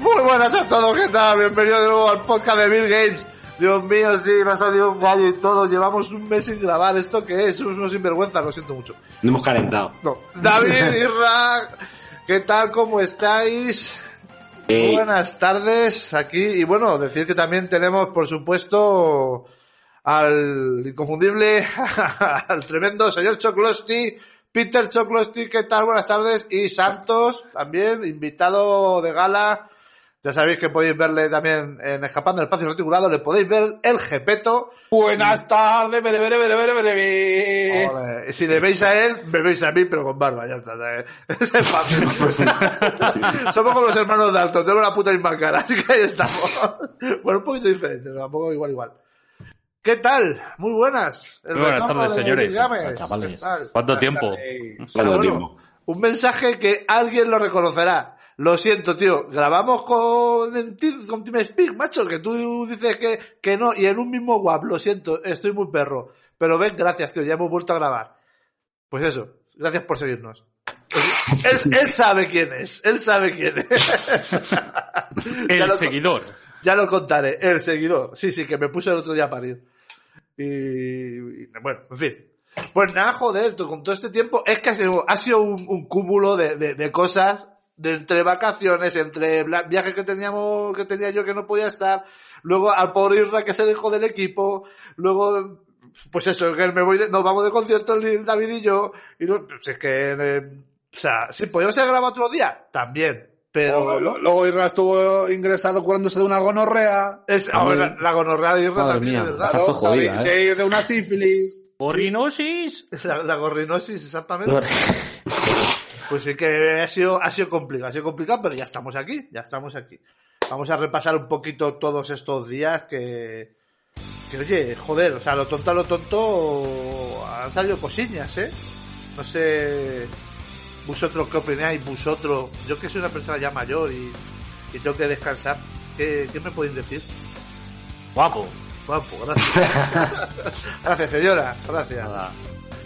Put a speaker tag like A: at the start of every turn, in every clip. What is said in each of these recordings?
A: Muy buenas a todos, ¿qué tal? Bienvenidos de nuevo al podcast de Bill Games. Dios mío, sí, me ha salido un gallo y todo. Llevamos un mes sin grabar. ¿Esto qué es? Es unos sinvergüenzas, lo siento mucho.
B: No hemos calentado.
A: No. David, Irra, ¿qué tal? ¿Cómo estáis?
B: Eh,
A: Buenas tardes aquí. Y bueno, decir que también tenemos, por supuesto, al inconfundible, al tremendo señor Choclosti, Peter Choclosti, ¿qué tal? Buenas tardes. Y Santos, también, invitado de gala. Ya sabéis que podéis verle también en Escapando del Espacio Reticulado, le podéis ver el jepeto.
C: Buenas tardes, bere, bere, bere, bere, bere.
A: Ole. Eh, Si le veis a él, me veis a mí, pero con barba, ya está, ¿sabes? Es fácil. Somos como los hermanos Dalton, tenemos la puta misma cara, así que ahí estamos. Bueno, un poquito diferente, pero tampoco igual, igual. ¿Qué tal? Muy buenas. El
D: Muy buenas
A: retorno
D: tardes,
A: de
D: señores.
A: Games.
B: Ah, chavales.
A: ¿Qué tal? Eh,
D: ¿Cuánto
A: Buenas
D: tiempo?
A: tardes.
B: ¿Cuánto
A: Bueno,
B: tiempo?
A: Un mensaje que alguien lo reconocerá. Lo siento, tío. Grabamos con, en Team- con Team Speak, macho, que tú dices que, que no, y en un mismo WAP, lo siento, estoy muy perro. Pero ven, gracias, tío, ya hemos vuelto a grabar. Pues eso, gracias por seguirnos. Él, él sabe quién es, él sabe quién es. Ya
D: El
A: lo-
D: seguidor.
A: Ya lo contaré, el seguidor. Sí, sí, que me puso el otro día a parir. Y, y, bueno, en fin. Pues nada, joder, tú, con todo este tiempo es que ha sido, ha sido un, un cúmulo de, de- de cosas, de entre vacaciones, entre bla- viajes que teníamos, que tenía yo que no podía estar, luego al pobre Irra que se dejó del equipo, luego, pues eso, que me voy de- nos vamos de concierto el David y yo, y no- pues es que, eh, o sea, si podíamos haber grabado otro día, también, pero...
C: Luego- Luego Irra estuvo ingresado curándose de una gonorrea.
A: Es,
B: Ah, muy
A: ahora,
B: bien.
A: la gonorrea de Irra
B: Madre
A: también,
B: mía,
A: es
B: esa
A: ¿verdad?
B: fue jodida, ¿eh?
C: David, de, de una sífilis.
D: Porrinosis.
A: La, la gorrinosis, exactamente. Pues sí que ha sido, ha sido complicado, ha sido complicado, pero ya estamos aquí, ya estamos aquí. Vamos a repasar un poquito todos estos días que, que oye, joder, o sea, lo tonto a lo tonto han salido cosillas, ¿eh? No sé vosotros qué opináis, vosotros, yo que soy una persona ya mayor y, y tengo que descansar, ¿qué, qué me podéis decir?
D: Guapo.
A: Guapo, gracias. gracias, señora, gracias.
D: Nada.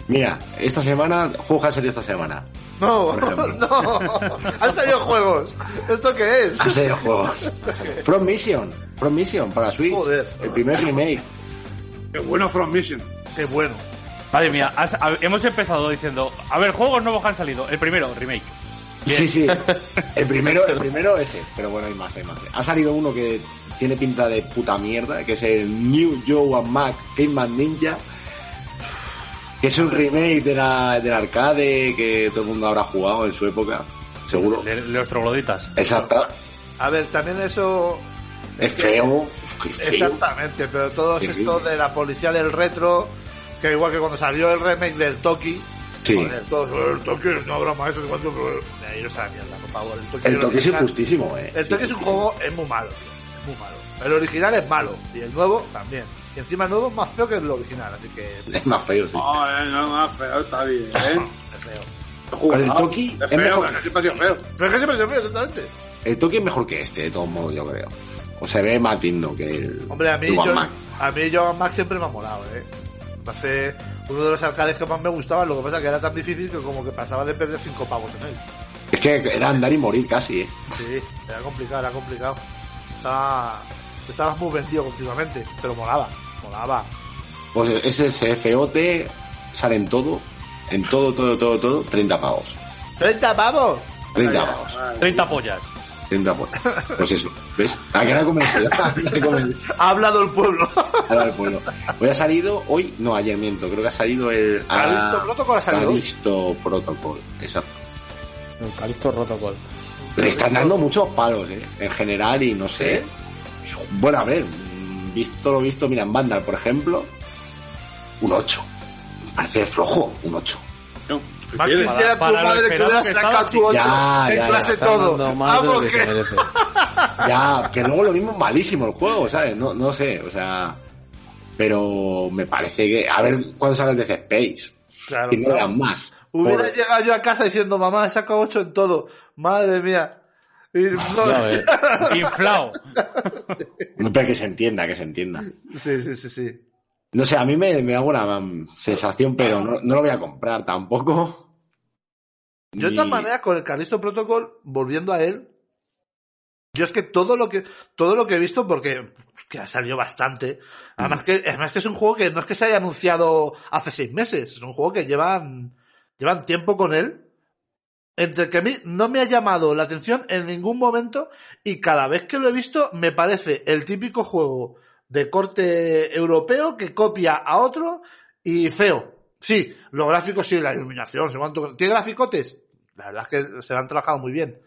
B: Mira, esta semana, juegos que han salido esta semana.
A: No,
B: Por ejemplo.
A: Oh, no. Han salido juegos. ¿Esto qué es?
B: Han salido juegos. From Mission, From Mission para Switch.
A: Joder.
B: El primer remake.
C: Qué bueno From Mission.
A: Qué bueno.
D: Madre mía, has- a- hemos empezado diciendo, a ver, juegos nuevos que han salido. El primero, remake.
B: Sí, sí. El primero, el primero ese. Pero bueno, hay más, hay más. Ha salido uno que tiene pinta de puta mierda, que es el New Joe and Mac Game Man Ninja. Que es un remake de la, del arcade que todo el mundo habrá jugado en su época. Seguro.
D: De, de los trogloditas.
B: Exacto.
A: A ver, también eso.
B: Es feo. qué feo.
A: Exactamente, pero todos
B: Sí.
A: estos de la policía del retro, que igual que cuando salió el remake del Toki.
B: Sí.
A: joder, todos, "Eh, el Toki es una broma, eso es cuánto. Eh, iros a la mierda, por favor. El Toki,
B: El toque es
A: original-
B: injustísimo, eh.
A: El Toki es un juego, es muy malo, tío, es muy malo. El original es malo, y el nuevo también. Y encima el nuevo es más feo que el original, así que es
B: Es más feo, sí.
C: No, eh, no, no, feo, está bien. ¿eh?
A: feo.
B: Con el Toki
C: Es
B: es
C: feo,
B: mejor.
C: pero siempre ha sido feo.
A: Pero es que siempre es feo, exactamente.
B: El toque es mejor que este, de todos modos, yo creo. O se ve más lindo que el.
A: Hombre, a mí,
B: el
A: yo,
B: Walkman.
A: a mí Joan Mac siempre me ha molado, ¿eh? Me hace uno de los arcades que más me gustaban, lo que pasa que era tan difícil que como que pasaba de perder cinco pavos en él.
B: Es que era andar y morir casi, eh.
A: Sí, era complicado, era complicado. Estaba, estabas muy vendido continuamente, pero molaba, molaba.
B: Pues ese CFOT sale en todo. En todo, todo, todo, todo. 30 pavos.
A: ¡30 pavos!
B: 30 pavos.
C: Ay,
D: 30 pollas.
B: 30 pavos. Pues eso. ¿Ves? ¿A qué hora convenció? ¿A qué convenció?
A: Ha hablado el pueblo.
B: Ahora el pueblo. Hoy ha salido, hoy, no, ayer miento, creo que ha salido el.
E: Ah,
B: Ah,
A: Calisto Protocol ha salido hoy.
B: Calisto Protocol, exacto.
E: El Calisto Protocol.
B: Le están dando muchos palos, ¿eh? En general, y no sé. Bueno, a ver, mm, visto lo visto, mira, en Vandal, por ejemplo, un 8. Parece flojo, un 8.
C: no, ¿qué
A: Más
C: quieres?
A: quisiera
D: Para-
A: tu
D: para lo
A: madre que
D: esperado
A: hubiera
D: que
A: sacado
D: estaba,
A: tu 8
B: sí. Ya,
A: en
B: ya,
A: clase
B: ya,
E: Está
A: todo.
E: dando más de lo
A: Vamos,
E: que
A: que-
E: se merece.
B: Ya, que luego lo mismo es malísimo el juego, ¿sabes? No, no sé, o sea. Pero me parece que. A ver cuándo sale el de Space.
A: Claro,
B: Y no
A: claro.
B: dan más.
A: Hubiera
B: Por-
A: llegado yo a casa diciendo, mamá, he sacado 8 en todo. Madre mía. Y no-
E: Ya ves.
D: Inflao.
B: Pero que se entienda, que se entienda.
A: Sí, sí, sí, sí.
B: No sé, a mí me, me da una mm, sensación, pero no, no lo voy a comprar tampoco.
A: Yo de
B: Ni-
A: todas maneras, con el Calisto Protocol, volviendo a él, Yo es que todo lo que, todo lo que he visto, porque que ha salido bastante. Además que, además que es un juego que no es que se haya anunciado hace seis meses, es un juego que llevan, llevan tiempo con él. Entre que a mí no me ha llamado la atención en ningún momento y cada vez que lo he visto me parece el típico juego de corte europeo que copia a otro y feo. Sí, los gráficos sí, la iluminación, se cuánto. ¿Tiene graficotes? La verdad es que se lo han trabajado muy bien.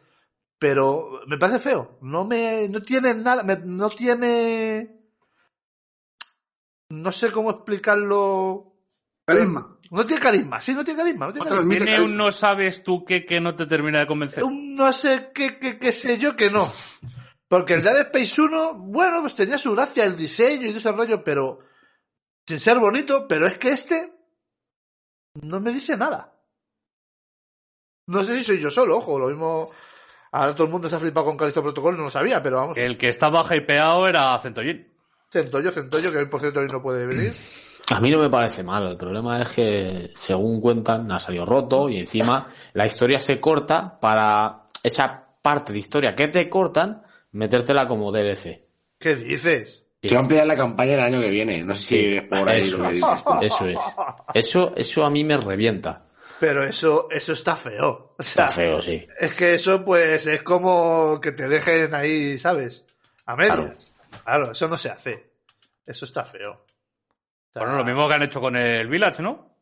A: Pero me parece feo. No me. No tiene nada. me- no tiene. No sé cómo explicarlo.
C: Carisma.
A: No tiene carisma, sí, no tiene carisma. No tiene
B: Otra
A: carisma.
B: vez,
D: Tiene un no sabes tú qué que no te termina de convencer.
A: Un no sé qué, qué, qué sé yo que no. Porque el Dead Space 1, bueno, pues tenía su gracia, el diseño y desarrollo, pero. Sin ser bonito, pero es que este. No me dice nada. No sé si soy yo solo, ojo, lo mismo. Ahora todo el mundo se ha flipado con Callisto Protocol, no lo sabía, pero vamos.
D: El que estaba hypeado era Centollín.
A: Centollo, Centollo, que hoy, por cierto hoy no puede venir.
E: A mí no me parece malo. El problema es que, según cuentan, ha salido roto y encima la historia se corta para esa parte de historia que te cortan, metértela como DLC.
A: ¿Qué dices?
B: Se va a ampliar la campaña el año que viene. No sé si
E: Sí,
B: es por ahí
E: eso
B: lo que
E: es.
B: dices tú.
E: Eso es. Eso, eso a mí me revienta.
A: Pero eso, eso está feo. O sea,
E: Está feo, sí.
A: es que eso pues es como que te dejen ahí, ¿sabes? A medias. Claro, eso no se hace. Eso está feo. O sea,
D: Bueno, lo mismo que han hecho con el Village, ¿no?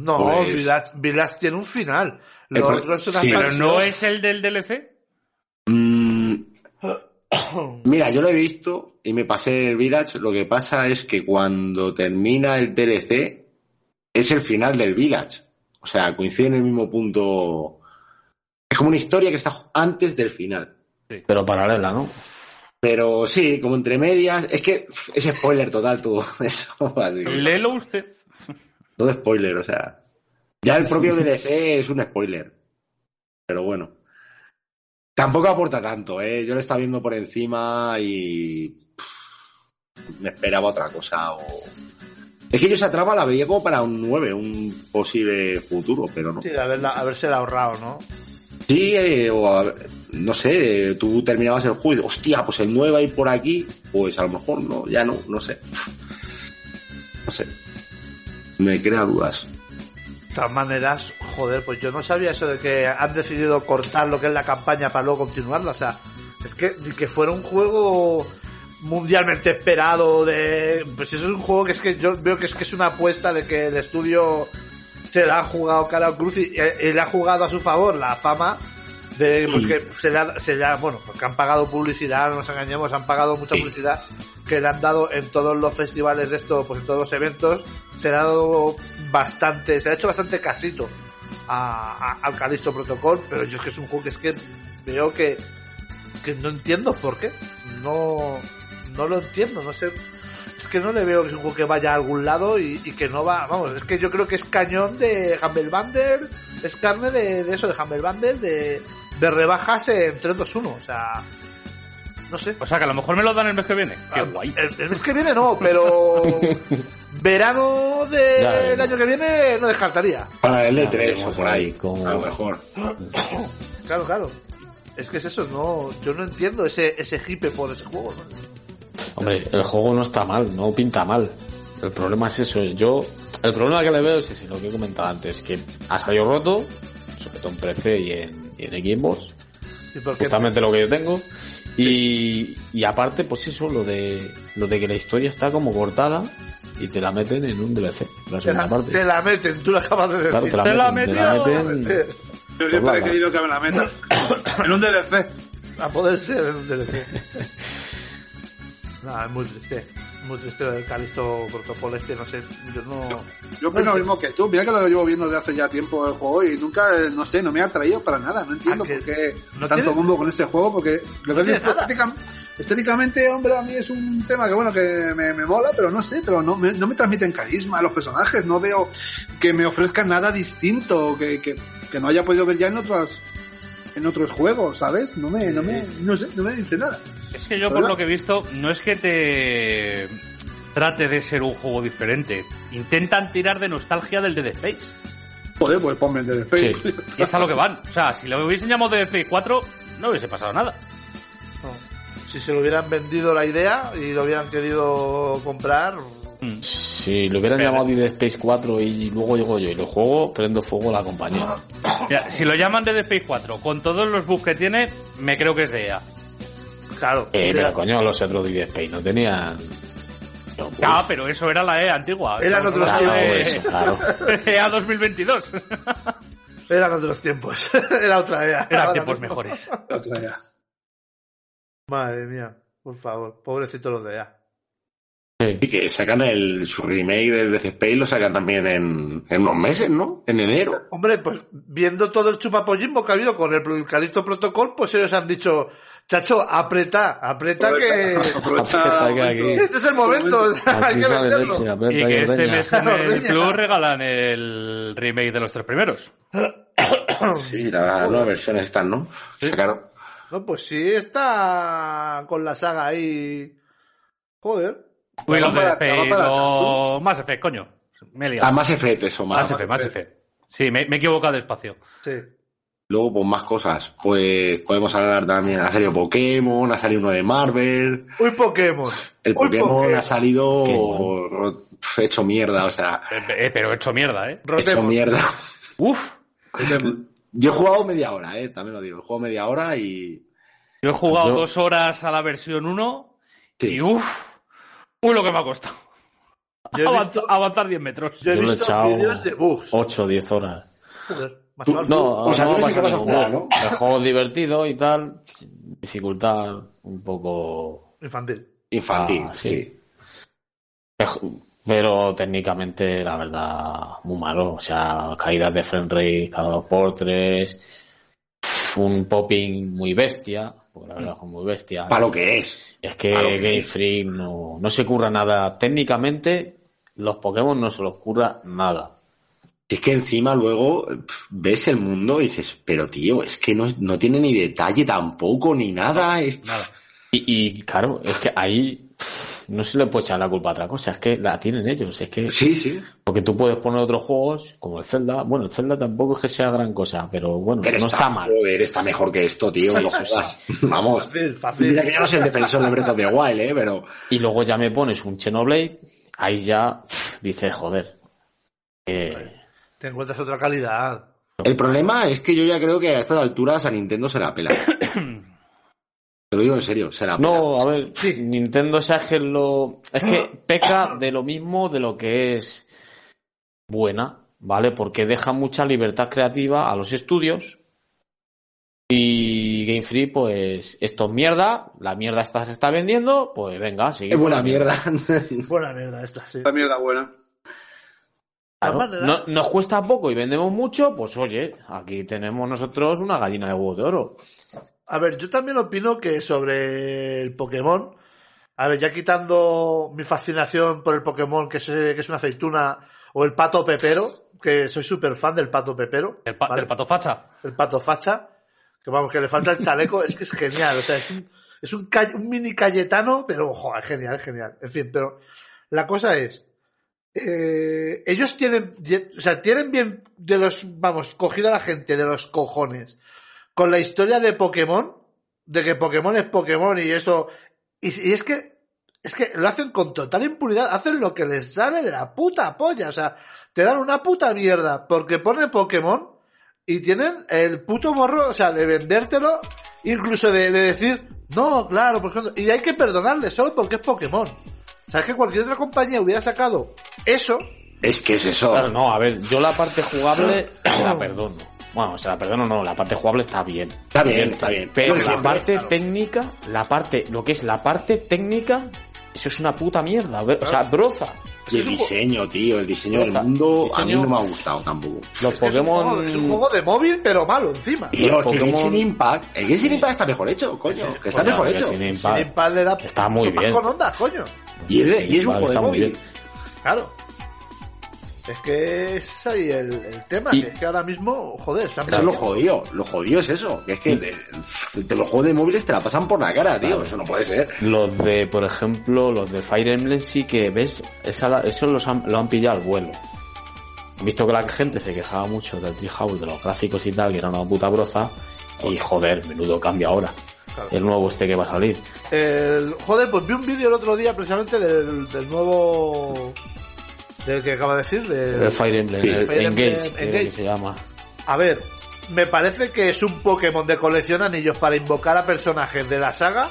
A: No,
B: Pues-
A: Village, Village tiene un final. Lo
B: pro-
A: otro es una
B: sí,
D: Pero
A: expansión.
D: no es el del DLC.
B: Mm, Mira, yo lo he visto y me pasé el Village. Lo que pasa es que cuando termina el DLC es el final del Village. O sea, coincide en el mismo punto. Es como una historia que está antes del final.
E: Pero paralela, ¿no?
B: Pero sí, como entre medias. Es que pff, es spoiler total todo eso. Así. que
D: Léelo usted.
B: Todo spoiler, o sea. Ya el propio DLC es un spoiler. Pero bueno. Tampoco aporta tanto, ¿eh? Yo lo estaba viendo por encima y. pff, Me esperaba otra cosa. O... Es que yo esa trama la veía como para un 9, un posible futuro, pero no.
A: Sí, haberla, haberse la ahorrado, ¿no?
B: Sí, eh, o a- no sé, eh, tú terminabas el juego y hostia, pues el 9 va a ir por aquí, pues a lo mejor no, ya no, no sé. No sé. Me crea dudas.
A: De todas maneras, joder, pues yo no sabía eso de que han decidido cortar lo que es la campaña para luego continuarla. O sea, es que ni que fuera un juego mundialmente esperado de... Pues eso es un juego que es que yo veo que es que es una apuesta de que el estudio se la ha jugado cara a cruz y, eh, y le ha jugado a su favor la fama de pues que se le, ha, se le ha- bueno porque han pagado publicidad no nos engañemos han pagado mucha publicidad que le han dado en todos los festivales de esto pues en todos los eventos se le ha dado bastante se le ha hecho bastante casito a, a- al Callisto Protocol pero yo es que es un juego que es que veo que que no entiendo por qué no no lo entiendo no sé es que no le veo que es un juego que vaya a algún lado y, y que no va. Vamos, es que yo creo que es cañón de Humble Bundle, es carne de, de eso, de Humble Bundle, de, de rebajas en 3-2-1. O sea, no sé.
D: O sea, que a lo mejor me lo dan el mes que viene. Qué
A: Ah,
D: guay.
A: El, el mes que viene no, pero verano del
E: Ya veremos.
A: año que viene no descartaría.
B: Para el
E: Ya
B: E3 o
E: veremos
B: por ahí,
E: ahí cómo-
B: a lo mejor.
A: Claro, claro. Es que es eso, no, yo no entiendo ese, ese hipe por ese juego. ¿no?
E: Hombre, el juego no está mal, no pinta mal. El problema es eso. Yo, el problema que le veo es ese, lo que he comentado antes, que ha salido roto, sobre todo en PC y en, y en Xbox,
A: ¿Y por qué no?
E: justamente lo que yo tengo. Y, y aparte, pues eso, lo de, lo de que la historia está como cortada y te la meten en un DLC, la
A: Te
E: segunda
A: la,
E: parte.
A: te la meten, tú lo acabas de decir.
E: Claro, te la
D: ¡Te la
E: meten, te la
D: metió!
E: meten.
C: Yo siempre he
E: Hablaba.
C: querido que me la meta. en un DLC.
A: A poder ser en un DLC. Nada, es muy triste. Muy triste lo del Calisto Protocol este, no sé, yo no...
C: Yo opino lo mismo que tú. Mira que lo llevo viendo desde hace ya tiempo el juego y nunca, eh, no sé, no me ha atraído para nada. No entiendo
A: Ah, que
C: por qué
A: no
C: tanto
A: tiene-
C: bombo con este juego, porque lo que
A: tiene
C: es estéticam- estéticamente, hombre, a mí es un tema que bueno, que me, me mola, pero no sé, pero no me, no me transmiten carisma a los personajes. No veo que me ofrezcan nada distinto que, que, que no haya podido ver ya en otras en otros juegos, ¿sabes? No me, no me, no sé, no me dice nada.
D: Es que yo, por
C: ¿Verdad?
D: lo que he visto, no es que te trate de ser un juego diferente. Intentan tirar de nostalgia del Dead Space.
C: Joder, pues ponme el DLC.
E: Sí.
D: Y es a lo que van. O sea, si lo hubiesen llamado Dead Space 4, no hubiese pasado nada.
A: No. Si se lo hubieran vendido la idea y lo hubieran querido comprar,
D: Mm.
E: Si lo hubieran
D: Pero-
E: llamado Dead Space 4 y luego llego yo y lo juego, prendo fuego la compañía.
D: Mira, si lo llaman de Space 4 con todos los bugs que tiene, me creo que es de E EA.
A: claro.
E: Eh,
A: era-
E: pero coño, los otros de Dead Space no tenían... No,
D: Ah, pero eso era la EA antigua.
A: Eran
D: Estamos
A: otros
D: hablando
E: claro,
D: de-
E: eso, claro.
D: EA 2022.
A: eran otros tiempos. era otra era.
D: Eran
A: Ahora
D: tiempos
A: mismo.
D: mejores.
C: Otra ya.
A: Madre mía, por favor, pobrecitos los de allá.
B: Y que sacan el, su remake del Death Space, lo sacan también en, en unos meses, ¿no? En enero.
A: Hombre, pues viendo todo el chupapollismo que ha habido con el Calisto Protocol, pues ellos han dicho, chacho, aprieta, aprieta que...
C: Aprovecha.
E: Aprieta que aquí-
A: Este es el momento, o sea, hay
E: Aquí
A: que
E: sale
A: venderlo.
E: leche, aprieta
D: Y
E: y
D: que este
E: ordeña.
D: mes en el
A: Ordeña.
D: Plus regalan el remake de los tres primeros.
B: Sí, las nuevas versiones están, ¿no? Sacaron.
A: No, pues sí, está con la saga ahí. Joder.
D: Will of the
C: para- te va
D: Space,
C: para
D: no... Uh, Mass Effect, coño. Me he liado.
B: Ah, más efectos, eso, más.
D: Mass Effect, Mass Effect. Sí, me, me he equivocado de espacio.
A: Sí.
B: Luego, pues más cosas. Pues podemos hablar también. Ha salido Pokémon, ha salido uno de Marvel.
A: Uy, Pokémon.
B: El
A: Uy,
B: Pokémon, ha salido
E: Qué
B: ro- pf, hecho mierda, o sea,
D: Eh, eh, pero he hecho mierda, ¿eh?
B: hecho
A: Rotemos.
B: mierda.
D: Uf.
B: Yo he jugado media hora, eh, también lo digo. He jugado media hora y.
D: Yo he jugado
E: Yo-
D: dos horas a la versión 1
B: Sí.
D: y
E: uh,
D: uff. Uy, lo que me ha costado.
A: Yo he
D: Avanza-
A: visto,
D: Avanzar 10 metros.
A: yo he
E: Yo lo he
A: visto
E: echado-
A: vídeos de bugs.
E: 8 o 10 horas.
A: Joder, macho,
E: Tú- no,
B: o sea,
E: no
B: tú sí
E: pasa
B: que vas a
E: ningún
B: jugar,
E: bug.
B: ¿no?
E: El juego es divertido y tal. Dificultad un poco.
A: Infantil.
B: Infantil,
E: Ah, sí.
B: sí.
E: Pero técnicamente, la verdad, muy malo. O sea, caídas de frame rate cada dos por tres. Un popping muy bestia. Porque la verdad es que es muy bestia.
B: Para lo que es.
E: Es que
B: Claro que sí.
E: Game Freak no, no se curra nada. Técnicamente, los Pokémon no se los curra nada.
B: Es que encima luego pf, ves el mundo y dices, pero tío, es que no, no tiene ni detalle tampoco, ni nada. es-
D: Nada.
E: Y, y, claro, es que ahí pff, no se le puede echar la culpa a otra cosa. Es que la tienen ellos. Es que
B: Sí, sí.
E: porque tú puedes poner otros juegos como el Zelda. Bueno, el Zelda tampoco es que sea gran cosa, pero bueno,
B: Pero
E: no está, mal.
B: joder, está mejor que esto, tío. no jodas. Vamos.
A: Fácil, fácil.
B: Mira que yo no soy el defensor de Breath of the Wild, eh, pero.
E: Y luego ya me pones un Xenoblade. Ahí ya pff, dices, joder. eh,
A: Te encuentras otra calidad.
B: El problema es que yo ya creo que a estas alturas a Nintendo se la pela. Te lo digo en serio, se la pela.
E: No, a ver, Nintendo o sea, es que lo. Es que peca de lo mismo de lo que es buena, ¿vale? Porque deja mucha libertad creativa a los estudios. Y Game Free, pues, esto es mierda, la mierda esta se está vendiendo, pues venga, sigue.
B: es buena mierda.
A: Buena mierda esta, sí.
C: Esta mierda buena.
E: Claro,
A: Además, le
E: no- nos cuesta poco y vendemos mucho, pues oye, aquí tenemos nosotros una gallina de huevo de oro.
A: A ver, yo también opino que sobre el Pokémon, a ver, ya quitando mi fascinación por el Pokémon, que es, eh, que es una aceituna, o el pato pepero, que soy súper fan del pato pepero,
D: El, pa-
A: ¿vale?
D: el pato facha.
A: el pato facha, que vamos, que le falta el chaleco, es que es genial, o sea, es un, es un, ca- un mini Cayetano, pero jo, es genial, es genial. En fin, pero la cosa es, eh, ellos tienen, ye- o sea, tienen bien de los, vamos, cogido a la gente de los cojones con la historia de Pokémon, de que Pokémon es Pokémon y eso, y, si- y es que, es que lo hacen con total impunidad, hacen lo que les sale de la puta polla, o sea, te dan una puta mierda porque pone Pokémon y tienen el puto morro, o sea, de vendértelo, incluso de, de decir, no, claro, por ejemplo, y hay que perdonarle solo porque es Pokémon. O sea, es que cualquier otra compañía hubiera sacado eso,
B: es que es eso.
E: Claro, no, a ver, yo la parte jugable se la perdono. Bueno, se la perdono no, la parte jugable está bien.
B: Está bien, está bien.
E: Pero
B: Lo que
E: la
B: siempre,
E: parte
B: claro.
E: técnica, la parte, lo que es la parte técnica, eso es una puta mierda. O sea, broza.
B: Y el diseño, tío, el diseño del
E: Oza,
B: mundo a mí
E: diseño-
B: no me ha gustado tampoco.
E: Los
A: es, que es un
E: Pokémon.
A: juego, es un juego de móvil, pero malo encima.
B: Tío, es que el
E: Pokémon-
B: Genshin Impact, el Genshin Impact está mejor hecho, coño, que está
E: Coño,
B: mejor
E: que
B: hecho.
E: sin
A: Sin
E: impar-
A: impar le da
E: Está muy
A: chupas
E: bien.
A: con onda, coño.
B: Y es, y es un juego
E: Vale,
B: de
E: está muy
B: móvil.
E: bien.
A: Claro. Es que es ahí el, el tema,
E: Y-
A: que es que ahora mismo, joder, están
B: Eso es lo jodido, lo jodido es eso, que es que te, te- los juegos de móviles te la pasan por la cara, tío, eso no puede ser.
E: Los de, por ejemplo, los de Fire Emblem sí que ves, esa, la- eso los han, lo han pillado al vuelo. Visto que la gente se quejaba mucho del Treehouse, de los gráficos y tal, que era una puta broza, Y joder, menudo cambio ahora.
A: Claro.
E: El nuevo este que va a salir.
A: El- joder, pues vi un vídeo el otro día precisamente del, del nuevo... Del que acaba de decir, del...
E: El Fire Emblem,
B: sí,
E: el
A: Fire Emblem
E: Engage, que-
A: Engage.
E: que se llama.
A: A ver, me parece que es un Pokémon de colección anillos para invocar a personajes de la saga.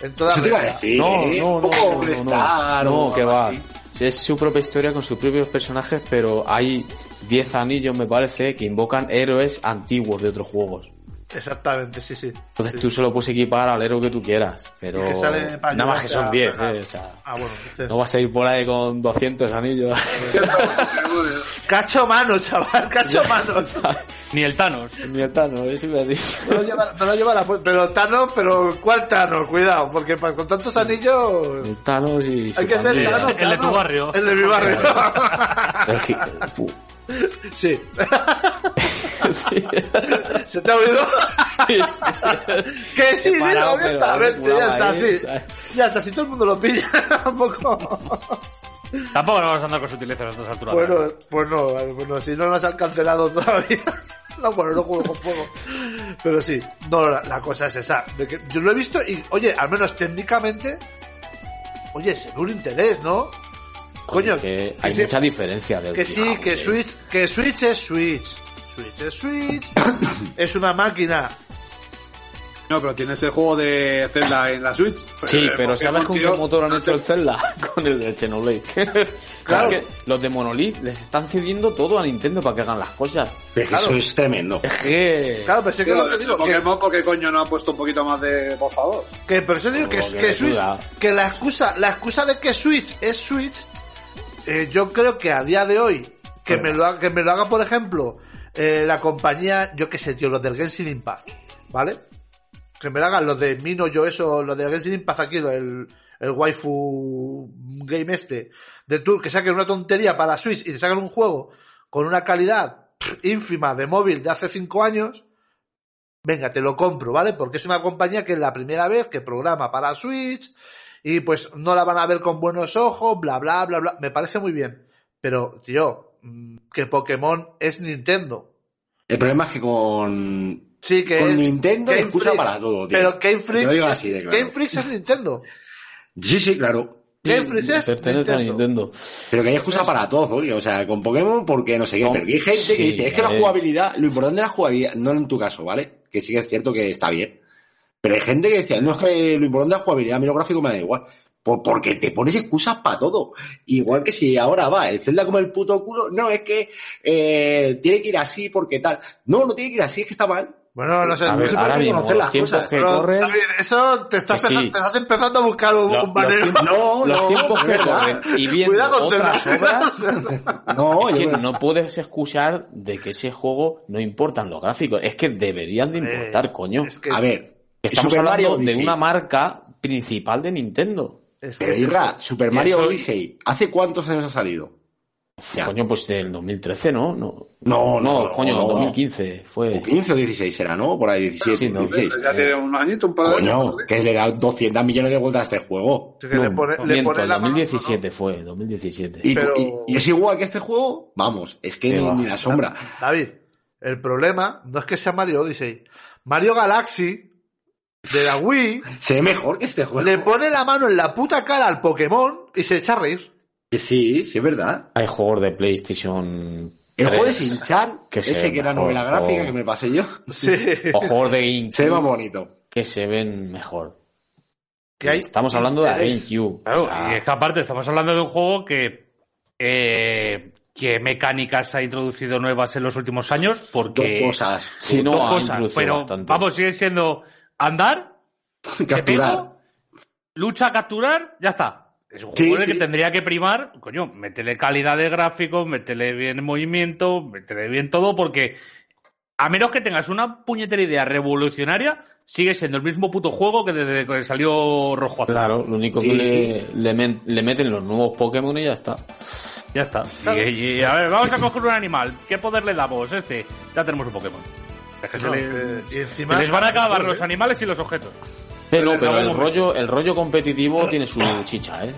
A: En toda
B: Eso te iba a
A: regla.
B: decir.
E: No,
B: ¿eh?
E: no,
B: Un
E: no,
B: poco
E: no, no, no,
B: All-Star
E: no,
B: o
E: que
B: algo
E: va.
B: así.
E: Sí, Es su propia historia con sus propios personajes, pero hay 10 anillos, me parece, que invocan héroes antiguos de otros juegos.
A: Exactamente, sí, sí.
E: Entonces tú solo puedes equipar al héroe que tú quieras, pero
A: Y que sale para
E: nada más que son
A: ayudarte a
E: 10,
A: ganar.
E: eh, o sea,
A: Ah, bueno. entonces-
E: no vas a ir por ahí con 200 anillos.
A: Cacho mano, chaval, cacho mano.
D: Ni el Thanos.
E: Ni el Thanos, eso iba a decir.
A: Pero lleva, pero lleva la... pu- Pero Thanos, pero ¿cuál Thanos? Cuidado, porque pa- con tantos anillos...
E: El Thanos y su
A: Hay que ser
E: pandilla.
A: Thanos.
D: El de tu
A: Thanos.
D: barrio.
A: El de mi barrio.
E: El gi- el pu-
A: sí.
E: Sí.
A: ¿Se te ha olvidado?
E: Sí,
A: que sí,
E: He parado,
A: dilo
E: pero
A: abiertamente,
E: no
A: ya está,
E: culaba, ¿eh?
A: sí. Ya está, si todo el mundo lo pilla, tampoco...
D: Tampoco nos vamos a andar con sutilezas a estas alturas.
A: Bueno, pues no, pues no, si no nos han cancelado todavía. No, bueno, no juego con fuego. Pero sí, no, la, la cosa es esa. de que yo lo he visto y, oye, al menos técnicamente, oye, se un interés, ¿no? Coño,
E: que
A: que
E: hay
A: sí-
E: mucha diferencia del
A: que sí,
E: eh.
A: que Switch, que Switch es Switch. Switch es Switch. es una máquina.
C: No, pero tiene ese juego de Zelda en la Switch.
E: Sí,
C: Eh,
E: pero
C: porque
E: ¿sabes con qué
C: tío-
E: motor han
C: no
E: hecho
C: te-
E: el Zelda? Con el del Xenoblade.
A: Claro.
E: claro. que los de Monolith les están cediendo todo a Nintendo para que hagan las cosas.
B: Es que Eso es tremendo.
E: Es que...
A: Claro, pero sí que
C: Tío,
A: lo que digo, que,
C: Pokémon, ¿por qué coño no ha puesto un poquito más de, por favor?
A: que por eso digo que,
E: Como que
A: que Switch,
E: duda.
A: que la excusa, la excusa de que Switch es Switch, eh, yo creo que a día de hoy, que me lo, ha- que me lo haga, por ejemplo, eh, la compañía, yo qué sé, tío, los del Genshin Impact, ¿vale? Que me lo hagan los de Mino, yo eso, los del Genshin Impact aquí, lo- el, el waifu game este, de Tour, que saquen una tontería para Switch y te sacan un juego con una calidad pff, ínfima de móvil de hace cinco años, venga, te lo compro, ¿vale? Porque es una compañía que es la primera vez que programa para Switch y pues no la van a ver con buenos ojos, bla, bla, bla, bla. Me parece muy bien. Pero, tío, mm, que Pokémon es Nintendo.
B: El problema es que con.
A: Sí, que
B: Con
A: es
B: Nintendo
A: Game
B: excusa
A: Freak.
B: para todo, tío.
A: Pero Game
B: Te lo digo
A: Freaks,
B: así de claro.
A: Game Freaks es Nintendo.
B: Sí, sí, claro.
A: Game Freaks es
E: Pertenece a Nintendo.
B: Pero que hay excusa para todo, oye, o sea, con Pokémon porque no sé qué,
E: No,
B: pero que hay gente que
E: sí,
B: dice, es que
E: a
B: la
E: ver.
B: jugabilidad, lo importante es la jugabilidad, no en tu caso, ¿vale? Que sí que es cierto que está bien. Pero hay gente que decía, no es que lo importante es la jugabilidad, a mí lo gráfico me da igual. Por- porque te pones excusas para todo. Igual que si ahora va el Zelda como el puto culo, no, es que eh, tiene que ir así porque tal. No, no tiene que ir así, es que está mal.
A: Bueno, no sé.
E: A
A: no
E: ver,
A: sé
B: puede
E: ahora mismo,
B: reconocer
E: los
B: las
E: tiempos
B: cosas,
E: que
A: pero,
E: corren...
A: David, eso te estás,
E: Que sí.
A: empezando, te estás empezando a buscar un,
E: lo-
A: un banner.
E: los tiempos-
B: No,
E: los
B: no,
E: tiempos que
B: es verdad.
E: corren y viendo
A: Cuidado con
E: otras
A: Zelda.
E: obras
B: No,
E: es
B: yo
E: que
B: creo-
E: no puedes excusar de que ese juego no importan los gráficos es que deberían de
A: Eh,
E: importar coño
A: Es que,
B: A ver,
E: estamos
B: Super Mario
E: hablando de
B: Odyssey.
E: una marca principal de Nintendo
A: es que
B: Pero
A: es
B: Irra,
A: eso.
B: Super Mario
D: Eso-
B: Odyssey, ¿hace cuántos años ha salido? Ya.
E: Coño, pues del 2013, ¿no? No,
B: No, no, no,
E: coño,
B: no, no.
E: 2015 fue.
B: O 15 o 16 era, ¿no? Por ahí 17,
E: Sí, no,
B: 16.
C: Pues Ya tiene un añito, un par de
B: Coño, que le da 200 millones de vueltas a este juego.
A: Es que le
E: No,
A: pone, le
E: miento,
A: pone la mano,
E: 2017 fue, 2017.
B: Y,
A: Pero-
B: y- y es igual que este juego, vamos, es que
E: Qué
B: ni,
E: va.
B: ni la sombra.
A: David, el problema no es que sea Mario Odyssey. Mario Galaxy de la Wii
B: Se ve mejor que este juego.
A: le pone la mano en la puta cara al Pokémon y se echa a reír.
B: Que sí, sí es verdad.
E: Hay juegos de PlayStation
B: El
E: 3,
B: juego de Shin-Chan,
E: Que se
B: ese
E: ve
B: que era
E: mejor,
B: novela gráfica
E: o-
B: que me pasé yo,
A: Sí.
E: o juegos de GameCube
B: se ve más bonito.
E: que se ven mejor.
A: Que hay
E: Estamos hablando de la
A: interés.
E: GameCube.
D: Claro,
E: o sea,
D: y es que aparte estamos hablando de un juego que. eh, ¿Qué mecánicas ha introducido nuevas en los últimos años?
B: Dos
D: Porque.
B: cosas.
E: si no,
D: dos
E: ha
D: cosas.
E: introducido
D: Pero
E: bastante.
D: vamos, sigue siendo andar, te
B: Capturar.
D: pego, lucha, capturar, ya está. Es un
B: Sí,
D: juego en el
B: sí.
D: que tendría que primar, coño, métele calidad de gráfico, métele bien movimiento, métele bien todo, porque a menos que tengas una puñetera idea revolucionaria, sigue siendo el mismo puto juego que desde que salió Rojo Azul.
E: Claro, lo único que
B: Sí.
E: le, le men- le meten los nuevos Pokémon y ya está.
D: Ya está. Y, y, a ver, vamos a coger un animal. ¿Qué poder le damos? Este. Ya tenemos un Pokémon. Es que se
A: No,
D: le-
A: eh, y encima.
D: se les van a acabar
A: ¿eh?
D: los animales y los objetos.
E: Pero,
D: Pero
E: pero
D: acabamos
E: el rollo, el rollo competitivo tiene su chicha, ¿eh?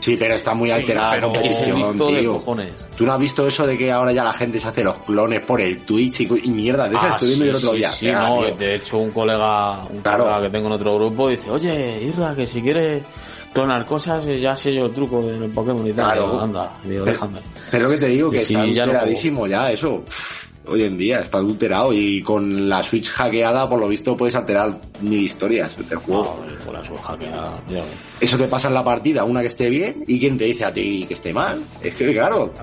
B: Sí, pero está muy alterada.
D: pero-
B: la
E: Y se
D: Oh,
E: visto de
B: tío.
E: cojones.
B: ¿Tú no has visto eso de que ahora ya la gente se hace los clones por el Twitch y, cu- y mierda? De esa
E: Ah,
B: estuve viendo
E: sí,
B: el otro
E: sí,
B: día.
E: sí,
B: Venga,
E: no,
B: tío.
E: de hecho un colega, un
B: Claro.
E: colega que tengo en otro grupo dice, oye, Irra, que si quieres clonar cosas, eh, ya sé yo el truco en el Pokémon y tal.
B: Claro.
E: Digo, anda,
B: Pero-
E: digo, déjame.
B: Pero lo que te digo, que
E: Que sí,
B: está
E: ya no
B: adulteradísimo ya, eso. Hoy en día está adulterado y con la Switch hackeada, por lo visto, puedes alterar mil historias del juego.
E: No, eh, con la su hackeada, ya ves.
B: Eso te pasa en la partida, una que esté bien y quien te dice a ti que esté mal. Es que, claro.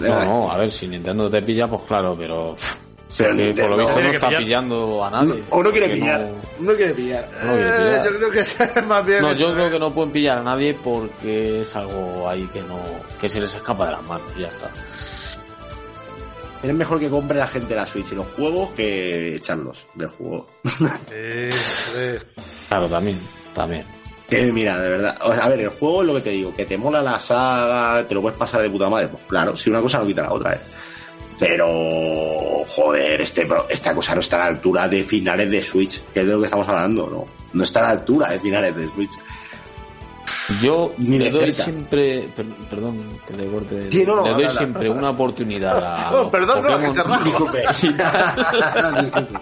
E: No, no, a ver, si Nintendo te pilla, pues claro, pero... pff,
B: Pero
E: que por
B: Nintendo-
E: lo visto
D: Tiene
E: no
D: que
E: está
D: pillar.
E: pillando a nadie.
B: O no quiere
E: porque
B: pillar.
E: no-
B: No quiere pillar.
E: no quiere
A: Eh,
E: pillar.
A: yo creo que es más bien.
E: No,
A: eso,
E: yo creo
A: eh.
E: que no pueden pillar a nadie porque es algo ahí que no que se les escapa de las manos y ya está.
B: Es mejor que compre la gente la Switch y los juegos que echarlos del juego.
A: Sí, sí.
E: Claro, también, también.
B: Que mira, de verdad. O sea, a ver, el juego es lo que te digo, que te mola la saga, te lo puedes pasar de puta madre. Pues claro, si una cosa no quita la otra, eh. Pero, joder, este, pro- esta cosa no está a la altura de finales de Switch, que es de lo que estamos hablando, ¿no? No está a la altura de finales de Switch.
E: Yo
B: Ni
E: le
B: de
E: doy
B: cerca.
E: siempre, per- perdón que te corte,
B: Sí, no, Oh, no,
E: le doy
B: nada.
E: siempre una oportunidad a
A: No,
E: los
A: perdón, no, que
E: Pokémon
A: te rajo.
B: Disculpe. Disculpe.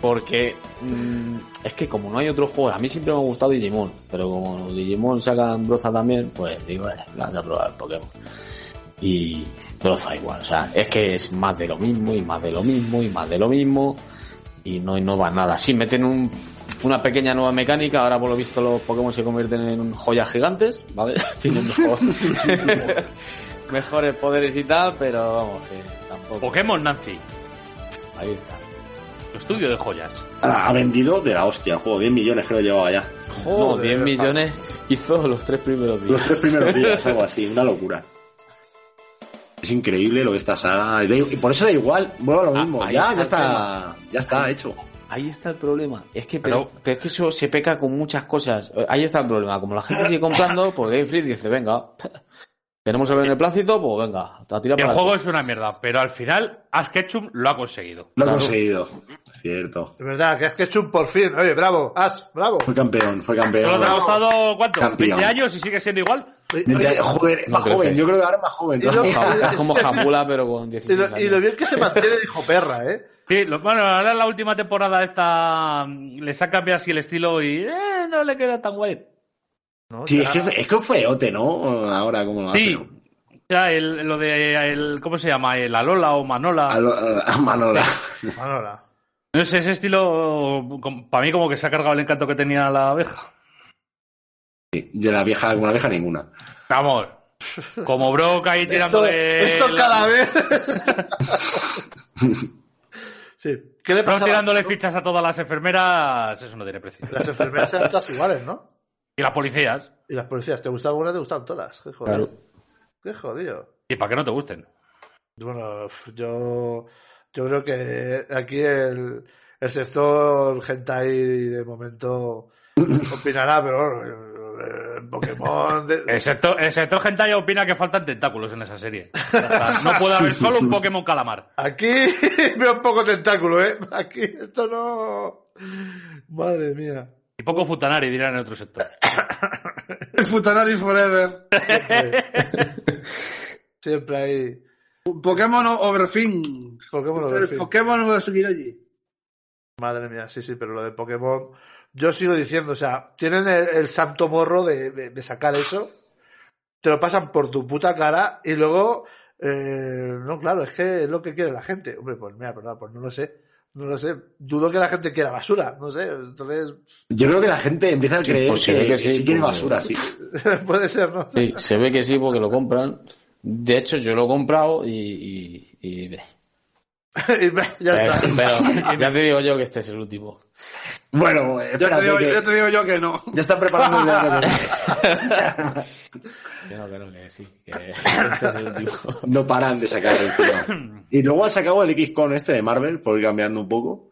E: porque mm, es que como no hay otro juego, a mí siempre me ha gustado Digimon, pero como Digimon sacan Broza también, pues digo, eh, vamos a probar el Pokémon. Y Broza igual, o sea, es que es más de lo mismo y más de lo mismo y más de lo mismo y no innova nada. Sí, meten un, una pequeña nueva mecánica, ahora por lo visto los Pokémon se convierten en joyas gigantes, ¿vale? Tienen mejor- mejores poderes y tal, pero vamos, que tampoco.
D: Pokémon Nancy,
E: Ahí está.
D: estudio de joyas.
B: Ha ha vendido de la hostia el juego, 10 millones creo que llevaba ya.
E: No,
A: Joder,
E: 10 millones hizo los tres primeros días.
B: Los tres primeros días, algo así, una locura. Es increíble lo que está saga. y da- y Por eso da igual, bueno, lo
E: Ah,
B: mismo.
E: ahí
B: ya, ya
E: está el
B: está, ya está hecho.
E: Ahí está el problema. Es que,
D: Pero-
E: pero, pero es que eso se peca con muchas cosas. Eh, Ahí está el problema. Como la gente sigue comprando, pues Game Freak dice, venga, tenemos el beneplácito, pues venga, a tirar
D: El
E: para
D: juego
E: adelante.
D: es una mierda, pero al final Ash Ketchum lo ha conseguido.
B: Lo ha
E: Claro.
B: conseguido. Cierto.
A: De verdad, que es que es un por fin. Oye, bravo, Ash, bravo.
B: Fue campeón, fue
D: Solo
B: campeón.
D: te ha costado, ¿cuánto?
B: Campeón.
D: 20 años y sigue siendo igual.
B: Veinte
A: Oye,
B: años. Joder, es
E: No
B: más
E: crece.
B: joven. Yo creo que ahora es más joven.
A: Y lo-
B: todavía.
E: Ja- Es como Japula, pero con
A: y,
E: 16
A: lo, y lo
E: años.
A: bien que se mantiene el hijo perra, ¿eh?
D: Sí, lo- bueno, ahora en la última temporada esta mm, les ha cambiado así el estilo y eh, no le queda tan guay.
A: No,
B: Sí, es
A: ya.
B: que, es que fue Ote, ¿no? Ahora, como
A: Ah,
B: lo hace,
D: Sí,
B: ¿no?
D: ya el, lo de el, ¿cómo se llama? El Alola o Manola.
B: A, lo- a Manola.
A: Manola.
D: No sé, ese estilo para mí como que se ha cargado el encanto que tenía la abeja.
B: De la vieja, una vieja ninguna.
D: Vamos, como Brock ahí tirando
A: Esto,
D: de...
A: esto cada vez. sí. ¿Qué le
D: Brock
A: pasa?
D: tirándole fichas a todas las enfermeras, eso no tiene precio.
A: Las enfermeras eran todas iguales, ¿no?
D: Y las policías.
A: Y las policías, ¿te gustaban una? Te gustaban todas. Qué jodido.
E: Claro.
A: Qué jodido.
D: Y para que no te gusten.
A: Bueno, f- yo, yo creo que aquí el, el sector hentai de momento opinará, pero bueno, eh, Pokémon. de-
D: El sector, el sector hentai opina que faltan tentáculos en esa serie. Ya está. No puede haber solo un Pokémon calamar.
A: Aquí veo un poco tentáculo, ¿eh? Aquí esto no. Madre mía.
D: Y poco Futanari dirán en otro sector.
C: Futanari Forever.
A: Siempre hay.
C: Pokémon Overfin.
A: Pokémon lo define.
C: Pokémon Oversugiroji.
A: Madre mía, sí, sí, pero lo de Pokémon. Yo sigo diciendo, o sea, tienen el, el santo morro de, de- de sacar eso, te lo pasan por tu puta cara y luego. eh, no, claro, es que es lo que quiere la gente. Hombre, pues mira, perdón, pues no lo sé. No lo sé. Dudo que la gente quiera basura, no sé. Entonces,
B: Yo creo que la gente empieza a
E: Sí,
B: creer
E: pues eh. se
B: que,
E: ve que
B: que
E: sí,
B: sí quiere
E: porque-
B: basura, sí.
A: puede ser, ¿no?
E: Sí, se ve que sí porque lo compran. De hecho, yo lo he comprado y... y, y-
A: Y ya está.
E: Pero, pero ya te digo yo que este es el último.
B: Bueno,
C: Ya te,
B: espérate
C: digo,
B: que-
C: ya te digo yo que no.
B: Ya están preparando el año que viene.
E: Que no, que no, que sí. que este es el último.
B: No paran de sacar el final. Y luego ha sacado el XCON este de Marvel, por ir cambiando un poco.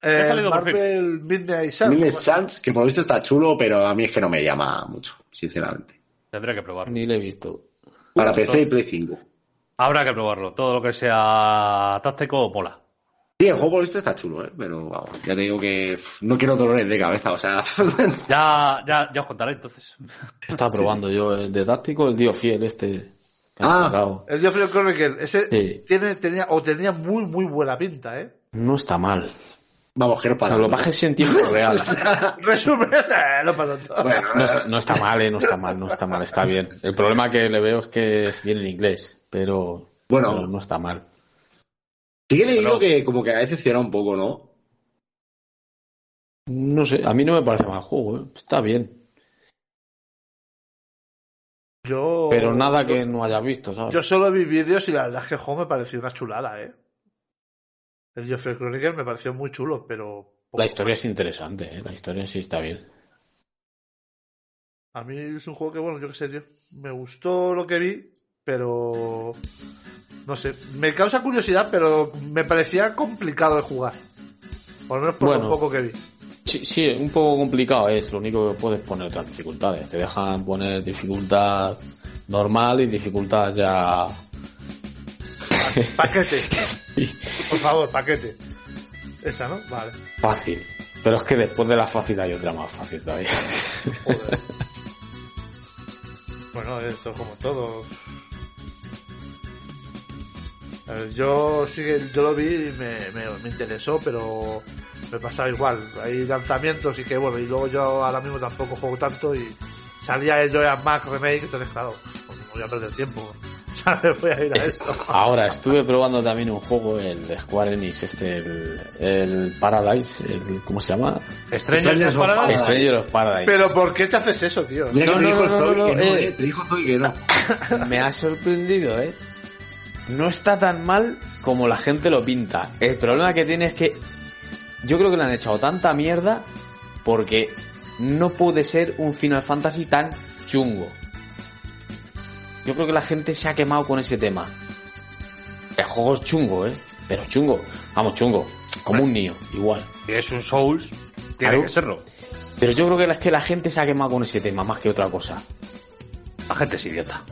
A: Eh,
D: Déjale de ocurrir.
A: Marvel Midnight Suns.
B: Midnight Suns, que por lo visto está chulo, pero a mí es que no me llama mucho, sinceramente.
D: Tendré que probarlo.
E: Ni lo he visto.
B: Para PC y Play 5.
D: Habrá que probarlo. Todo lo que sea táctico mola.
B: Sí, el juego por esto está chulo, ¿eh? pero vamos, ya te digo que pff, no quiero dolores de cabeza, o sea,
D: Ya, ya, ya os contaré entonces.
E: Estaba probando yo el de táctico, el tío fiel este. que han
B: Ah.
E: sacado.
A: El Geoffrey Chronicle, ese
E: Sí.
A: tiene, tenía, o tenía muy, muy buena pinta, ¿eh?
E: No está mal.
B: vamos, que no pasa
E: Pero lo
B: nada.
E: bajes en tiempo real. Ah.
A: Resumen, no pasa nada.
B: Bueno,
E: No, es- no está mal, eh, no está mal, no está mal, está bien. El problema que le veo es que es bien en inglés, pero,
B: Bueno.
E: pero no está mal.
B: sí que le digo que como que ha decepcionado un poco, ¿no?
E: No sé, a mí no me parece mal juego, eh, está bien.
A: Yo,
E: Pero nada que no haya visto, ¿sabes?
A: Yo solo vi vídeos y la verdad es que el juego me pareció una chulada, ¿eh? El Geoffrey Chronicle me pareció muy chulo, pero...
E: La historia es interesante, eh, la historia en sí está bien.
A: A mí es un juego que, bueno, yo qué sé, tío. Me gustó lo que vi, pero... No sé, me causa curiosidad, pero me parecía complicado de jugar. Por lo menos por
E: Bueno.
A: lo poco que vi.
E: Sí, sí, un poco complicado es, lo único que puedes poner otras dificultades. Te dejan poner dificultad normal y dificultad ya...
A: Paquete. Por favor, paquete. Esa, ¿no? Vale.
E: Fácil. Pero es que después de la fácil hay otra más fácil todavía.
A: Joder. Pues, bueno, esto es como todo. A ver, yo sí que yo lo vi y me, me, me interesó, pero me pasaba igual. Hay lanzamientos y que bueno, y luego yo ahora mismo tampoco juego tanto y salía el Joy Mac Remake, entonces claro, pues no voy a perder tiempo. ¿Sabes? Voy a ir a eso.
E: Ahora, estuve probando también un juego, el de Square Enix, este, el, el Paradise, el, ¿cómo se llama?
D: Extrañas
B: Strangers of
D: Paradise.
B: Paradise.
E: Stranger of Paradise.
A: Pero ¿por qué te haces eso, tío?
B: Mira
E: No,
B: que
E: no,
B: te dijo el
E: no, no,
B: Zoe
E: no,
B: que no,
E: eh.
B: eh, te dijo Zoe que no.
E: Me ha sorprendido, ¿eh? No está tan mal como la gente lo pinta. El problema que tiene es que yo creo que le han echado tanta mierda porque no puede ser un Final Fantasy tan chungo. Yo creo que la gente se ha quemado con ese tema. El juego es chungo, ¿eh? Pero chungo. Vamos, chungo. Como un niño, igual.
D: Si es un Souls, tiene
E: Claro.
D: que serlo.
E: Pero yo creo que la- es que la gente se ha quemado con ese tema más que otra cosa.
D: La gente es idiota.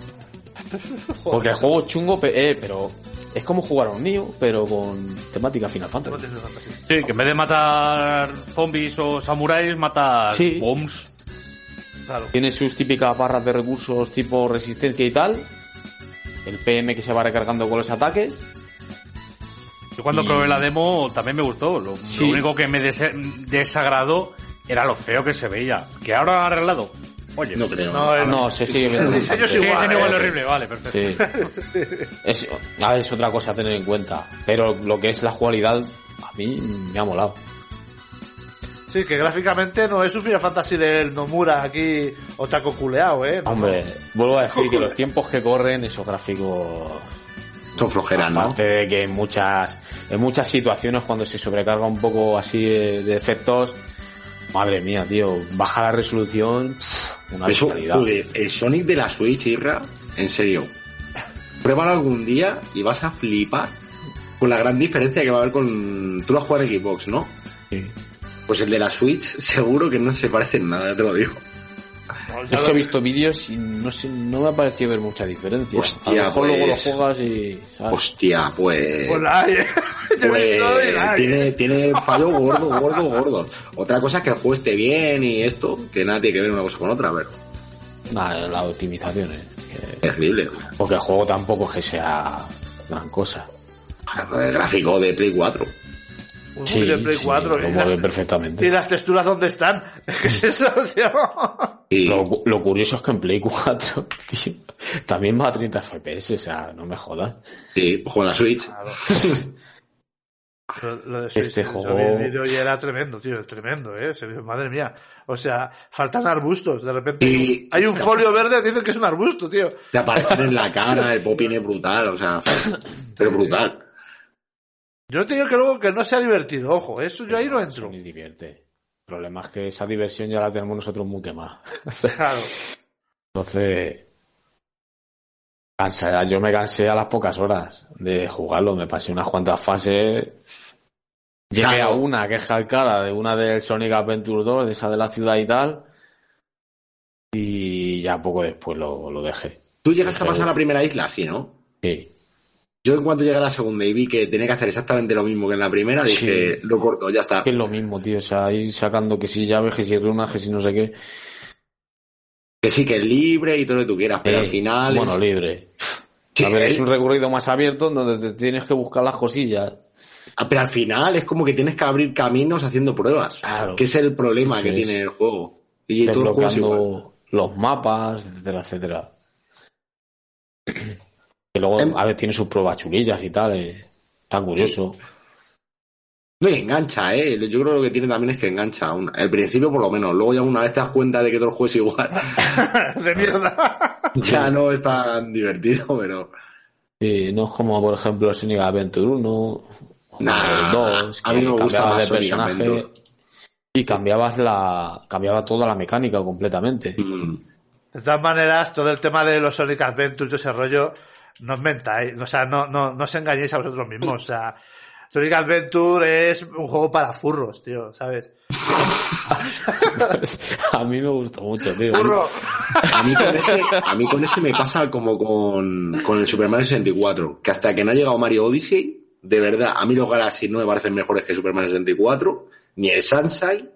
E: Porque el juego es chungo, pe- eh, pero es como jugar a un Neo, pero con temática Final
A: No
E: Fantasy.
A: tienes fantasía.
D: Sí, que en vez de matar zombies o samuráis, mata
E: Sí.
D: bombs.
A: Claro.
E: Tiene sus típicas barras de recursos tipo resistencia y tal. El PM que se va recargando con los ataques.
D: Yo cuando
E: Y-
D: probé la demo también me gustó. Lo, lo
E: Sí.
D: único que me dese- desagradó era lo feo que se veía. Que ahora lo han arreglado. Oye,
B: No creo.
A: No, eh, el-
E: No, se sigue viendo.
A: El diseño es
D: sí,
A: igual,
D: tiene
A: eh.
D: igual de horrible, vale, perfecto.
E: Sí. Es, a ver, es otra cosa a tener en cuenta. Pero lo que es la jugabilidad, a mí me ha molado.
A: Sí, que gráficamente no es un Final Fantasy del Nomura aquí otaku culeado, ¿eh? No,
E: Hombre, vuelvo a decir que los tiempos que corren, esos gráficos
B: Son flojeras, ¿no?
E: Aparte de que en muchas, en muchas situaciones cuando se sobrecarga un poco así de, de efectos, madre mía, tío, baja la resolución, pf, una
B: Eso,
E: brutalidad.
B: joder, el Sonic de la Switch, Irra, en serio. Pruébalo algún día y vas a flipar con la gran diferencia que va a haber con... Tú lo has jugado en Xbox, ¿no?
E: Sí.
B: Pues el de la Switch seguro que no se parece en nada, ya te lo digo.
A: no, ya
E: Yo es
A: lo-
E: que he visto vídeos y no sé, no me ha parecido ver mucha diferencia.
B: Hostia,
E: a lo mejor luego lo
B: pues.
E: juegas y. ¿sabes?
B: Hostia, pues...
A: Pues la hay, ¿eh? Yo he
B: pues,
A: visto y la eh. hay.
B: tiene, tiene fallo gordo, gordo, gordo. Otra cosa es que el juego esté bien y esto, que nada tiene que ver una cosa con otra, pero pues,
E: Nada, ¿eh? las optimizaciones. que-
B: terrible.
E: Porque el juego tampoco es que sea gran cosa.
B: El gráfico de Play 4.
A: Un sí, de Play
E: sí,
A: 4.
E: lo
A: ¿eh?
E: mueve
A: Las-
E: perfectamente.
A: ¿Y las texturas dónde están? ¿Qué es eso, tío?
B: Y
E: Lo, cu- lo curioso es que en Play 4, tío, también va a 30 FPS, o sea, no me jodas.
B: sí, pues con la Switch.
A: Lo, lo de
E: Este
A: yo
E: juego-
A: vi el vídeo y era tremendo, tío, tremendo, ¿eh? Se vio- madre mía. O sea, faltan arbustos, de repente.
B: Sí.
A: Hay un folio verde, te dicen que es un arbusto, tío.
B: Te aparecen en la cara, el popín es brutal, o sea, pero brutal.
A: Yo te digo que luego que no sea divertido, ojo, eso yo ahí no
E: Eso
A: entro.
E: Ni divierte. El problema es que esa diversión ya la tenemos nosotros muy quemada.
A: Claro.
E: Entonces. cansa- yo me cansé a las pocas horas de jugarlo. Me pasé unas cuantas fases. Llegué
B: Claro.
E: a una que es calcada de una del Sonic Adventure 2, de esa de la ciudad y tal. Y ya poco después lo, lo dejé.
B: Tú llegaste a pasar la primera isla, sí, ¿no?
E: Sí.
B: Yo en cuanto llegué a la segunda y vi que tenía que hacer exactamente lo mismo que en la primera,
E: Sí.
B: dije, lo corto, ya está.
E: que es lo mismo, tío. O sea, ir sacando que si llaves, que si runas, que si no sé qué.
B: Que sí, que es libre y todo lo que tú quieras, pero
E: Eh,
B: al final...
E: Bueno,
B: es-
E: libre.
B: Sí,
E: A ver, es
B: eh,
E: un recorrido más abierto en donde te tienes que buscar las cosillas.
B: Ah, Pero al final es como que tienes que abrir caminos haciendo pruebas.
E: Claro.
B: Que es el problema
E: Eso
B: que
E: es.
B: tiene el juego. Y todo el juego es igual.
E: Desbloqueando los mapas, etcétera, etcétera. Que luego,
B: Em-
E: a ver, tiene sus pruebas chulillas y tal. eh. Está curioso.
B: No, y engancha, ¿eh? Yo creo que lo que tiene también es que engancha. Al el principio, por lo menos. Luego, ya una vez te das cuenta de que todo el juego es igual,
A: de mierda.
B: ya no es tan divertido, pero.
E: Sí, no es como, por ejemplo, Sonic Adventure 1 o
B: Nah,
E: el 2,
B: a mí
E: que
B: me gusta
E: cambiabas
B: más
E: de
B: Sonic
E: personaje
B: Adventure.
E: y cambiabas la cambiaba toda la mecánica completamente.
B: mm,
A: De todas maneras, todo el tema de los Sonic Adventure y todo ese rollo, no os mentáis, o sea, no, no, no os engañéis a vosotros mismos, o sea, Sonic Adventure es un juego para furros, tío, ¿sabes?
E: a mí me gustó mucho, tío.
A: ¡Furro!
B: A mí, con ese, a mí con ese me pasa como con, con el Super Mario 64. Que hasta que no ha llegado Mario Odyssey, de verdad, a mí los Galaxy no me parecen mejores que Super Mario 64, ni el Sunshine.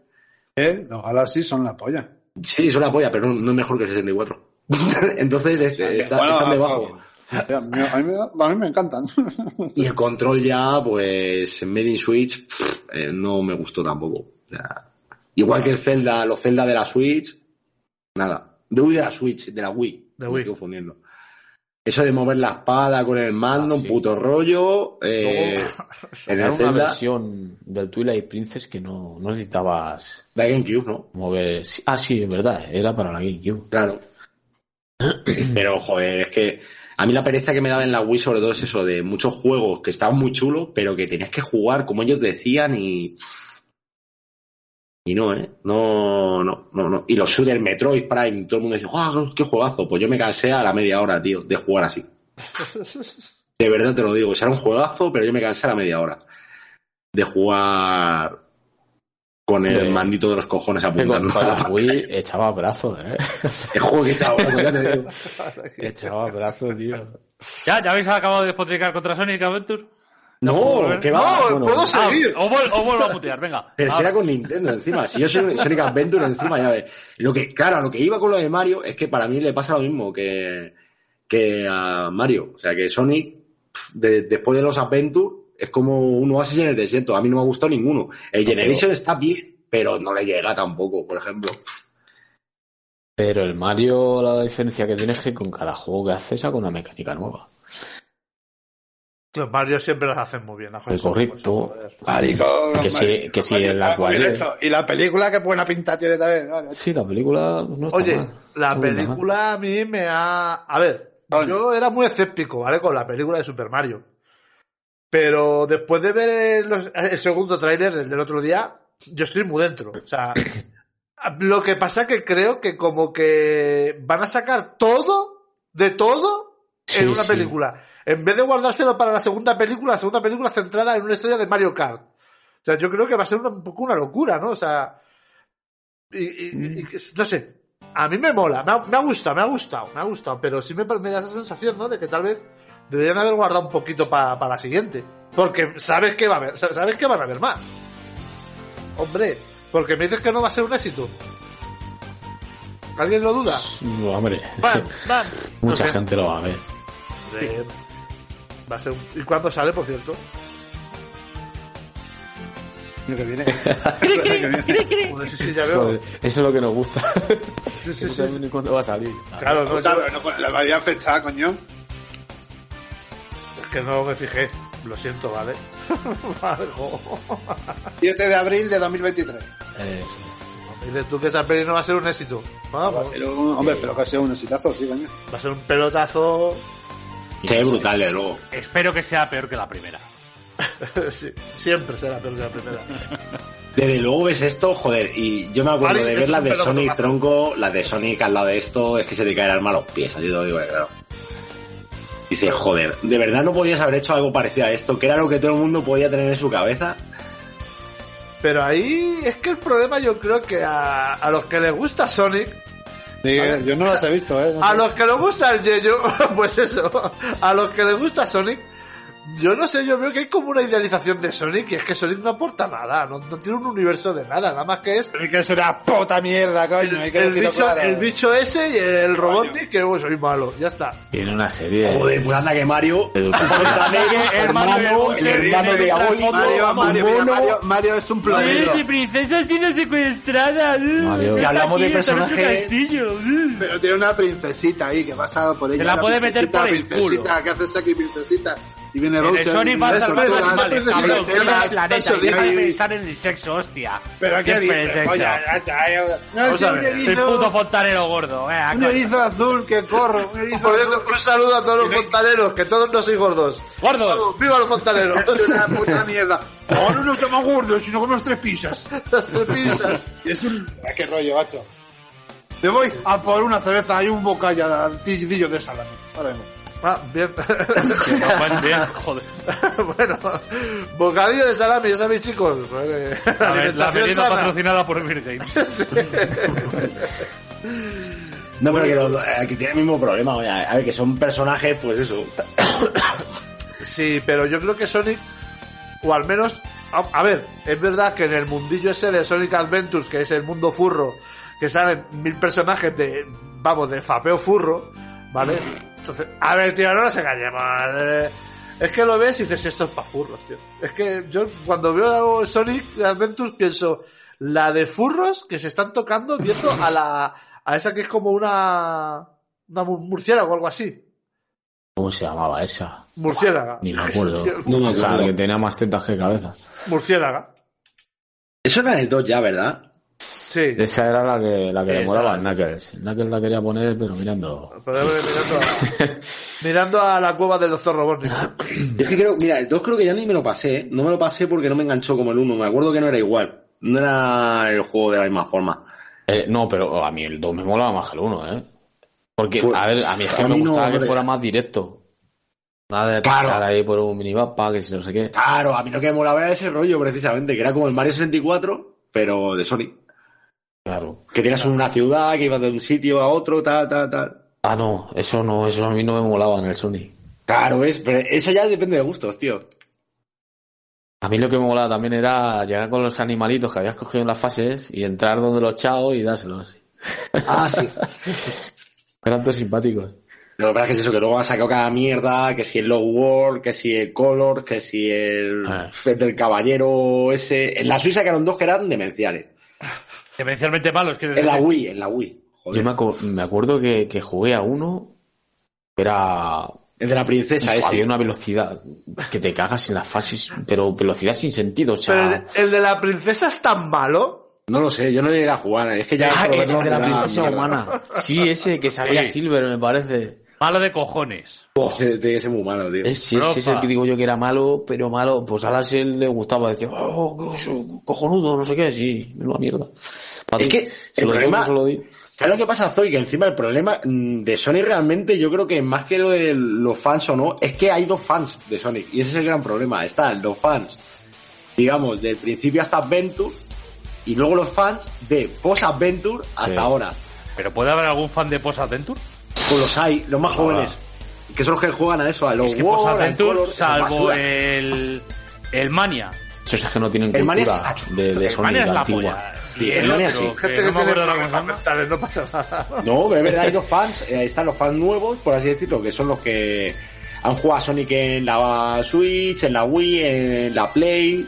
C: ¿Eh? Los Galaxy son la polla.
B: Sí, son la polla, pero no, no es mejor que el 64. Entonces, es- está-
C: Bueno,
B: están
C: a-
B: debajo.
C: a mí- a mí me- a mí me encantan.
B: Y el control ya, pues, en Made in Switch, pff, eh, no me gustó tampoco. O sea, igual que el Zelda, los Zelda de la Switch, nada. De Wii de la Switch, de la Wii.
A: De
B: me
A: Wii.
B: Estoy confundiendo. Eso de mover la espada con el mando,
E: Ah,
B: un
E: sí.
B: puto rollo. eh, en
E: Era
B: el
E: una
B: Zelda
E: versión del Twilight Princess que no, no necesitabas
B: de GameCube, ¿no?
E: mover. sí, Ah, sí, es verdad, era para la GameCube.
B: Claro. Pero, joder, es que a mí la pereza que me daba en la Wii sobre todo es eso de muchos juegos que estaban muy chulos, pero que tenías que jugar como ellos decían y... Y no, ¿eh? No, no, no, no. Y los shooters Metroid Prime, todo el mundo dice, ¡guau, qué juegazo! Pues yo me cansé a la media hora, tío, de jugar así. De verdad te lo digo, o sea, era un juegazo, pero yo me cansé a la media hora de jugar con el
E: Hombre.
B: mandito de los cojones
E: Que con,
B: apuntando
E: con
B: a la
E: la Wii echaba brazos, eh.
B: El juego que estaba, ya te digo.
E: echaba brazos, tío.
D: ¿Ya, ¿Ya habéis acabado de despotricar contra Sonic Adventure?
B: No,
D: Joder.
B: que va.
A: ¡No,
E: bueno.
A: puedo
D: Ah,
A: seguir!
D: os, vuel- os vuelvo a putear, venga.
B: Pero si
D: Ah,
B: era con Nintendo encima. Si yo soy un Sonic Adventure encima, ya ves. Lo que, claro, lo que iba con lo de Mario es que para mí le pasa lo mismo que, que a Mario. O sea, que Sonic, pf, de- después de los Adventure, es como un oasis en el desierto. A mí no me ha gustado ninguno. El Generation está bien, pero no le llega tampoco, por ejemplo.
E: Pero el Mario, la diferencia que tiene es que con cada juego que haces saca una mecánica nueva.
A: Los Mario siempre las hacen muy bien, las cosas.
E: correcto.
A: pues Joder.
C: Marico,
E: Que sí, que sí, en la cual-
C: Y la película, qué buena pinta tiene también. vale.
E: Sí, la película no está
A: Oye,
E: mal.
A: la
E: Está muy
A: película a mí me ha... A ver,
C: Oye.
A: yo era muy escéptico, ¿vale? Con la película de Super Mario. Pero después de ver los- el segundo tráiler del del otro día, yo estoy muy dentro. O sea, lo que pasa que creo que como que van a sacar todo, de todo,
E: Sí,
A: en una
E: sí.
A: película. En vez de guardárselo para la segunda película, la segunda película centrada en una historia de Mario Kart. O sea, yo creo que va a ser una- un poco una locura, ¿no? O sea, y, y-
E: Mm.
A: y que- no sé, a mí me mola, me ha, me ha gustado, me ha gustado, me ha gustado, pero sí me, me da esa sensación, ¿no? De que tal vez deberían haber guardado un poquito para la siguiente. Porque sabes que va a haber, sa- sabes que van a haber más. Hombre, porque me dices que no va a ser un éxito. ¿Alguien lo duda?
E: No, hombre,
A: ¡Bam! ¡Bam!
E: mucha
A: No sé.
E: gente lo va a ver.
A: Eh, Va a ser un- ¿Y cuándo sale, por cierto?
C: Año que viene. Año que viene.
A: Joder, sí, sí, ya
E: Joder,
A: veo.
E: eso es lo que nos gusta.
A: Sí, sí,
E: No
A: sí.
E: sabemos ni cuándo va a salir.
A: Claro, no, yo-
C: Puta, no, con La valía fecha, coño.
A: es que no me fijé. Lo siento, ¿vale? vale, jo.
C: 7 de abril de 2023.
E: Eh,
A: Me Dices tú que esa peli no va a ser un éxito.
C: Va a
A: Vamos,
C: ser un- hombre, pero que ha sido un exitazo, sí, coño.
A: va a ser un pelotazo.
B: Se ve brutal, de luego.
D: Espero que sea peor que la primera.
A: Sí, siempre será peor que la primera.
B: Desde luego ves esto, joder, y yo me acuerdo
A: Vale,
B: de
A: es
B: ver
A: un
B: las de
A: pedazo de
B: Sonic
A: mazo.
B: Tronco, las de Sonic al lado de esto, es que se te cae el arma a los pies, así te lo digo, de verdad. Dice, joder, ¿de verdad no podías haber hecho algo parecido a esto? Que era lo que todo el mundo podía tener en su cabeza.
A: Pero ahí es que el problema yo creo que a, a los que les gusta Sonic,
C: yo
F: Ah,
C: no las he visto, eh.
A: a los que les gusta el Yeyo, pues eso, a los que les gusta Sonic, Yo no sé, yo veo que hay como una idealización de Sonic y es que Sonic no aporta nada, no, no tiene un universo de nada, nada más que es
F: Pero es que es una puta mierda, coño. hay que
A: el
F: decirlo
A: bicho,
F: claro.
A: el bicho ese y el Robotnik que "Uy, soy malo, ya está.
E: Tiene una serie.
B: Joder, pues anda que Mario.
E: de-
B: hermano, el hermano de Aoli,
A: Mario, Mario, mira, Mario, Mario es un plomero.
D: Mi princesa ha sido secuestrada.
E: Mario.
B: Si hablamos de personajes-
D: personajes.
C: Pero tiene una princesita ahí que pasa por ella.
D: la puede
C: princesita,
D: meter por el
C: princesita, ¿qué haces aquí, princesita? Y viene
D: El
C: Bowser.
D: de Sonic
C: y
D: va a
C: esto,
D: salvar
C: la-
D: a
C: la-
D: los animales,
C: la-
D: cabrón.
C: la- la-
D: Salva el
C: la-
D: planeta.
C: Sonic
D: Deja de
C: ahí.
D: pensar en el sexo, hostia.
F: Pero qué
D: Es
F: dices, coño.
D: princesa.
F: ya, ya, ya.
C: No,
A: Vamos a
C: soy
A: ver,
C: un
D: Soy puto
C: erizo,
D: fontanero gordo. venga,
C: un
D: coño.
C: erizo azul que corro, un erizo
A: Por cierto, un saludo a todos los fontaneros, que todos no sois gordos.
D: Gordo.
A: Vamos, ¡Viva los fontaneros!
C: azul. Es una puta mierda.
F: Ahora "Oh, no estamos gordos, si no comemos tres pizzas.
A: Las trepisas.
F: Es un...
C: Ah,
F: Qué rollo, macho.
C: Me voy.
F: A por una cerveza hay un bocalla de tigrillo de salami. Ahora mismo.
A: Ah, bien.
D: Buen día, joder.
A: bueno, bocadillo de salami, ya sabéis, chicos. eh,
D: La, la
A: alimentación
D: bebida
A: sana.
D: patrocinada por Virgames.
B: No, pero que, los- eh, que tiene el mismo problema, oye, a ver, que son personajes, pues eso.
A: Sí, pero yo creo que Sonic, o al menos, a, a ver, es verdad que en el mundillo ese de Sonic Adventures, que es el mundo furro, que salen mil personajes de, vamos, de fapeo furro, ¿vale? Entonces, a ver, tío, no nos engañemos. eh, es que lo ves y dices, esto es pa' furros, tío. Es que yo cuando veo Sonic Adventures pienso, la de furros que se están tocando viendo a la, a esa que es como una, una mur- murciélago o algo así.
E: ¿Cómo se llamaba esa?
A: Murciélaga.
E: Ni me acuerdo.
A: Tío,
B: No me
E: O sea,
B: acuerdo.
E: que tenía más tetas que cabeza.
A: Murciélaga.
B: Eso era en el 2 ya, ¿verdad?
A: Sí.
E: Esa era la que, la que le
D: Esa.
E: molaba a Knuckles. Knuckles la quería poner, pero mirando.
A: Podemos ir mirando, a, mirando a la cueva del doctor Robotnik.
B: Yo es que creo, mira, el 2 creo que ya ni me lo pasé, ¿eh? no me lo pasé porque no me enganchó como el 1, me acuerdo que no era igual, no era el juego de la misma forma.
E: Eh, no, pero a mí el 2 me molaba más que el 1, ¿eh? Porque,
B: Pues,
E: a ver, a mí es que
B: a
E: me
B: mí no,
E: gustaba que
B: hombre.
E: fuera más directo. Nada de
B: Claro.
E: pasar ahí por un minimapa, que si no sé qué.
B: Claro, a mí lo que me molaba era ese rollo precisamente, que era como el Mario 64, pero de Sony.
E: Claro.
B: Que tenías una ciudad, que ibas de un sitio a otro, tal, tal, tal.
E: Ah, no, eso no, eso a mí no me molaba en el Sony.
B: Claro, es, pero eso ya depende de gustos, tío.
E: A mí lo que me molaba también era llegar con los animalitos que habías cogido en las fases y entrar donde los chaos y dárselos.
B: Ah, sí.
E: Eran todos simpáticos.
B: Lo que pasa es que es eso, que luego han sacado cada mierda, que si el Low World, que si el Color, que si el,
E: Ah.
B: el del caballero ese. En la Suiza quedaron dos que eran demenciales.
D: Especialmente malos, quiero
B: En
D: decir.
B: la Wii, en la Wii.
E: Yo
B: Joder.
E: me, acu- me acuerdo que, que jugué a uno, era
B: El de la princesa
E: Uf,
B: ese.
E: Había una velocidad que te cagas en las fases, pero velocidad sin sentido, o
A: Pero
E: sea...
A: el, el de la princesa es tan malo.
B: No lo sé, yo no llegué a jugar. Es que ya...
E: Ah,
B: por lo
E: el
B: menos
E: de la
B: me da
E: princesa
B: mierda.
E: humana. Sí, ese que salía
D: Sí.
E: Silver, me parece.
D: Malo de cojones.
B: Ese tiene que ser muy malo, tío.
E: Ese, ese es el que digo yo que era malo, pero malo. Pues a la Sel le gustaba, decía, oh, co- cojonudo, no sé qué, sí, menuda mierda. Pa'
B: Es
E: ti.
B: que
E: se
B: el
E: lo
B: problema-
E: digo, se lo digo.
B: ¿Sabes lo que pasa, Zoe? Que encima el problema mm, de Sonic realmente, yo creo que más que lo de los fans o no, es que hay dos fans de Sonic. Y ese es el gran problema. Están los fans, digamos, del principio hasta Adventure, y luego los fans de post-Adventure hasta
E: Sí.
B: ahora.
D: ¿Pero puede haber algún fan de Post Adventure?
B: Pues los hay, los más
E: Ah.
B: jóvenes. Que son los que juegan a eso, a los
D: Es que Post
B: World, al
D: Adventure,
B: Color, esas
D: salvo
B: basuras.
D: el. El Mania.
E: Eso es que no tienen
B: El Mania
E: cultura
B: está
E: de, de
D: El Mania
E: Sonic
D: es la
E: antigua.
D: polla.
B: Sí,
D: Y
B: el
D: el
B: Mania
D: otro,
B: sí.
D: que
A: Gente que,
D: no me
A: tiene
D: acuerdo ahora
A: problemas
D: cómo se llama.
A: mentales, no pasa nada.
B: No, pero es verdad, hay dos fans, eh, están los fans nuevos, por así decirlo, que son los que han jugado a Sonic en la Switch, en la Wii, en la Play,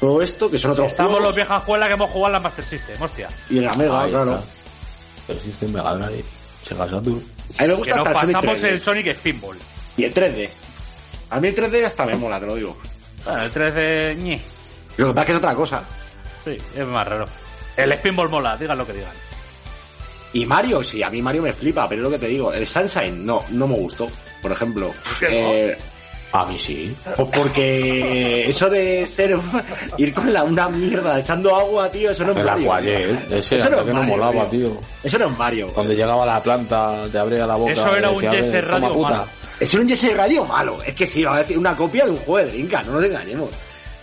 B: todo esto, que son otros
D: Estamos los
B: juegos,
D: viejas escuelas que hemos jugado en la Master System, hostia.
B: y en la Mega,
E: Ahí
B: claro.
E: está. Pero existe un Mega Drive. Se casa tú.
B: A mí me
D: Que
B: gusta
D: nos
B: hasta el Sonic
D: pasamos
B: 3D,
D: el Sonic Spinball.
B: y el 3D. A mí el 3D hasta me mola, te lo digo.
D: Bueno, el 3 de... ñe.
B: Lo que pasa es que es otra cosa.
D: Sí, es más raro. El Spinball mola, digan lo que digan.
B: Y Mario, sí, a mí Mario me flipa, pero es lo que te digo, el Sunshine no, no me gustó, por ejemplo. Eh,
E: A mí sí.
B: Pues porque eso de ser ir con la una mierda echando agua, tío, eso no es
E: El
B: Mario.
E: Aquagel. Ese
B: Eso no
E: era
B: es
E: que no
B: Mario,
E: molaba,
B: tío.
E: tío.
B: Eso no es Mario.
E: Cuando llegaba la planta, te abría la boca.
D: Eso era
E: y
D: un
E: decía, "A ver,
D: Jesse
E: toma,
D: Radio
E: puta".
D: malo.
B: Es un Jesse Radio malo. Es que sí, va a decir una copia de un juego de Drinka, no nos engañemos.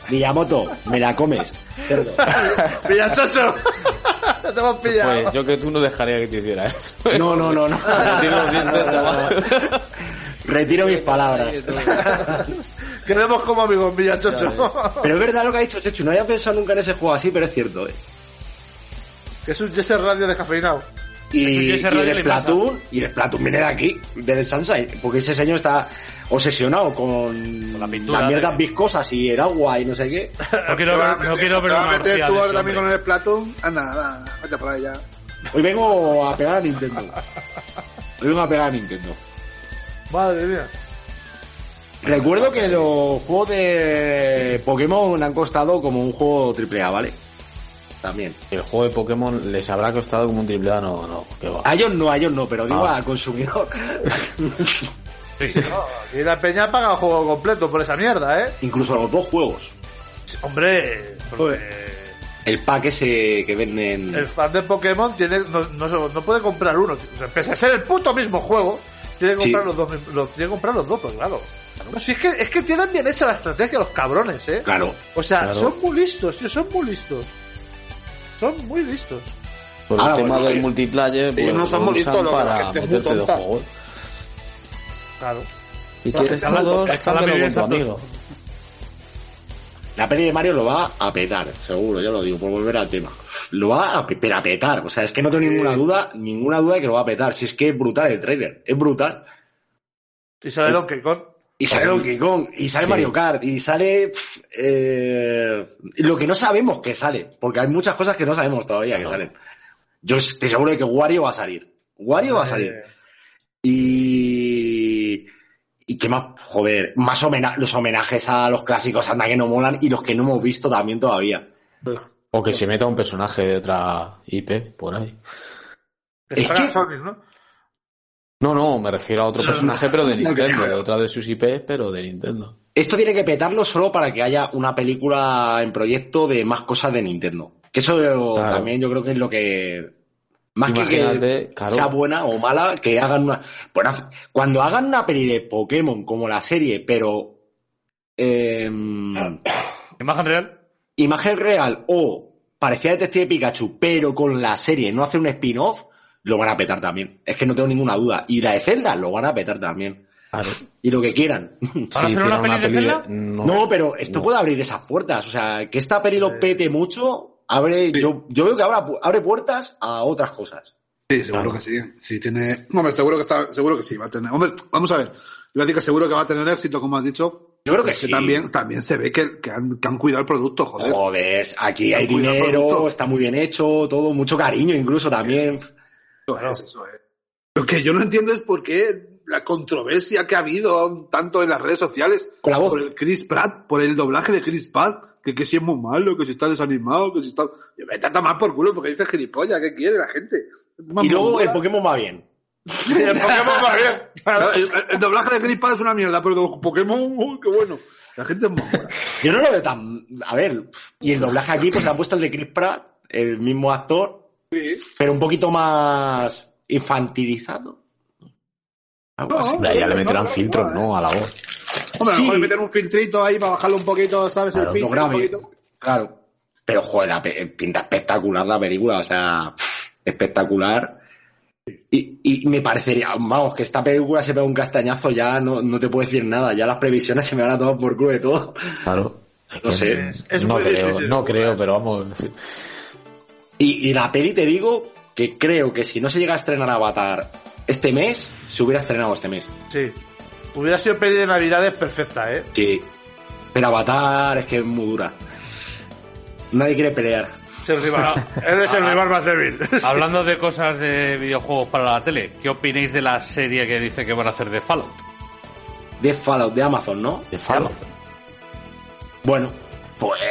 B: Miyamoto, me la comes. cerdo.
A: Mira, chocho. Ya te hemos pillado.
E: Pues yo que tú no dejaría que te hiciera eso.
B: No, no, no, no.
E: Así lo siento, chaval.
B: Retiro mis palabras.
A: Quedemos como amigos, Villa Chocho.
B: Pero es verdad lo que ha dicho Chechu, no había pensado nunca en ese juego así, pero es cierto, eh.
A: que es un Jesse Radio descafeinado.
B: Y,
D: Eso
B: y
D: yo
B: el
D: ese radio le
B: Splatoon, y el Splatoon viene de aquí, del Sunshine, porque ese señor está obsesionado con,
D: Con la pintura
B: las mierdas
D: de-
B: viscosas y el agua y no sé qué.
D: No quiero,
C: Te vas a
D: ver-
C: meter-
D: no quiero ver
C: te vas
D: una
C: a meter
D: orgía
C: tú
D: de
C: ahora
D: ese
C: mismo en
D: hombre.
C: el Platón. Anda, anda, vete por ahí ya.
B: Hoy vengo a pegar a Nintendo. Hoy vengo a pegar a Nintendo.
A: Madre mía.
B: Recuerdo que los juegos de Pokémon han costado como un juego AAA, ¿vale? También.
E: El juego de Pokémon les habrá costado como un triple A, no, no, que va.
A: Ah,
B: A ellos no, a ellos no, pero digo
E: Ah.
B: al consumidor.
A: Y la peña paga el juego completo por esa mierda, ¿eh?
B: Incluso los dos juegos.
A: Hombre, porque Pues,
B: El pack ese que venden.
A: el fan de Pokémon tiene, no, no se- no puede comprar uno. O sea, pese a ser el puto mismo juego, tiene que
B: Sí.
A: comprar los dos, mis- los- tiene que comprar los dos, pues claro. No, si es, que, es que tienen bien hecha la estrategia los cabrones, ¿eh?
B: Claro.
A: O sea,
E: Claro.
A: son muy listos, tío, son muy listos. Son muy listos.
E: Por
B: Ah,
E: el tema
B: bueno,
E: del
B: ellos-
E: multiplayer, pues
A: ellos no
E: lo
A: son muy
E: usan
A: listos, lo que la
E: para
A: gente es muy
E: meterte dos
A: tonta.
E: juegos.
A: Claro.
E: Y
A: La
E: quieres
A: gente habla-
E: todos,
D: la- la
E: cámbialo
D: mayoría
E: con tu
D: son dos.
E: amigo.
B: La peli de Mario lo va a petar, seguro, ya lo digo, por volver al tema. Lo va a, pe- pero a petar, o sea, es que no tengo ninguna duda, ninguna duda de que lo va a petar. Si es que es brutal el trailer, es brutal.
A: Y sale Donkey Kong.
B: Y sale Donkey Kong, y sale
E: Sí.
B: Mario Kart, y sale pf, eh, lo que no sabemos que sale, porque hay muchas cosas que no sabemos todavía que salen. Yo estoy seguro de que Wario va a salir. Wario va a salir.
A: Eh,
B: Y. ¿Y qué más? Joder, más homena- los homenajes a los clásicos, anda que no molan, y los que no hemos visto también todavía.
E: O que se meta un personaje de otra IP por ahí.
A: que
B: Es
A: saca
B: que-
A: Sonic, ¿no?
E: No, no, me refiero a otro personaje, pero de
B: no, que-
E: Nintendo, de otra de sus IPs, pero de Nintendo.
B: Esto tiene que petarlo solo para que haya una película en proyecto de más cosas de Nintendo. Que eso
E: Claro.
B: también yo creo que es lo que. Más que que
E: Imagínate, claro.
B: sea buena o mala, que hagan una. bueno, cuando hagan una peli de Pokémon como la serie, pero. eh,
D: Imagen real.
B: imagen real o parecía Detective Pikachu, pero con la serie no hacer un spin-off, lo van a petar también. Es que no tengo ninguna duda. Y la de Zelda lo van a petar también.
E: Claro.
B: Y lo que quieran.
D: ¿Van a hacer una peli de Zelda?
E: no,
B: No, pero esto
E: no.
B: puede abrir esas puertas. O sea, que esta peli lo pete mucho, abre, yo, yo veo que abra pu- abre puertas a otras cosas.
C: Sí, seguro que sí. Sí, tiene. Hombre, seguro que está, seguro que sí va a tener. Hombre, vamos a ver. Yo decir que seguro que va a tener éxito, como has dicho.
B: Yo creo que
C: Es
B: sí.
C: también, también se ve que, que han, que han cuidado el producto, joder.
B: Joder, aquí hay
C: Cuidado,
B: dinero,
C: producto.
B: está muy bien hecho, todo, mucho cariño incluso también.
C: Eso es, eso es. Lo que yo no entiendo es por qué la controversia que ha habido tanto en las redes sociales
B: Con
F: Oh.
B: la voz.
C: por el Chris Pratt, por el doblaje de Chris Pratt, que, que si es muy malo, que si está desanimado, que si está... Vete a tomar por culo porque dices gilipollas, ¿qué quiere la gente?
B: Y luego el Pokémon va bien.
A: El Pokémon va bien.
C: No, el, el doblaje de Chris Pratt es una mierda, pero de Pokémon, uy, qué bueno. La gente es muy buena.
B: Yo no lo veo tan. A ver, y el doblaje aquí, pues le han puesto el de Chris Pratt, el mismo actor, pero un poquito más infantilizado. Algo así.
E: Hombre, ya le meterán filtros, ¿no? A la voz.
C: Hombre, a
B: Sí.
C: lo mejor meter un filtrito ahí para bajarlo un poquito, ¿sabes?
B: Claro, no
C: el pitch un
B: grave.
C: poquito.
B: Claro. Pero, joder, la pe- pinta espectacular la película, o sea, pff, espectacular. Y, y me parecería, vamos, que esta película se pega un castañazo, ya no, no te puedo decir nada, ya las previsiones se me van a tomar por culo de todo.
E: Claro. Es que
B: No sé.
A: Es- es
E: no
A: muy
E: creo,
A: difícil.
E: no creo, pero vamos.
B: Y, y la peli te digo que creo que si no se llega a estrenar Avatar este mes, se hubiera estrenado este mes.
A: Sí. Hubiera sido peli de Navidades perfecta, ¿eh?
B: Que, pero Avatar es que es muy dura. Nadie quiere pelear.
A: Es el rival. Él es
B: Ah.
A: el rival más débil.
D: Hablando de cosas de videojuegos para la tele, ¿qué opináis de la serie que dice que van a hacer de Fallout?
B: De Fallout, de Amazon, ¿no?
E: De falo.
B: Bueno, pues...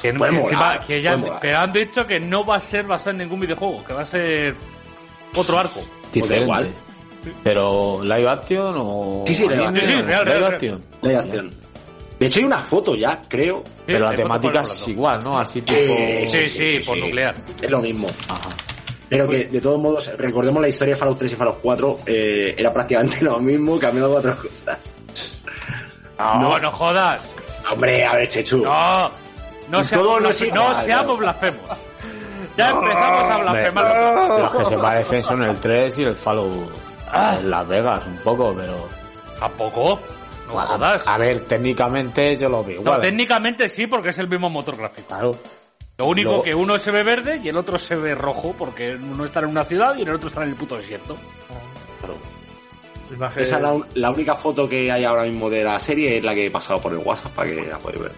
D: Que,
B: puede
D: que
B: molar,
D: encima- que ya-
B: puede molar.
D: que han dicho que no va a ser basado en ningún videojuego, que va a ser otro arco.
E: Diferente.
B: igual.
E: Pero live action o.
B: Sí, sí, live
E: anime,
D: action. Sí, sí,
E: o
D: real, real, real.
E: action.
B: Live action. De hecho, hay una foto ya, creo.
E: Pero la
D: Sí,
E: temática
D: ¿cuánto
E: es
D: fue el
E: igual, ¿no? Así tipo.
B: Eh,
D: plato? Sí, sí, por
B: sí.
D: nuclear.
B: Es lo mismo.
E: Ajá.
B: Pero que, de todos modos, recordemos la historia de Fallout 3 y Fallout 4. eh, era prácticamente lo mismo, cambiando otras cosas.
D: No,
B: No.
D: no, jodas.
B: Hombre, a ver, Chechu.
D: No. No
B: Todo
D: seamos,
B: no
D: blasfe-
B: es
D: no
B: igual, no.
D: seamos blasfemos. Ya empezamos a blasfemar.
E: Hombre, Los que se parecen son el 3 y el Fallout.
D: Ah.
E: Las Vegas, un poco, pero.
D: Tampoco. No
B: Ah,
E: Bueno,
D: jodas.
E: a ver, técnicamente yo lo veo
D: No,
E: igual.
D: técnicamente sí, porque es el mismo motor gráfico.
E: Claro.
D: Lo único
E: Luego-
D: que uno se ve verde y el otro se ve rojo, porque uno está en una ciudad y en el otro está en el puto desierto.
A: Imagen-
B: Esa es la, la única foto que hay ahora mismo de la serie, es la que he pasado por el WhatsApp para que la podáis ver.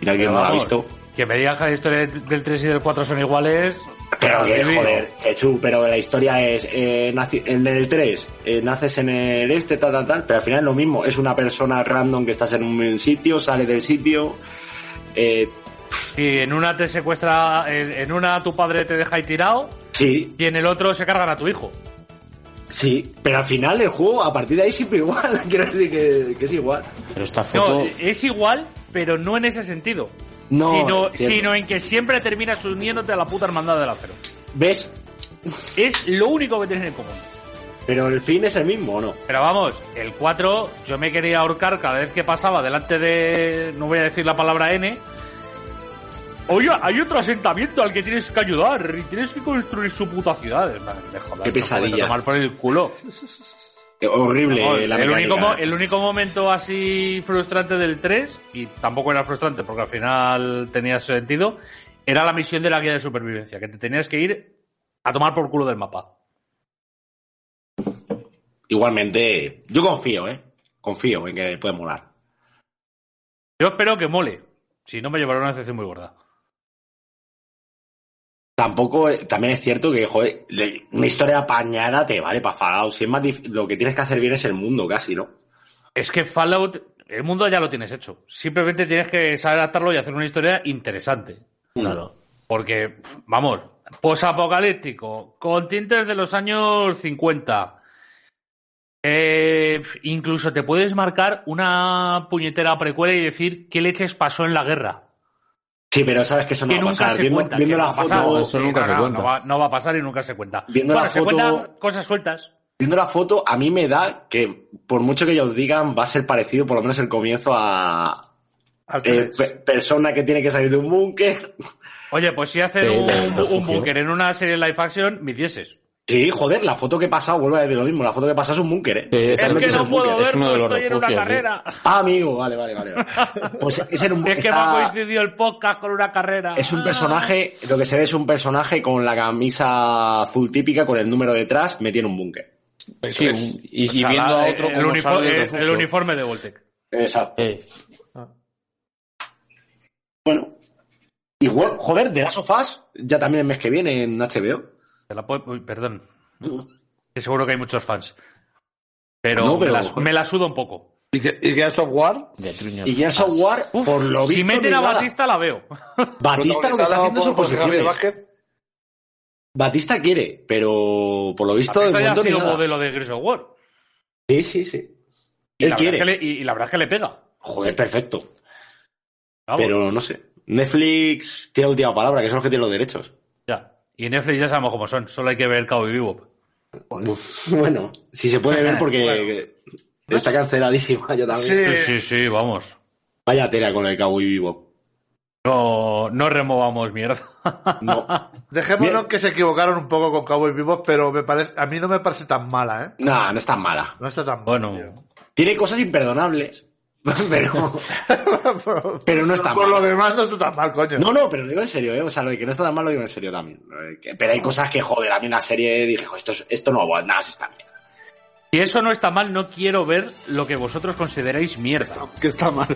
B: Y alguien no la ha
D: vamos.
B: visto.
D: Que me digas que la historia del 3 y del 4 son iguales.
B: Pero que,
D: Adivino.
B: joder, Chechu, pero la historia es, eh, naci- en el 3, eh, naces en el este, tal, tal, tal, pero al final es lo mismo, es una persona random que estás en un sitio, sale del sitio, eh,
D: Si en una te secuestra, en, en una tu padre te deja ahí tirado
B: sí,
D: y en el otro se cargan a tu hijo.
B: sí, pero al final el juego, a partir de ahí siempre igual, quiero decir que, que es igual.
E: Pero esta foto.
D: No,
B: eh,
D: es igual, pero no en ese sentido.
B: No,
D: sino,
B: es cierto.
D: sino en que siempre terminas uniéndote a la puta hermandad del acero.
B: ¿Ves?
D: Es lo único que tienen en común.
B: Pero el fin es el mismo, ¿o no?
D: Pero vamos, el 4 yo me quería ahorcar cada vez que pasaba delante de... No voy a decir la palabra N. Oye, hay otro asentamiento al que tienes que ayudar y tienes que construir su puta ciudad. Madre, de joder,
B: Qué
D: no
B: pesadilla.
D: puedo tomar por el culo.
B: Eh, Horrible
D: Vamos,
B: la
D: el, único,
B: mecánica.
D: mo- el único momento así frustrante del 3, y tampoco era frustrante porque al final tenía sentido, era la misión de la guía de supervivencia, que te tenías que ir a tomar por culo del mapa.
B: Igualmente, yo confío, ¿eh? Confío en que puede molar.
D: Yo espero que mole, si no me llevará una decepción muy gorda.
B: Tampoco, eh, también es cierto que, joder, le- una historia apañada te vale para Fallout. Si es más dif- lo que tienes que hacer bien es el mundo, casi, ¿no?
D: Es que Fallout, el mundo ya lo tienes hecho. Simplemente tienes que saber adaptarlo y hacer una historia interesante.
E: Claro.
D: Porque, pf, vamos, posapocalíptico, con tintes de los años 50. Eh, pf, incluso te puedes marcar una puñetera precuela y decir qué leches pasó en la guerra.
B: Sí, pero sabes que eso no
D: que
B: va a
D: nunca
B: pasar.
D: se
B: Viendo,
D: cuenta.
B: viendo
D: que
B: la
D: no va a pasar.
E: No,
B: foto,
E: eso
D: Sí,
E: nunca
D: no,
E: se
D: no,
E: cuenta.
D: No va, no va a pasar y nunca se cuenta.
B: Viendo
D: bueno,
B: la
D: se
B: foto-
D: cuentan cosas sueltas.
B: viendo la foto, a mí me da que, por mucho que ellos digan, va a ser parecido, por lo menos el comienzo a
A: al
B: eh,
A: tres.
B: pe- persona que tiene que salir de un búnker.
D: Oye, pues si hacen
E: Sí,
D: un,
E: lo- lo
D: un
E: sugiero.
D: búnker en una serie live action, me hicieses.
B: Sí, joder, la foto que pasa, vuelve a decir lo mismo, la foto que pasa es un búnker, ¿eh?
E: Sí, es
D: Es
E: Totalmente
D: que
E: es
D: no
E: un
D: puedo
E: búnker, es uno de
D: verlo,
E: los
D: estoy en una
E: refugios, sí.
D: carrera.
B: Ah, amigo, vale, vale, vale. vale. Pues es en un
D: Es que me
B: está-
D: ha coincidido el podcast con una carrera.
B: Es un
D: Ah.
B: personaje, lo que se ve es un personaje con la camisa azul típica, con el número detrás, metido en un búnker.
E: Sí, un- y, y
D: Ojalá,
E: viendo a
D: eh,
E: otro
D: el,
E: como
D: uniforme,
E: sale del
D: eh,
E: refugio.
D: el uniforme de Voltec.
B: Exacto.
E: Eh,
B: Igual, joder, de las sofás, ya también el mes que viene en HBO.
D: Te la puedo- uy, perdón. Que seguro que hay muchos fans. Pero,
B: No, pero-
D: me, la, me la suda un poco.
F: ¿Y que, y que el software?
E: de truños.
B: Y Gears Software,
D: Uf,
B: por lo visto.
D: si meten a
B: no hay nada.
D: Batista la veo.
B: Batista lo que está haciendo es
F: Javier
B: oposiciones.
F: Vázquez.
B: Batista quiere, pero por lo visto de
D: Batista ya ha
B: momento ni
D: sido
B: nada.
D: modelo de Gears of War.
B: Sí, sí, sí.
D: Y
B: Él
D: la
B: quiere.
D: verdad es que le- y, y la verdad es que le pega.
B: Joder, perfecto.
D: Vamos,
B: Pero no sé. Netflix tiene última palabra, que son los que tienen los derechos.
D: ya. Y Netflix ya sabemos cómo son. Solo hay que ver el Cowboy Bebop.
B: Bueno, si se puede ver porque está canceladísima yo también.
F: Sí.
D: Sí, sí, sí, vamos.
B: Vaya tela con el Cowboy Vivo.
D: No, no removamos mierda.
B: No,
A: Dejémonos
B: Bien.
A: que se equivocaron un poco con Cowboy Bebop, pero me parece, a mí no me parece tan mala, ¿eh?
B: no, no es tan mala.
A: No está tan
D: Bueno,
A: mala, tío.
B: Tiene cosas imperdonables, pero,
A: Pero-
B: pero no está
A: Por lo
B: mal.
A: demás no está tan mal, coño.
B: No, no, pero lo digo en serio, ¿eh? O sea, lo de que no está tan mal lo digo en serio también. Eh, que- Pero hay cosas que, joder, a mí en la serie dije, "Jo, esto, es- esto no aguanta, nada, se está bien.
D: si eso no está mal, no quiero ver lo que vosotros consideráis mierda.
F: Que está mal.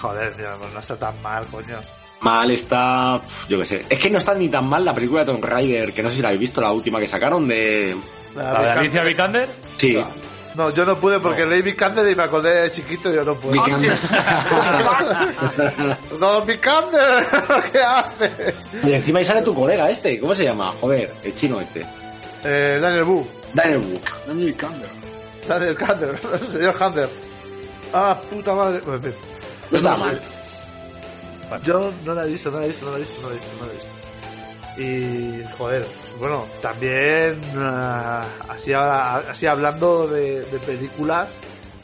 A: Joder, tío, pues no está tan mal, coño.
B: Mal está, pf, yo qué sé. Es que no está ni tan mal la película de Tomb Raider, que no sé si la habéis visto, la última que sacaron de...
D: La de Alicia
A: Vikander-
D: Vikander.
B: Sí.
A: No, yo no pude porque leí Vikander y me acordé de chiquito y yo no pude.
B: Vikander.
A: ¡No, Vikander! ¿Qué hace?
B: y encima ahí sale tu colega este, ¿cómo se llama? Joder, el chino este.
A: Eh, Daniel Wu.
B: Daniel Book.
C: Daniel Campbell.
A: Daniel Kander. Señor Kander. Ah, puta madre. Pues bien.
B: No está
A: sé.
B: mal.
A: Yo no la he visto, no la he visto, no la he visto, no la he visto, no la he visto. Y, joder, bueno, también ah, así, ahora- así hablando de, de películas.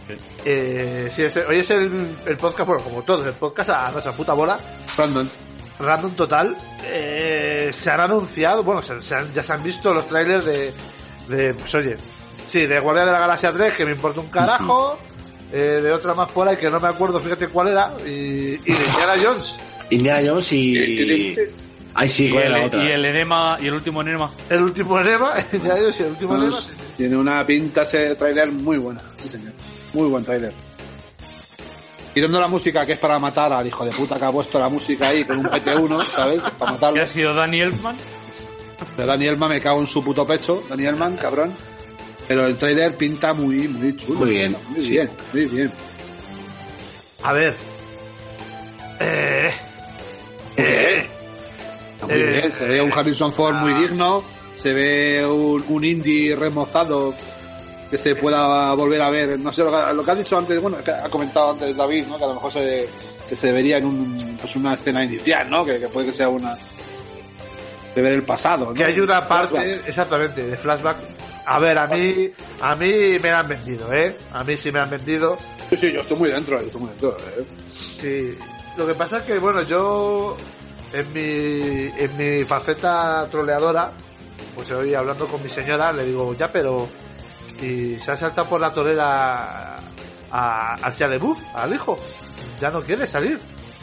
D: Sí.
A: eh, sí, es- hoy es el, el podcast, bueno, como todos, el podcast a nuestra puta bola,
F: Brandon.
A: random total. eh, se han anunciado, bueno, se- se han- ya se han visto los trailers de, de, pues oye, Sí, de Guardia de la Galaxia 3, que me importa un carajo. eh, de otra más por ahí que no me acuerdo, fíjate cuál era. Y, y de Indiana Jones.
B: Indiana Jones y. Ay, sí,
D: Y
B: ¿cuál era la
D: el,
B: otra?
D: y el enema, y el último enema.
A: El último enema. Indiana Jones y el
C: Pues
A: último enema. sí, sí.
C: Tiene una pinta ese tráiler muy buena, sí señor. Muy buen tráiler. Quitando la música que es para matar al hijo de puta que ha puesto la música ahí con un PT1, ¿sabes? Para
D: Que
C: matarlo.
D: ha sido Danny Elfman.
C: De Daniel Man me cago en su puto pecho, Daniel Man, cabrón. Pero el tráiler pinta muy, muy chulo.
B: Muy bien,
C: Muy
B: sí.
C: bien, muy bien.
A: A ver. Eh. Eh.
C: Muy
A: Eh,
C: bien, se ve un Harrison Ford muy digno, se ve un, un indie remozado que se pueda volver a ver. No sé, lo que, lo que ha dicho antes, bueno, que ha comentado antes David, ¿no? Que a lo mejor se, que se vería en un, pues una escena inicial, ¿no? Que, que puede que sea una... de ver el pasado, ¿no?
A: Que hay una parte,
C: Flashback.
A: exactamente, de flashback. A ver, a mí, a mí me la han vendido, ¿eh? A mí sí me la han vendido.
C: Sí, sí, yo estoy muy dentro, yo estoy muy dentro. eh.
A: Sí. Lo que pasa es que, bueno, yo en mi, en mi faceta troleadora, pues hoy hablando con mi señora, le digo, ya, pero... Y se ha saltado por la torera a, hacia Lebuff, al hijo. Ya no quiere salir.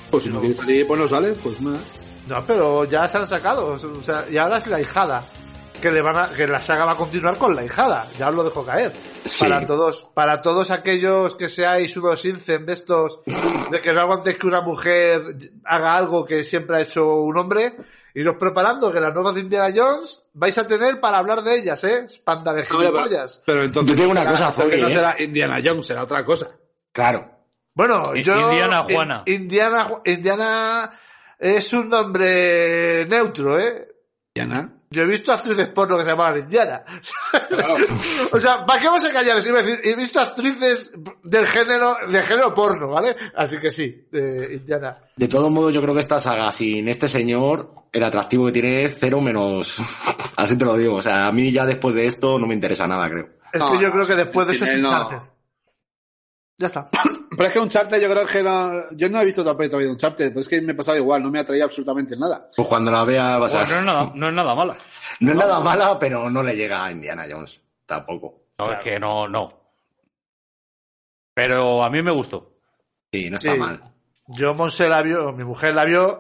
C: Pues si no quiere salir, pues no sale, pues nada.
A: No, pero ya se han sacado. O sea, y ahora es la hijada. Que le van a, que la saga va a continuar con la hijada. Ya os lo dejo caer.
B: Sí.
A: Para todos, para todos aquellos que seáis unos incen de estos, de que no aguantéis que una mujer haga algo que siempre ha hecho un hombre, iros preparando que las nuevas de Indiana Jones vais a tener para hablar de ellas, eh. Panda de
C: pero-
A: gilipollas.
C: Pero
B: Yo
C: entonces...
B: tengo una cosa,
C: entonces
B: Jorge,
C: no
B: ¿eh?
C: será Indiana Jones, será otra cosa.
B: Claro.
A: Bueno,
D: I-
A: yo.
D: Indiana Juana.
A: In- Indiana, Ju- Indiana es un nombre neutro, eh.
C: Indiana.
A: Yo he visto actrices porno que se llamaban Indiana. o sea, ¿para qué vamos a callar? Si iba a decir, he visto actrices del género, del género porno, ¿vale? Así que sí, eh, Indiana.
B: De todos modos, yo creo que esta saga, sin este señor, el atractivo que tiene es cero menos. Así te lo digo. O sea, a mí ya después de esto no me interesa nada, creo.
A: Es
C: No,
A: que yo
C: no,
A: creo que
C: sí,
A: después de eso es
C: tiene, no.
A: Uncharted. Ya está.
C: Pero es que un charter yo creo que no, yo no he visto otra peli todavía de un charter, pero es que me pasaba igual, no me atraía absolutamente nada.
B: Pues cuando la vea vas a...
D: Bueno, no, es nada, no es nada mala.
B: No es nada mala, pero no le llega a Indiana Jones. Tampoco.
D: No, es que no, no. Pero a mí me gustó.
B: Sí, no está
A: Sí.
B: mal.
A: Yo, Monse la vio, mi mujer la vio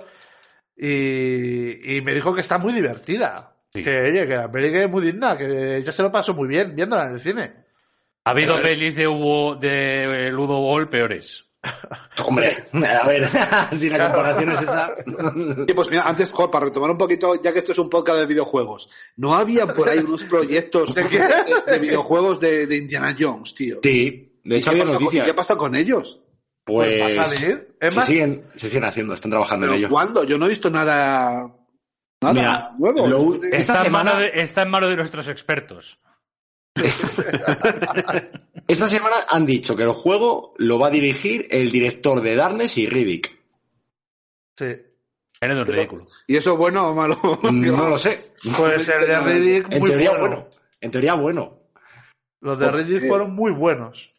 A: y, y me dijo que está muy divertida.
D: Sí.
A: Que, oye, que la peli que es muy digna, que ya se lo pasó muy bien viéndola en el cine.
D: Ha habido pelis de, Hugo, de eh, Ludo Ball peores.
B: Hombre, a ver, si la comparación es esa.
C: Y pues mira, antes, Jorge, para retomar un poquito, ya que esto es un podcast de videojuegos, ¿no había por ahí unos proyectos de, de videojuegos de, de Indiana Jones, tío?
B: Sí, de
C: ¿Y
B: hecho
C: qué
B: había
C: pasa con-
B: noticias.
C: ¿y qué pasa con ellos?
A: Pues,
B: Pues,
A: va a salir. Es
B: se,
A: más,
B: siguen, se siguen haciendo, están trabajando en
C: ¿Pero
B: ello.
C: cuándo? Yo no he visto nada, nada
B: Mira,
C: nuevo.
B: lo-
C: Entonces,
B: esta
D: Está en,
B: semana-
D: mano de, está en mano de nuestros expertos.
B: Esta semana han dicho que el juego lo va a dirigir el director de Darkness y Riddick.
A: sí.
D: Eres un ridículo.
C: ¿Y eso es bueno o malo?
B: No lo sé.
A: Pues el de Riddick,
B: En
A: muy
B: teoría
A: bueno.
B: bueno. Pues, eh, En teoría bueno.
A: Los de Riddick
C: Porque-
A: fueron muy buenos.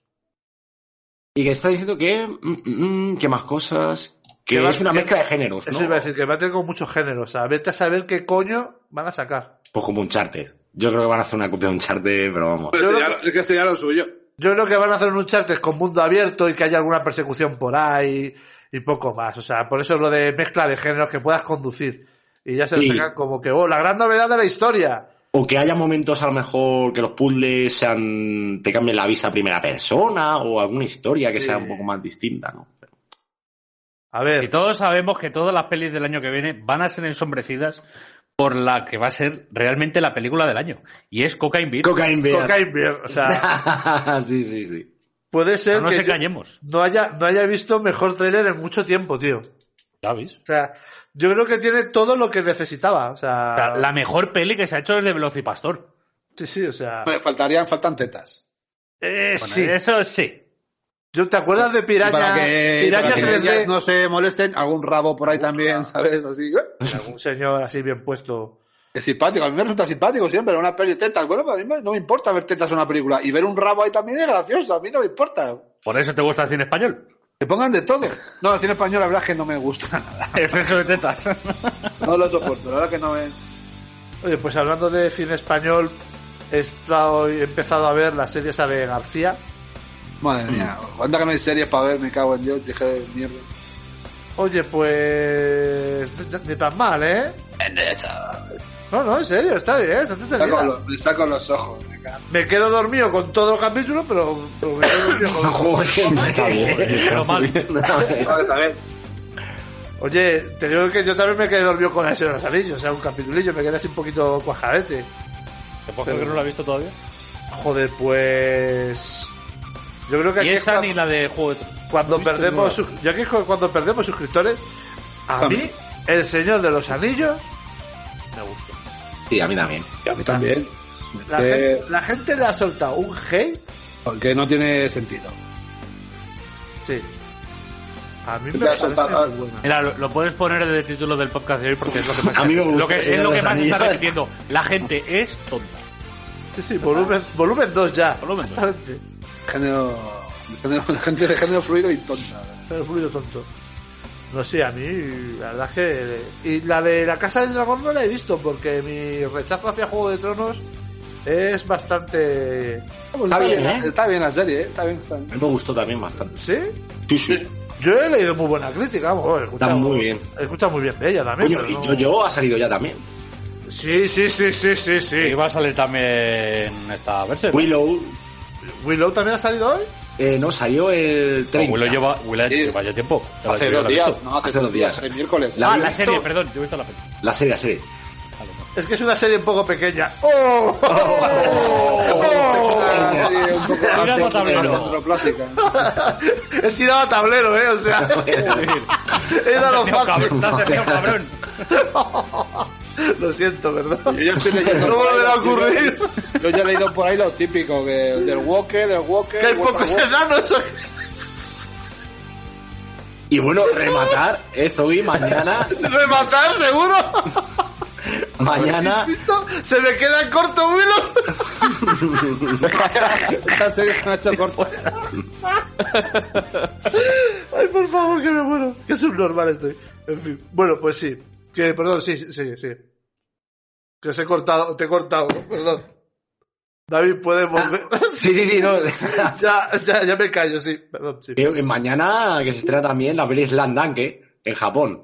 B: Y que está diciendo que... mm, mm, mm, que más cosas... Que,
A: Que va-
B: es una
A: que-
B: mezcla de géneros, ¿no?
A: Eso iba a decir, que va a tener con muchos géneros. O sea, vete a saber qué coño van a sacar.
B: Pues como un charter. Yo creo que van a hacer una copia de un charter, pero vamos.
C: Pero
A: Yo
C: sería
A: lo-
C: lo- es que sería lo suyo.
A: Yo creo que van a hacer un Uncharted con mundo abierto y que haya alguna persecución por ahí y poco más. O sea, por eso lo de mezcla de géneros que puedas conducir. Y ya se lo
B: Sí.
A: sacan como que, oh, la gran novedad de la historia.
B: O que haya momentos a lo mejor que los puzzles sean, te cambien la vista a primera persona o alguna historia que
A: Sí.
B: sea un poco más distinta, ¿no?
A: A
D: Y
A: ver,
D: todos sabemos que todas las pelis del año que viene van a ser ensombrecidas por la que va a ser realmente la película del año. Y es Cocaine Beer.
B: Cocaine Bear.
A: Cocaine Bear. O sea,
B: sí, sí, sí.
A: puede ser
D: no nos
A: que yo
D: engañemos.
A: no haya, no haya visto mejor trailer en mucho tiempo, tío. O
D: ¿Sabes?
A: sea, yo creo que tiene todo lo que necesitaba. O sea,
D: O sea, la mejor peli que se ha hecho es de Velocipastor.
A: sí, sí, o sea.
C: Bueno, faltarían, faltan tetas.
A: eh,
D: Bueno,
A: sí.
D: Eso sí.
A: Yo, ¿Te acuerdas de Piraña,
C: para que,
A: Piraña
C: para que
A: 3D?
C: ellas no se molesten, algún rabo por ahí también, ¿sabes? Así. ¡eh!
A: Algún señor así bien puesto.
C: Es simpático, a mí me resulta simpático siempre, una peli de tetas. Bueno, pues a mí me- no me importa ver tetas en una película. Y ver un rabo ahí también es gracioso, a mí no me importa.
D: Por eso te gusta el cine español.
C: Que pongan de todo. No, el cine español la verdad es que no me gusta nada.
D: Exceso de tetas.
C: No lo soporto, la verdad que no me...
A: Oye, pues hablando de cine español, he, estado, he empezado a ver la serie esa de García.
C: Madre mía, cuánta que no hay series para ver, me cago en Dios, dije de mierda.
A: Oye, pues. Ni tan mal, ¿eh? No, no, en serio, está bien, está
C: Me saco,
A: entretenida.
C: los, me saco los ojos, me cago.
A: Me quedo dormido con todo el capítulo, pero, pero me quedo dormido con
E: Está bien, está
D: mal.
E: bien.
C: Ahora está bien.
A: Oye, te digo que yo también me quedé dormido con el señor Azarillo, o sea, un capitulillo, me quedé así un poquito cuajadete.
G: ¿Te puedo creer que no lo has visto todavía?
A: Joder, pues... Yo creo que
D: Y
A: aquí es
D: esa
A: cuando,
D: ni la de Juego de Tronos.
A: cuando
G: ¿Viste?
A: perdemos...
G: No.
A: sus- Yo aquí es cu- cuando perdemos suscriptores, a mí, el señor de los anillos,
D: Me gusta.
B: Sí, a mí también.
C: A mí también.
A: la,
C: Eh.
A: gente, la gente le ha soltado un hate,
C: Porque no tiene sentido.
A: sí. A mí me
C: Le ha
A: parece
C: soltado-
A: muy buena.
D: Mira, lo, lo puedes poner de título del podcast de hoy porque es lo que más,
B: A mí me gusta
D: lo que,
B: el
D: es lo que más
B: anillo.
D: está repitiendo. La gente es tonta.
A: Sí, sí, volumen, volumen 2 ya.
D: Volumen dos.
A: exactamente.
C: Género, género- gente de género fluido y tonta.
A: Pero fluido tonto. No sé, a mí la verdad es que... Y la de la Casa del Dragón no la he visto porque mi rechazo hacia Juego de Tronos es bastante...
C: Está
B: bien,
C: bien,
B: ¿eh?
C: está bien la serie, ¿eh? está bien. Está bien.
B: A mí me gustó también bastante.
A: ¿Sí?
B: Sí, sí.
A: Yo he leído muy buena crítica, vamos, he escuchado...
B: Está muy bien.
A: He escuchado muy bien de ella también.
B: Coño,
A: pero
B: y
A: no-
B: yo, yo ha salido ya también.
A: Sí, sí, sí, sí, sí,
G: Y
A: sí.
G: va a salir también esta versión.
B: Willow,
A: ¿Willow también ha salido hoy?
B: eh, no, salió el 30.
G: Oh, Willow lleva, Willow
C: Sí.
G: lleva ya tiempo. Ya la-
B: Hace
G: yo
B: dos
G: la he visto.
B: días.
C: No, hace,
B: Hace dos días.
C: el miércoles.
B: La
D: ah,
B: había
D: la
B: visto-
D: serie, perdón, yo he visto la película.
B: La serie, la serie.
A: Es que es una serie un poco pequeña. ¡Oh!
C: Una serie un poco
G: Mira,
C: antes-
G: tablero.
C: antroplástica.
A: He tirado a tablero, ¿eh? O sea... he dado los
D: Tío, cabrón,
B: Madre.
D: tío, cabrón.
A: Lo siento, perdón.
C: Yo ya estoy leyendo.
A: No
C: por ahí
A: volverá a
C: los-
A: ocurrir.
C: Yo, ya he leído por ahí lo típico que del Walker, del Walker.
A: Que hay
C: Walker,
A: pocos
C: Walker.
A: enanos.
B: Y bueno, rematar esto y mañana.
A: Rematar, seguro.
B: mañana.
A: ¿Listo? Se me queda en corto, Willow.
C: Esta serie se me ha hecho corta.
A: Ay, por favor, que me muero. Que subnormal estoy. En fin. Bueno, pues sí. Que, perdón, sí, sí, sí, sí. Que os he cortado, te he cortado, perdón. David, puedes volver.
B: Sí, sí, sí. No.
A: ya, ya, ya me callo, sí. Perdón, sí.
B: Eh, mañana que se estrena también la peli Slandanke en Japón.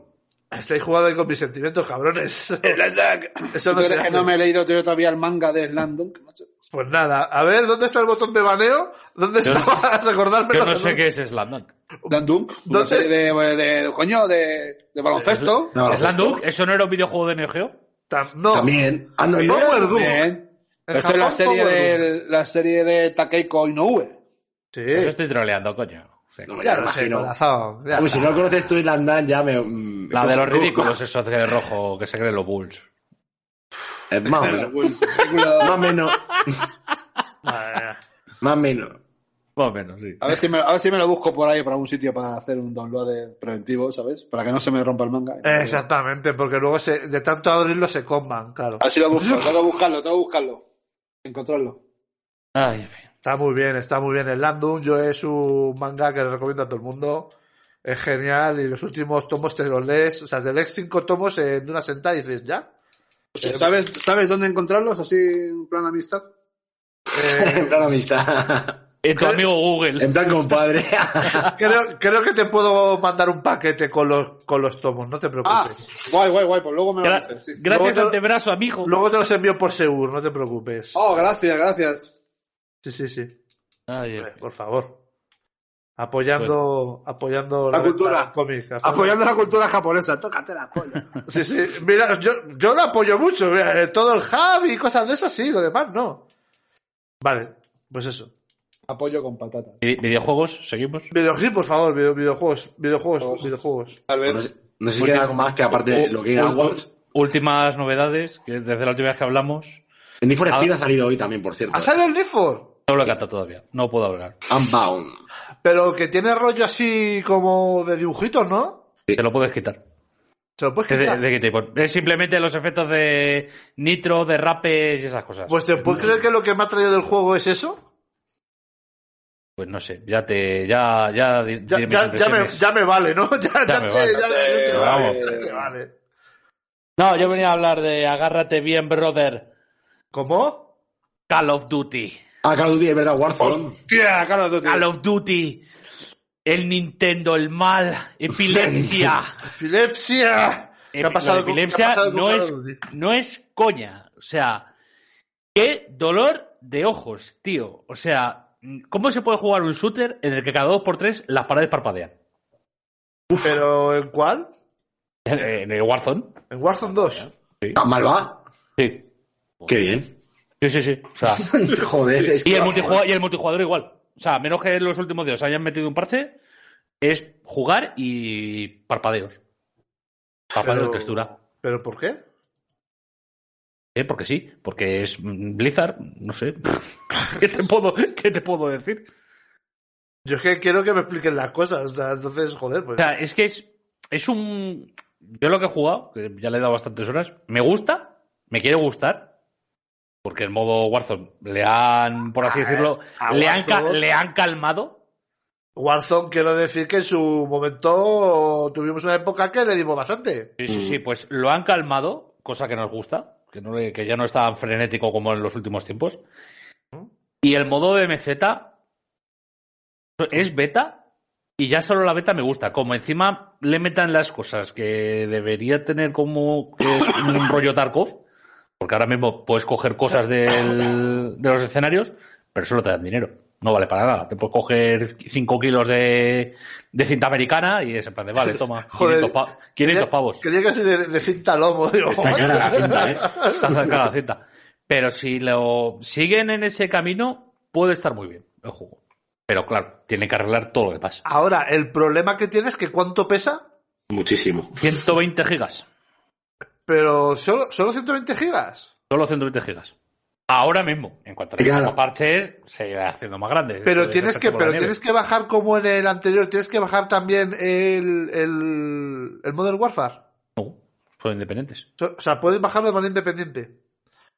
A: Estáis jugando ahí con mis sentimientos, cabrones. Eso
C: Yo
A: no se
C: que
A: hace.
C: no me he leído tío, todavía el manga de Slandon.
A: Pues nada, a ver, ¿dónde está el botón de baneo? ¿Dónde está? Recordármelo.
G: Yo no
A: de
G: sé
A: nuevo.
G: qué es Slamdunk.
C: Dan Dunk, una
A: ¿Dónde?
C: serie de, de, coño, de, de baloncesto.
B: No,
D: ¿Es
B: esto-
D: Landuk? ¿Eso no era un videojuego de NGO?
A: Tam- no,
B: También. Ah, no, no.
A: Power Doom. En
C: Bien. Esta es
A: Japón,
C: la serie,
A: Power Doom.
C: de, la serie de Takeiko Inoue.
A: Sí.
G: estoy troleando, coño. O sea,
B: No,
A: Ya
B: ya
A: lo sé,
B: imagino.
A: corazón. Ya
B: Hombre, si
A: está.
B: no conoces tú Slandank, ya me. mm,
G: la de los
B: no, no.
G: ridículos, eso de rojo que se creen los Bulls.
B: Es más o menos. Más o menos.
A: Madre mía.
B: Más o menos.
G: Más o menos, sí.
C: A ver, si me, a ver si me lo busco por ahí para algún sitio para hacer un download de- preventivo, ¿sabes? Para que no se me rompa el manga.
A: Exactamente, porque luego se, de tanto abrirlo se coman, claro.
C: A ver si lo busco. Tengo que buscarlo, tengo que buscarlo. Encontrarlo.
G: Ay, en fin.
A: Está muy bien, está muy bien. El Landum, yo es un manga que le recomiendo a todo el mundo. Es genial y los últimos tomos te los lees, o sea, te lees cinco tomos en una sentada y dices, ¿ya?
C: ¿Sabes, ¿Sabes dónde encontrarlos? Así, en plan amistad.
A: Eh,
B: En plan amistad.
G: Y tu amigo
A: Em,
G: Google.
B: En plan compadre.
A: creo, creo que te puedo mandar un paquete con los, con los tomos, no te
C: Ah,
A: preocupes.
C: guay, guy, guay, pues luego me lo
G: Gra-
C: dices. sí.
G: gracias,
A: Luego te-
G: antebrazo, amigo.
A: Luego te los envío por seguro, no te preocupes.
C: Ah. Oh, gracias, gracias.
A: Sí, sí, sí.
G: Ay, en
A: Hombre,
G: fin.
A: por favor. Apoyando, apoyando
C: La
A: venta
C: cultura.
A: cómica.
C: Apoyando la cultura japonesa, tócate la polla.
A: Sí, sí. Mira, yo, yo lo apoyo mucho. mira, eh, todo el hub y cosas de esas, sí, lo demás no. Vale, pues eso.
C: Apoyo con patatas.
G: Vi- Videojuegos, seguimos.
A: Videojuegos, por favor, video- videojuegos, videojuegos, videojuegos.
C: Tal
D: Pues,
B: No
C: vez.
B: sé, no sé si queda algo más que aparte de lo que era Awards.
G: Últimas novedades, que desde la última vez que hablamos,
B: En Need for Speed
G: Ah.
B: ha salido hoy también, por cierto.
A: Ha salido el Need for,
G: no lo he catado todavía. No puedo hablar.
B: Unbound.
A: pero que tiene rollo así como de dibujitos, ¿no?
G: Te lo puedes quitar.
A: Se lo puedes
G: Es, de-
A: quitar.
G: de qué tipo? Es simplemente los efectos de nitro, de rapes y esas cosas.
A: Pues te puedes creer que lo que me ha traído del juego es eso.
G: Pues no sé, ya te. Ya, ya, di-
A: Ya,
G: diré mis
A: ya, ya me,
G: impresiones.
A: ya me vale, ¿no? Ya, ya
G: me
A: te-
G: vale.
A: ya- ya te
C: Eh,
A: vale,
C: vamos.
A: ya te vale.
G: No, yo venía a hablar de agárrate bien, brother.
A: ¿Cómo?
D: Call of Duty.
B: Ah, Call of Duty, es verdad, Warzone.
F: Hostia, Call of Duty.
D: Call of Duty. El Nintendo, el mal, epilepsia.
A: ¡Epilepsia! ¿Qué
D: Epi-
A: ha
D: lo
A: pasado
D: de
A: con- qué ha
D: epilepsia
A: pasado con
D: no,
A: Call of
D: es,
A: Duty?
D: no es coña. O sea, qué dolor de ojos, tío. O sea, ¿cómo se puede jugar un shooter en el que cada dos por tres las paredes parpadean?
A: ¿Pero en cuál?
D: En el Warzone.
A: En Warzone 2.
B: Tan mal va.
D: Sí.
B: Qué bien.
D: Sí, sí, sí. O sea,
B: Joder, es
D: y,
B: que.
D: el multijugador, y el multijugador igual. O sea, a menos que en los últimos días hayan metido un parche, es jugar y parpadeos. Parpadeos
A: Pero-
D: de textura.
A: ¿Pero por qué?
D: Eh, Porque sí, porque es mm, Blizzard, no sé. ¿Qué te puedo, qué te puedo decir?
A: Yo es que quiero que me expliquen las cosas. o sea, entonces, joder,
D: O
A: pues.
D: sea, es que es, es un. Yo lo que he jugado, que ya le he dado bastantes horas, me gusta, me quiere gustar, porque el modo Warzone le han, por así decirlo,
A: a
D: le, han, ca-
A: Warzone.
D: le han calmado.
A: Warzone, quiero decir que en su momento tuvimos una época que le dimos bastante.
D: Sí, sí, sí, pues lo han calmado, cosa que nos gusta, que, no le- que ya no es tan frenético como en los últimos tiempos.
A: Mm.
D: Y el modo BMZ
A: Mm.
D: es beta y ya solo la beta me gusta. Como encima le metan las cosas que debería tener como que es un rollo Tarkov, porque ahora mismo puedes coger cosas del- de los escenarios, pero solo te dan dinero. No vale para nada. Te puedes coger 5 kilos de, de cinta americana y es en plan de, vale, toma,
A: Joder.
D: 500, pa- 500 pavos.
A: Quería que soy de, de cinta lomo, digo.
B: Está cara la cinta, ¿eh?
D: Está cerca de la cinta. Pero si lo siguen en ese camino, puede estar muy bien el juego. Pero claro, tiene que arreglar todo lo que pasa.
A: Ahora, el problema que tienes es que cuánto pesa,
B: Muchísimo.
D: 120 gigas.
A: pero solo, solo 120 gigas.
D: Solo 120 gigas. Ahora mismo. En cuanto le
B: Claro.
D: los parches, se irá haciendo más grande.
A: Pero
D: Eso es
A: tienes
D: efecto
A: que,
D: bola
A: pero
D: de
A: tienes
D: nieve.
A: que bajar como en el anterior, tienes que bajar también el, el, el Modern Warfare.
D: Son independientes.
A: So- O sea, puedes bajarlo de manera independiente.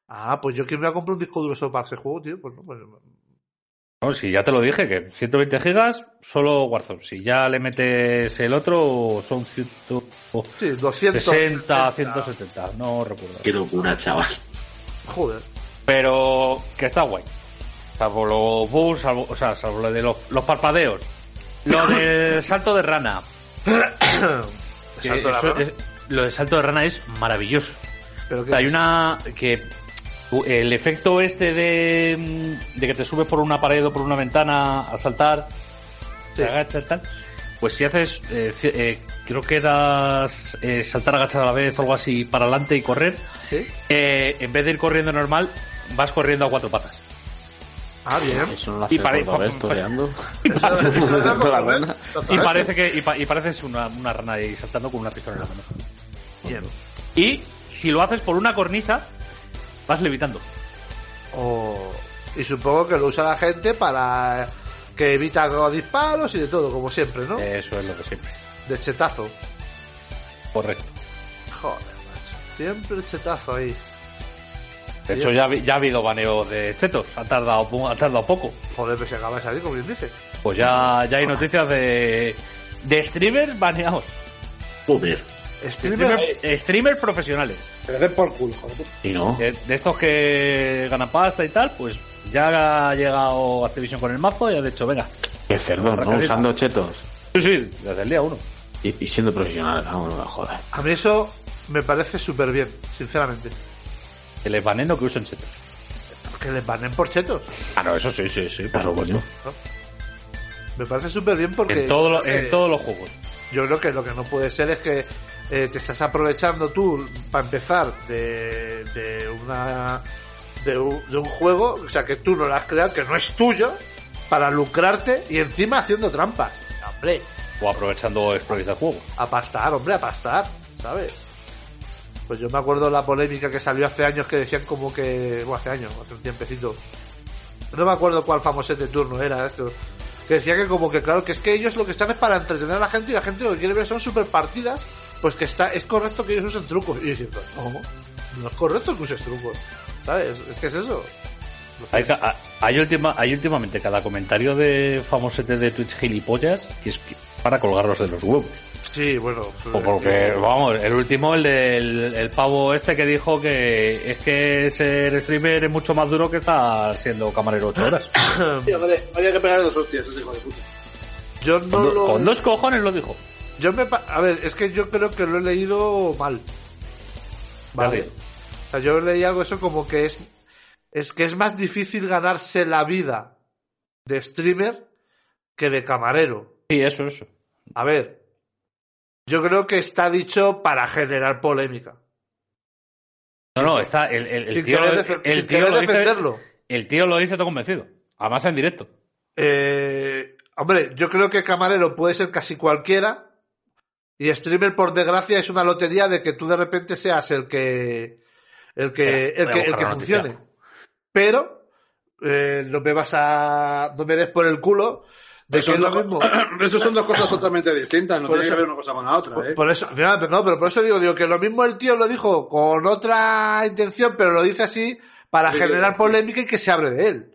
A: Ah, pues yo que me voy a comprar un disco duro solo para ese juego, tío. Pues no, pues,
D: No, si ya te lo dije, que 120 gigas, solo Warzone. Si ya le metes el otro, son 160,
A: sí, 200.
D: 170. No recuerdo.
B: Qué locura, chaval.
A: Joder.
D: Pero que está guay. Salvo los bugs, salvo, o sea, salvo lo de los, los parpadeos. Lo del salto de rana. que
A: Salto de la
D: eso
A: rana.
D: es- lo del salto de rana es maravilloso.
A: Pero
D: O
A: que
D: sea, hay una que el efecto este de, mm, de que te subes por una pared o por una ventana a saltar,
A: Sí.
D: te agachas y tal. Pues si haces, eh, ci- eh, creo que das eh, saltar agachado a la vez o algo así para adelante y correr,
A: ¿Sí?
D: eh, en vez de ir corriendo normal, vas corriendo a cuatro patas.
A: Ah, bien.
E: Eso no lo
D: Y
E: hace
D: pare-
E: Cordobés toreando.
A: Eso- eso- eso- eso-
E: Toda la
C: ¿eh?
E: buena.
D: Y parece que y, pa- y pareces una, una rana ahí saltando con una pistola en la mano.
A: Bien.
D: Y si lo haces por una cornisa, vas levitando.
A: O- Y supongo que lo usa la gente para que evita los disparos y de todo, como siempre, ¿no?
D: Eso es lo que siempre.
A: De chetazo.
D: Correcto.
A: Joder, macho. Siempre el chetazo ahí.
D: De hecho, ya, vi- ya ha habido baneos de chetos. Ha tardado, po- ha tardado poco.
A: Joder, pero se acaba de salir, como bien dice.
D: Pues ya, ya hay noticias de, de streamers baneados.
B: Joder.
A: Streamer.
D: Streamers, eh, streamers profesionales.
F: Pero de por culo, joder.
E: Y no.
D: De, de estos que ganan pasta y tal, pues ya ha llegado Activision con el mazo y ha dicho, venga.
E: Qué cerdo, ¿no?
D: Racaeta.
E: Usando chetos.
D: Sí, sí, desde el día uno.
E: Y, y siendo profesional, vamos, no me jodas.
A: A mí eso me parece súper bien, sinceramente.
D: Que les baneen lo que usen chetos.
A: Que les banen por chetos.
D: Ah, no, eso sí, sí, sí. por
E: Claro,
D: supuesto.
E: coño.
A: Me parece súper bien porque. eh,
D: En, todo lo-
A: creo
D: en
A: que-
D: todos los juegos.
A: Yo creo que lo que no puede ser es que eh, te estás aprovechando tú, para empezar, de, de una. De un, de un juego, o sea, que tú no lo has creado, que no es tuyo, para lucrarte y encima haciendo trampas. Hombre,
D: O aprovechando exploits del juego.
A: a pastar, hombre, a pastar, ¿sabes? Pues yo me acuerdo la polémica que salió hace años que decían como que, bueno, hace años, hace un tiempecito. No me acuerdo cuál famosete turno era esto. Que decía que como que claro, que es que ellos lo que están es para entretener a la gente y la gente lo que quiere ver son super partidas, pues que está, es correcto que ellos usen trucos. Y yo diciendo, no, no es correcto que uses trucos. ¿Sabes? Es que es eso. Entonces,
D: Hay, ca- ha- ah, hay última, hay últimamente cada comentario de famosete de Twitch gilipollas que es que- para colgarlos de los huevos.
A: Sí, bueno. pues,
D: O porque, vamos, el último, el del el pavo este que dijo que es que ser streamer es mucho más duro que estar siendo camarero ocho horas.
C: Tío, vale, había que pegar dos hostias, ese hijo de puta.
A: Yo no
D: Con, do-
A: lo.
D: con dos cojones lo dijo.
A: Yo me. pa- A ver, es que yo creo que lo he leído mal. Vale.
D: Dale.
A: O sea, yo leí algo eso como que es. Es que es más difícil ganarse la vida de streamer que de camarero.
D: Sí, eso, eso.
A: A ver, yo creo que está dicho para generar polémica.
D: No, no, está, el, el- el
A: sin
D: tío,
A: querer,
D: lo-
A: defe-
D: el
A: sin
D: tío
A: querer
D: lo dice,
A: defenderlo.
D: el tío lo dice todo convencido. Además en directo.
A: Eh, hombre, yo creo que camarero puede ser casi cualquiera. Y streamer, por desgracia, es una lotería de que tú de repente seas el que. el que.
D: Espera,
A: el
D: voy a
A: que, el
D: buscar
A: que
D: la noticia.
A: funcione. Pero eh, no me vas a. no me des por el culo de que
C: Eso
A: es lo
C: no-
A: mismo.
C: Eso son dos cosas totalmente distintas, no
A: Por
C: tiene
A: eso-
C: que ver una cosa con la otra, ¿eh?
A: Por eso, no, pero no, pero por eso digo, digo que lo mismo el tío lo dijo con otra intención, pero lo dice así para
C: Sí,
A: generar
C: sí.
A: polémica y que se hable de él.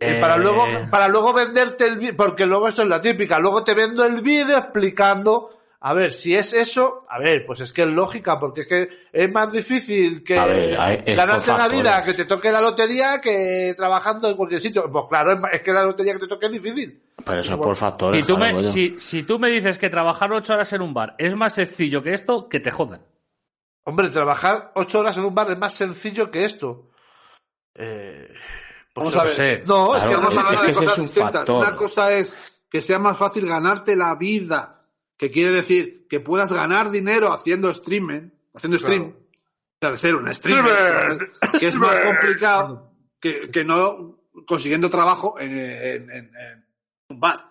A: Y
D: Eh,
A: para luego, para luego venderte el vídeo, porque luego esto es la típica, luego te vendo el vídeo explicando, a ver, si es eso, a ver, pues es que es lógica, porque es que es más difícil que
E: A ver, hay- es
A: ganarse
E: por
A: la vida,
E: factores.
A: que te toque la lotería, que trabajando en cualquier sitio. Pues claro, es ma- es que la lotería que te toque es difícil.
E: Pero eso es por factores.
D: si, tú me,
E: joder, coño.
D: si, si tú me dices que trabajar ocho horas en un bar es más sencillo que esto, que te jodan.
A: Hombre, trabajar ocho horas en un bar es más sencillo que esto. Eh,
D: Pues
C: Vamos
D: yo
C: a
D: qué
C: ver.
D: sé.
A: no, es
E: Claro,
A: que
C: Estamos
E: es-
C: hablando
E: que
C: de
E: ese
C: cosas
E: es un
C: distintas.
E: factor.
C: Una cosa es que sea más fácil ganarte la vida, que quiere decir que puedas ganar dinero haciendo streaming, haciendo stream, o sea, de ser un streamer,
A: Streamer.
C: que es más
A: Streamer.
C: complicado que, que no consiguiendo trabajo en, en- en- en un bar.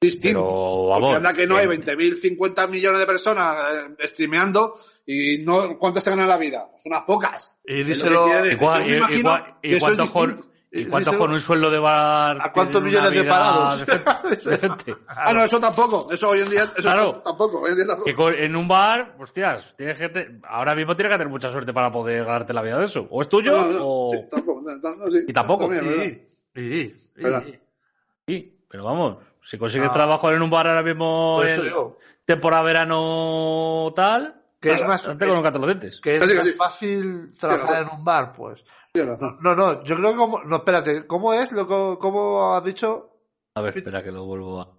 C: Distinto.
D: Pero
C: Porque
D: vamos.
C: anda que no hay
D: eh,
C: 20.000, 50 millones de personas eh, streameando y no cuántas se ganan la vida, Pues unas pocas.
A: Y
C: Es lo que
A: díselo,
C: quiere decir.
D: Igual,
C: Yo
D: y-
C: me imagino
D: igual- y
C: que eso es
D: cuántos con,
C: distinto.
D: y
A: Eh,
D: cuántos
A: díselo-
D: con un sueldo de bar.
A: ¿A cuántos
D: tienen una
A: millones de
D: vida
A: parados?
D: decente?
C: Ah, no, eso tampoco. Eso hoy en día, eso
D: Claro.
C: tampoco. Hoy en día tampoco.
D: Que con- en un bar, hostias, tiene gente. Ahora mismo tiene que tener mucha suerte para poder ganarte la vida de eso. O es tuyo,
C: No, no, no,
D: o.
C: sí, tampoco, no, no, no, sí.
D: Y tampoco.
C: También, ¿verdad?
A: Sí, sí, sí.
C: ¿Verdad?
D: Sí, pero vamos, si consigues
A: Ah.
D: trabajo en un bar ahora mismo,
A: Por eso
D: en
A: digo,
D: temporada verano tal,
A: que es más,
D: bastante con los gatos los dientes.
A: que es
C: Así que
A: más
C: sí.
A: fácil trabajar en un bar, pues.
C: Tienes razón.
A: No, no, yo creo que como, no, espérate, ¿cómo es lo que- cómo has dicho?
D: A ver, espera que lo vuelvo a.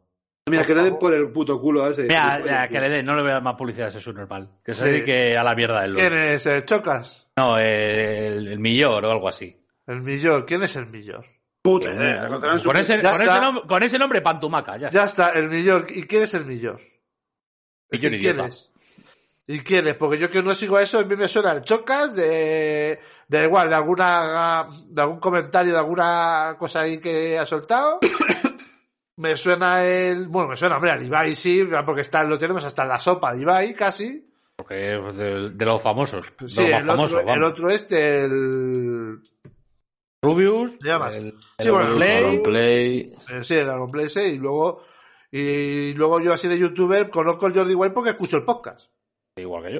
C: Mira, que le den por el puto culo a ese.
D: Mira,
C: gilipollas,
D: mira,
C: tío.
D: que le dé, no le voy a dar más publicidad a ese subnormal. Que es
A: Sí.
D: así que a la mierda del
A: ¿Quién es el Chocas?
D: No, el, el Millor o algo así.
A: El Millor, ¿quién es el Millor?
D: eh,
C: Puta idea, contarán su-
D: Con ese,
A: Ya
D: con ese,
A: está.
D: nom- con ese nombre, Pantumaca, ya. está.
A: Ya está, el Millor, ¿y quién es el Millor? Es
D: Millor
A: que,
D: idiota.
A: es? ¿Y quién es? Porque yo que no sigo a eso, a mí me suena el Chocas de, de igual, de alguna, de algún comentario, de alguna cosa ahí que ha soltado. me suena el, bueno, me suena, hombre, al Ibai sí, porque está, lo tenemos hasta en la sopa de Ibai casi.
D: Porque es de, de los famosos. De
A: Pues Sí,
D: los más
A: el otro,
D: famosos, vamos.
A: el otro este, el...
D: Rubius.
A: ¿Te llamas?
D: el-
A: Sí, bueno,
E: Plus,
D: Play.
E: Auron Play.
A: eh, sí, el Aaron Place, y luego... Y luego yo así de youtuber conozco el Jordi Wild porque escucho el podcast.
D: Igual que yo.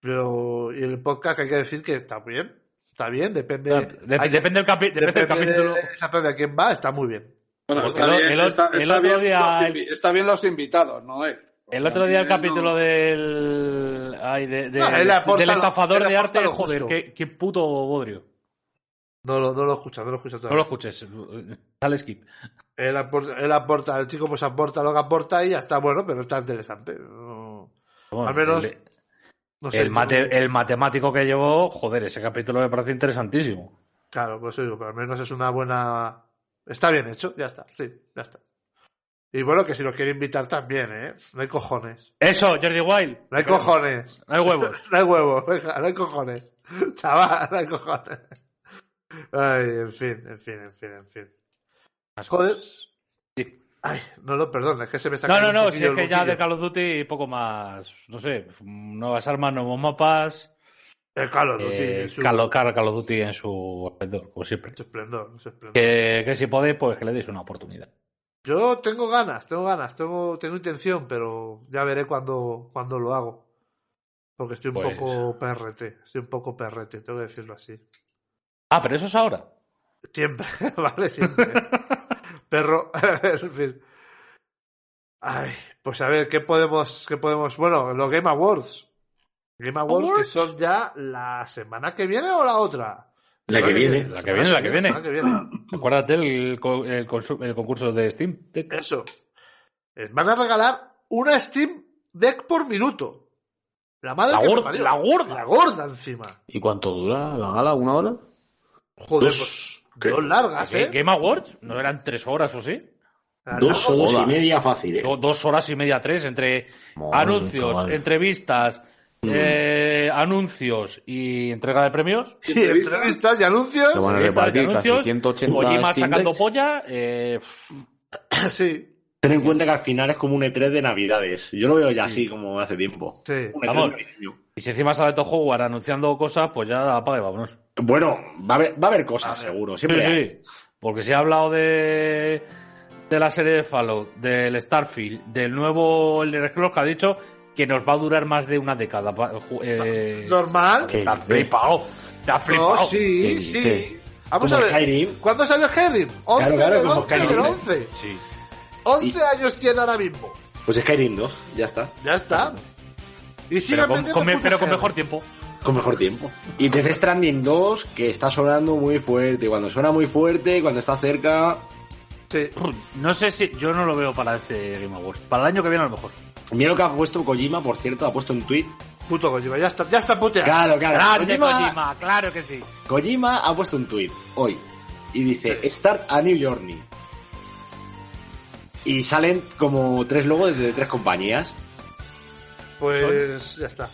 A: Pero y el podcast hay que decir que está bien. Está bien, depende...
D: Claro, de-
A: hay que-
D: depende del capi- depende del
A: depende
D: capítulo.
A: de, depende de quién va, está muy bien.
C: Bueno,
D: Porque
C: está
D: el-
C: bien,
D: el-
C: está-
D: el
C: está
D: otro
C: bien
D: día
C: los
D: el-
C: invi- Está bien los invitados, ¿no? eh?
D: El otro día el
C: También no-
D: capítulo del. Ay, de, de-
A: No, él aporta
D: del
A: lo-
D: estafador
A: él
D: de
A: aporta
D: arte.
A: lo
D: Joder,
A: justo.
D: qué, qué puto bodrio.
A: No lo, no lo escucha, no lo escucha
D: No lo
A: todavía.
D: escuches. Dale skip.
A: él, aporta, él aporta, el chico pues aporta lo que aporta y ya está bueno, pero está interesante. No,
D: Bueno,
A: Al menos,
D: El,
A: no sé.
D: el mate- el matemático que llevó. Joder, ese capítulo me parece interesantísimo.
A: Claro, pues eso digo, pero al menos es una buena. Está bien hecho, ya está, sí, ya está. Y bueno, que si los quiere invitar también, ¿eh? No hay cojones.
D: Eso, Jordi Wild.
A: No hay cojones.
D: No hay huevos.
A: No hay huevos, venga, no hay cojones. Chaval, no hay cojones. Ay, en fin, en fin, en fin, en fin.
D: Más
A: Joder.
D: cosas.
A: Ay, no lo perdón, es que se me está
D: No, no,
A: cayendo un
D: no, si
A: poquillo
D: es que
A: el
D: ya de
A: boquillo.
D: Call of Duty poco más, no sé, nuevas armas, nuevos mapas,
A: El Call of Duty,
D: eh,
A: su-
D: Call, of- Call of Duty en su alrededor, como siempre.
A: su esplendor, su esplendor.
D: Que, que si podéis, pues que le deis una oportunidad.
A: Yo tengo ganas, tengo ganas, tengo, tengo intención, pero ya veré cuando, cuando lo hago. Porque estoy un
D: Pues-
A: poco PRT, estoy un poco PRT, tengo que decirlo así.
D: Ah, pero eso es ahora.
A: Siempre, ¿vale? Siempre. Perro, en fin. Ay, pues a ver, ¿qué podemos, qué podemos? Bueno, los Game Awards. Game Awards, que son ya la semana que viene o la otra.
B: La que viene.
D: La que viene, la que viene.
A: semana que viene.
D: Acuérdate el, co- el consu- el concurso de Steam. Deck.
A: Eso. Eh, Van a regalar una Steam Deck por minuto. La madre
D: La
A: que me
D: gorda,
A: parió.
D: la gorda.
A: La gorda encima.
E: ¿Y cuánto dura la gala? ¿Una hora?
A: Joder, pues, dos largas,
D: ¿Qué?
A: ¿eh?
D: Game Awards, ¿no eran tres horas o sí?
A: Las
B: Dos o
A: largas.
B: dos
E: Hola.
B: y media fácil, ¿eh?
D: Do- dos horas y media, tres, entre
E: Madre,
D: anuncios,
E: chaval. Mm.
D: entrevistas, eh, anuncios y entrega de premios.
A: Sí, entrevistas y anuncios.
E: Te van
D: Entrevistas
E: a
D: y
E: repartir casi
D: anuncios,
E: 180
D: Kojima
E: Steam
D: sacando
E: Decks.
D: polla. eh, pff,
A: Sí,
B: Ten en cuenta que al final es como un E3 de Navidades. Yo lo veo ya así como hace tiempo.
A: sí.
B: Un E E3
D: Vamos.
B: navideño.
D: y si encima sale Todd Howard anunciando cosas, pues ya apaga y vámonos.
B: Bueno, va a haber, va a haber cosas, seguro. Siempre hay.
D: Sí, sí. Porque si ha hablado de de la serie de Fallout, del Starfield, del nuevo el de Scrolls que ha dicho que nos va a durar más de una década. pa- el ju- eh,
A: Normal.
E: ¿Qué
D: Te has
E: dices?
D: flipado. Te has flipado.
A: No, sí,
E: ¿Qué
A: sí.
E: dice?
A: Vamos
B: Como
A: a ver.
B: Skyrim.
A: ¿Cuándo salió Skyrim? 11
B: claro,
A: del
B: como
A: 11 del
B: Skyrim.
A: 11.
D: Sí.
A: 11 años tiene ahora mismo.
B: Pues Skyrim 2, ya está.
A: Ya está. Y sigue
D: Pero con,
A: vendiendo
D: con me-
A: puto
D: pero con
A: Skyrim.
D: mejor tiempo.
B: Con mejor tiempo. Y Death Stranding 2, que está sonando muy fuerte. Cuando suena muy fuerte, cuando está cerca.
A: Sí.
D: No sé si. Yo no lo veo para este Game Awards. Para el año que viene, a lo mejor.
B: Mira lo que ha puesto Kojima, por cierto, ha puesto en tweet.
A: Puto Kojima, ya está, ya está puteado.
B: Claro, claro.
D: Grande
B: Kojima,
D: Kojima, claro que sí.
B: Kojima ha puesto un tweet hoy y dice: Start a New Journey. Y salen como tres logos de tres compañías.
A: Pues ya está.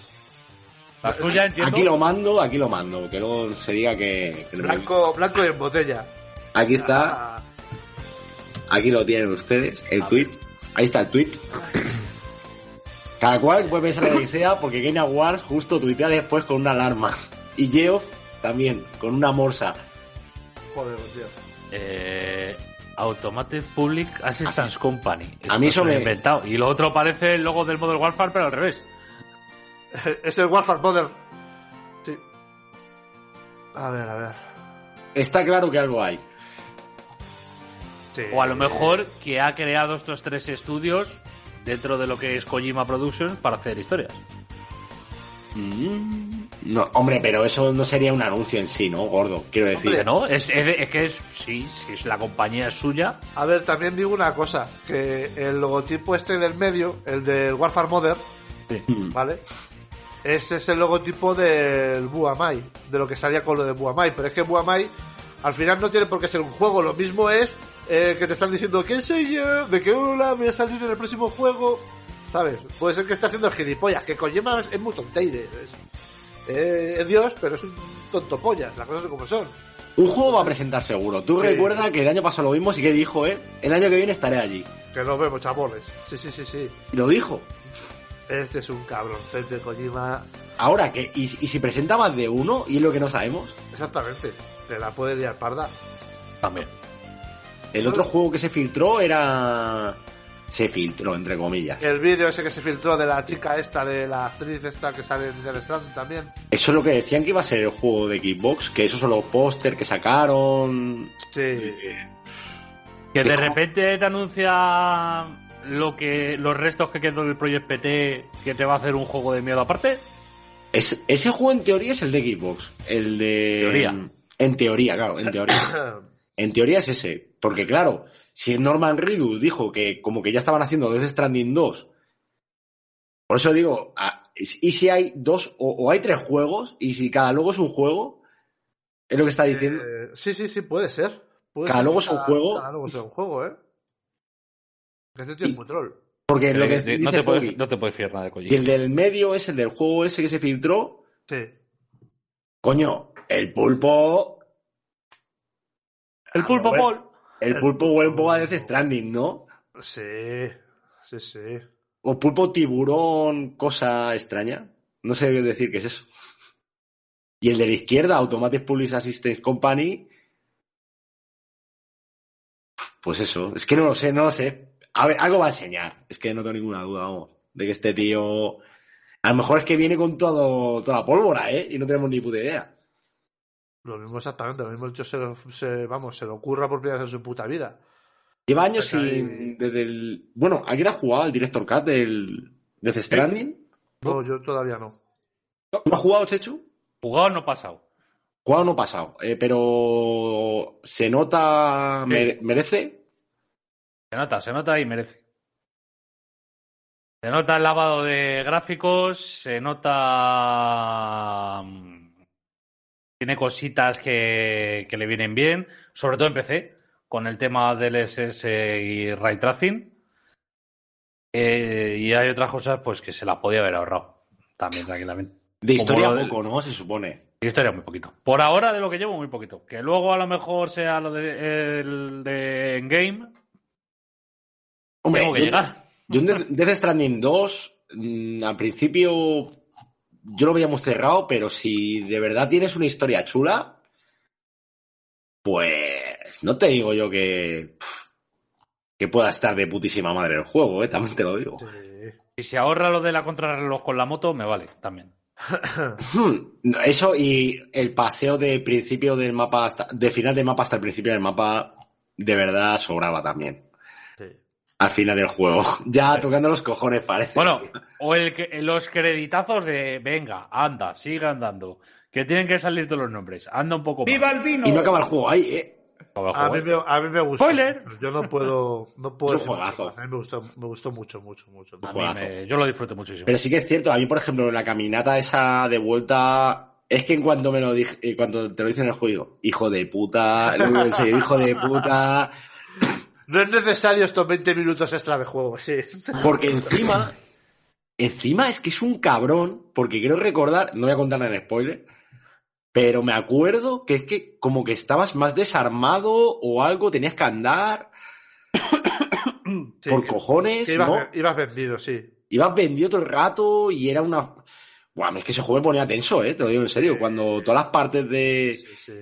D: La suya entiendo.
B: Aquí lo mando, aquí lo mando. Que luego se diga que. que no me-
A: Blanco, blanco y en botella.
B: Aquí está,
A: Ah,
B: aquí lo tienen ustedes, el
D: A
B: tweet. Ahí está el tweet. Cada cual puede pensar lo que sea, porque Game Awards justo tuitea después con una alarma. Y Geoff también, con una morsa.
A: joder, tío.
D: Eh, Automatic Public Assistance
B: Asist-
D: Company.
B: Ah, A mí eso
D: Esto se lo he
B: me-
D: inventado. Y lo otro parece el logo del Modern Warfare, pero al revés.
A: Es el Warfare Modern. Sí. A ver, a ver.
B: Está claro que algo hay.
A: Sí.
D: O a lo mejor que ha creado estos tres estudios dentro de lo que es Kojima Productions para hacer historias.
B: Mm. No, hombre, pero eso no sería un anuncio en sí, ¿no, gordo? Quiero decir.
D: Dice, ¿no? Es, es de- es que es, sí, sí, es la compañía es suya.
A: A ver, también digo una cosa, que el logotipo este del medio, el del Warfare Modern,
B: Mm.
A: ¿vale? Ese es el logotipo del Buamai, de lo que salía con lo de Buamai, pero es que Buamai al final no tiene por qué ser un juego, lo mismo es eh, que te están diciendo, ¿quién soy yo? ¿De qué hora voy a salir en el próximo juego? ¿Sabes? Puede ser que está haciendo el gilipollas, que Kojima es, es muy tonteire, es, eh, es Dios, pero es un tontopollas, las cosas como son.
B: Un juego va a presentar seguro. Tú
A: Sí.
B: recuerda que el año pasado lo vimos y que dijo, ¿eh? El año que viene estaré allí.
A: Que nos vemos, chabones. Sí, sí, sí, sí.
B: Y lo dijo.
A: Este es un cabroncete, Kojima.
B: Ahora, que ¿Y, y si presenta más de uno? ¿Y es lo que no sabemos?
A: Exactamente. Le la puede liar parda.
D: También.
B: El otro juego que se filtró era... Se filtró, entre comillas.
A: El vídeo ese que se filtró de la chica esta, de la actriz esta que sale en The Strand también.
B: Eso es lo que decían que iba a ser el juego de Xbox, que esos son los póster que sacaron...
A: Sí.
D: Que
B: Es
D: de
B: como-
D: repente te anuncia lo que los restos que quedó del Project PT que te va a hacer un juego de miedo aparte.
B: Es- ese juego en teoría es el de Xbox. El de...
D: Teoría.
B: En teoría, claro, en teoría. En teoría es ese, porque claro, si Norman Reedus dijo que como que ya estaban haciendo Death Stranding 2, por eso digo, a- y si hay dos o, o hay tres juegos, y si cada logo es un juego, es lo que está diciendo.
A: Eh, sí, sí, sí, puede ser. Puede
B: Cada
A: ser
B: logo
A: que
B: es un juego.
A: Cada logo sea un juego, ¿eh? Que este tío es muy troll.
B: porque lo que
D: Eh,
B: dice
D: no, te
B: Foggy,
D: puedes, no te puedes fiar nada de
B: y
D: Kojima.
B: el del medio es el del juego ese que se filtró,
A: Sí.
B: coño, el pulpo,
D: El pulpo
B: bueno.
D: Paul.
B: el pulpo huele un poco a Death Stranding, ¿no?
A: Sí. Sí, sí.
B: O pulpo tiburón, cosa extraña. No sé decir qué es eso. Y el de la izquierda, Automatic Public Assistance Company. Pues eso, es que no lo sé, no lo sé. A ver, algo va a enseñar. Es que no tengo ninguna duda, vamos. De que este tío. A lo mejor es que viene con todo, toda la pólvora, ¿eh? Y no tenemos ni puta idea.
A: Lo mismo exactamente. Lo mismo el tío se, lo- se- vamos, se le ocurra por primera vez en su puta vida.
B: Lleva años
D: Pues
B: sin. Desde el, bueno, ¿alguien ha jugado al director Cut del Death Stranding?
A: No, yo todavía no.
B: ¿Tú has jugado, Chechu?
D: Jugado no pasado.
B: Jugado no pasado. eh, pero. ¿Se nota.
D: Sí.
B: mere- ¿Merece?
D: Se nota, se nota y merece. Se nota el lavado de gráficos, se nota. mm, Tiene cositas que, que le vienen bien, sobre todo en PC, con el tema del SS y ray tracing. Eh, y hay otras cosas pues que se las podía haber ahorrado también, tranquilamente.
B: De
D: Como
B: historia
D: lo del-
B: poco, ¿no? Se supone.
D: Y historia muy poquito. Por ahora, de lo que llevo, muy poquito. Que luego a lo mejor sea lo de, el de Endgame,
B: Hombre,
D: tengo que
B: yo-
D: llegar.
B: Yo en Death- Death Stranding 2, mm, al principio yo lo veíamos cerrado, pero si de verdad tienes una historia chula, pues no te digo yo que, pf, que pueda estar de putísima madre el juego, ¿eh? también te lo digo.
D: Y si ahorra lo de la contrarreloj con la moto, me vale también.
B: Hmm, Eso y el paseo de principio del mapa hasta, de final del mapa hasta el principio del mapa, de verdad sobraba también.
A: Sí.
B: Al final del juego. Ya tocando los cojones parece.
D: Bueno, o el que- los creditazos de venga, anda, sigue andando. Que tienen que salir todos los nombres. Anda un poco más.
H: ¡Viva el vino!
B: y no acaba el juego ahí, ¿eh?
D: Abajo,
A: A mí,
D: ¿eh?
A: me, a mí me gustó.
D: Spoiler.
A: mucho. Yo no puedo. No puedo
B: Es
A: decir
B: un
A: mucho
B: juegazo.
A: más. A mí me gustó, me gustó mucho, mucho, mucho.
D: A mí
B: juegazo.
D: me- yo lo disfruto muchísimo.
B: Pero sí que es cierto, a mí, por ejemplo, la caminata esa de vuelta, es que en cuanto me lo dije, eh, cuando te lo dicen en el juego, digo, hijo de puta, luego en serio, hijo de puta,
A: No es necesario estos 20 minutos extra de juego, sí.
B: porque encima, encima es que es un cabrón, porque quiero recordar, no voy a contar nada en spoiler, pero me acuerdo que es que como que estabas más desarmado o algo, tenías que andar
A: Sí,
B: por
A: que-
B: cojones,
A: que ibas,
B: ¿no?
A: ibas vendido, sí.
B: ibas vendido todo el rato y era una... Guau, es que ese juego me ponía tenso, ¿eh? Te lo digo en serio. Cuando todas las partes de...
A: Sí, sí.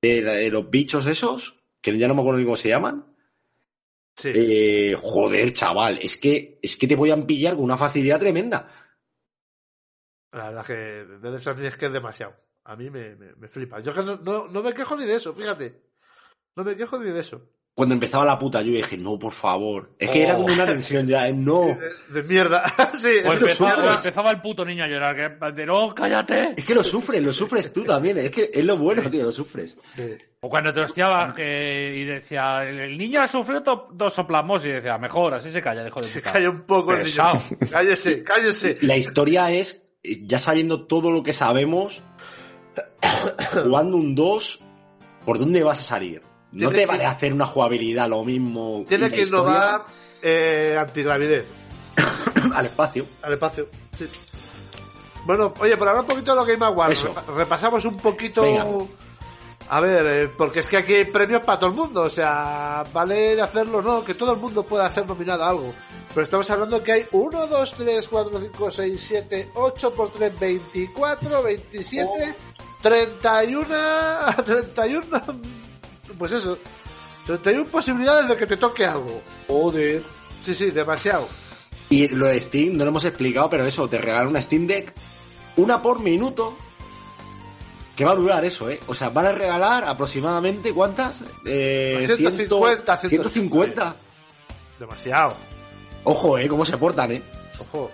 B: de, la- de los bichos esos, que ya no me acuerdo ni cómo se llaman.
A: Sí.
B: Eh, joder, chaval, es que, es que te podían pillar con una facilidad tremenda.
A: La verdad que de Stranding es que es demasiado. A mí me, me, me flipa. Yo que no, no, no me quejo ni de eso, fíjate. No me quejo ni de eso.
B: Cuando empezaba la puta, yo dije, no, por favor. Es que
D: Oh.
B: era como una tensión ya, eh, no.
A: De, de mierda. sí,
D: O
A: es
B: Pues
A: que
D: empezaba,
A: mierda.
D: o empezaba el puto niño a llorar. Que, de no, cállate.
B: Es que lo sufres, lo sufres tú también. Es que es lo bueno, tío, lo sufres.
A: Sí.
D: O cuando te hostiabas que- y decía, el niño ha sufrido to- dos soplamos y decía, mejor, así se calla, dejo de
A: Que
D: puta.
A: calle un poco el niño.
D: Pesado.
A: Cállese, cállese.
B: La historia es, eh, ya sabiendo todo lo que sabemos, jugando un 2, ¿por dónde vas a salir? No
A: Tienes
B: te
A: que-
B: vale hacer una jugabilidad lo mismo.
A: Tiene
B: y la
A: que
B: historia
A: innovar eh, antigravidez.
B: al espacio.
A: al espacio. Sí. Bueno, oye, por hablar un poquito de lo Game Awards,
B: Eso.
A: repa- repasamos un poquito.
B: Venga.
A: A ver, eh, porque es que aquí hay premios para todo el mundo, o sea, vale hacerlo, no, que todo el mundo pueda ser nominado a algo. Pero estamos hablando que hay 1, 2, 3, 4, 5, 6, 7, 8 por 3, 24, 27, 31, 31, pues eso, 31 posibilidades de que te toque algo.
H: Joder.
A: Sí, sí, demasiado.
B: Y lo de Steam, no lo hemos explicado, pero eso, te regalan una Steam Deck, una por minuto, que va a durar eso, ¿eh? O sea, van a regalar aproximadamente, ¿cuántas? Eh,
A: 150,
B: 100, 150.
A: Demasiado.
B: Ojo, ¿eh? Cómo se portan, ¿eh?
A: Ojo.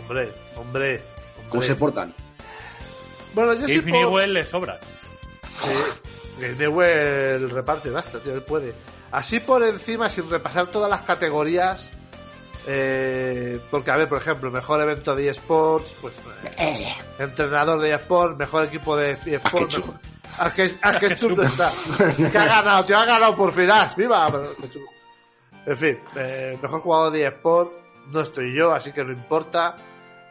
A: Hombre, hombre.
B: Cómo
A: hombre.
B: se portan.
A: Bueno, yo sí
D: Dave
A: puedo...
D: Newell le sobra.
A: Sí, el Newell reparte basta, tío, él puede. Así por encima, sin repasar todas las categorías... eh, porque, a ver, por ejemplo, mejor evento de eSports, pues... eh, entrenador de eSports, mejor equipo de eSports...
B: Askechu.
A: mejor- Aske- Askechuk no está. Que ha ganado, tío, ha ganado por fin. As, ¡Viva! Askechuk. En fin, eh, mejor jugador de eSport no estoy yo, así que no importa.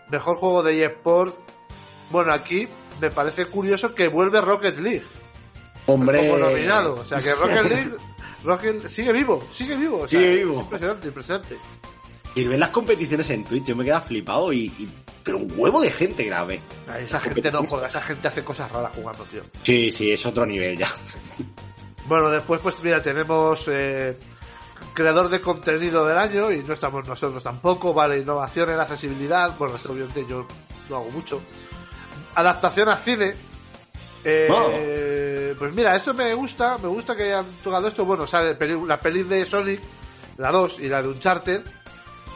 A: Mejor juego de eSport. Bueno, aquí me parece curioso que vuelve Rocket League como
B: Hombre,
A: nominado. O sea que Rocket League Rocket- sigue vivo, sigue vivo. o sea,
B: Sigue vivo.
A: Es impresionante, impresionante.
B: y ven las competiciones en Twitch, yo me queda flipado y... y- pero un huevo de gente grave.
A: Ay, Esa gente no juega, esa gente hace cosas raras jugando, tío.
B: Sí, sí, es otro nivel ya.
A: Bueno, después, pues mira, tenemos eh, creador de contenido del año y no estamos nosotros tampoco, vale, innovación en accesibilidad, bueno, eso obviamente yo no hago mucho. Adaptación a cine. Eh, Pues mira, esto me gusta, me gusta que hayan tocado esto. Bueno, sale peli- la peli de Sonic la 2 y la de Uncharted.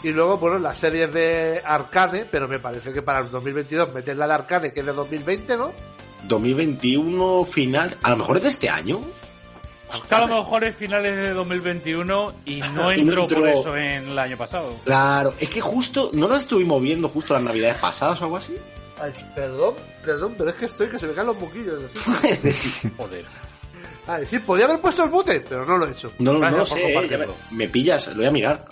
A: Y luego, bueno, las series de Arcane, pero me parece que para el 2022 meter la de Arcane, que es de 2020, ¿no?
B: 2021 final, a lo mejor es de este año.
D: Busca a lo mejor es finales de 2021 y
B: Y
D: no
B: no
D: entró por
B: entró.
D: eso en el año pasado.
B: Claro, es que justo, ¿no lo estuvimos viendo justo las navidades pasadas o algo así?
A: Ay, perdón, perdón, pero es que estoy que se me caen los moquillos.
D: Joder.
A: Ay, Ah, sí, podía haber puesto el bote, pero no lo he hecho.
B: No, no
D: Gracias
B: lo sé,
D: por
B: eh, ya me,
D: compartirlo.
B: me pillas, lo voy a mirar.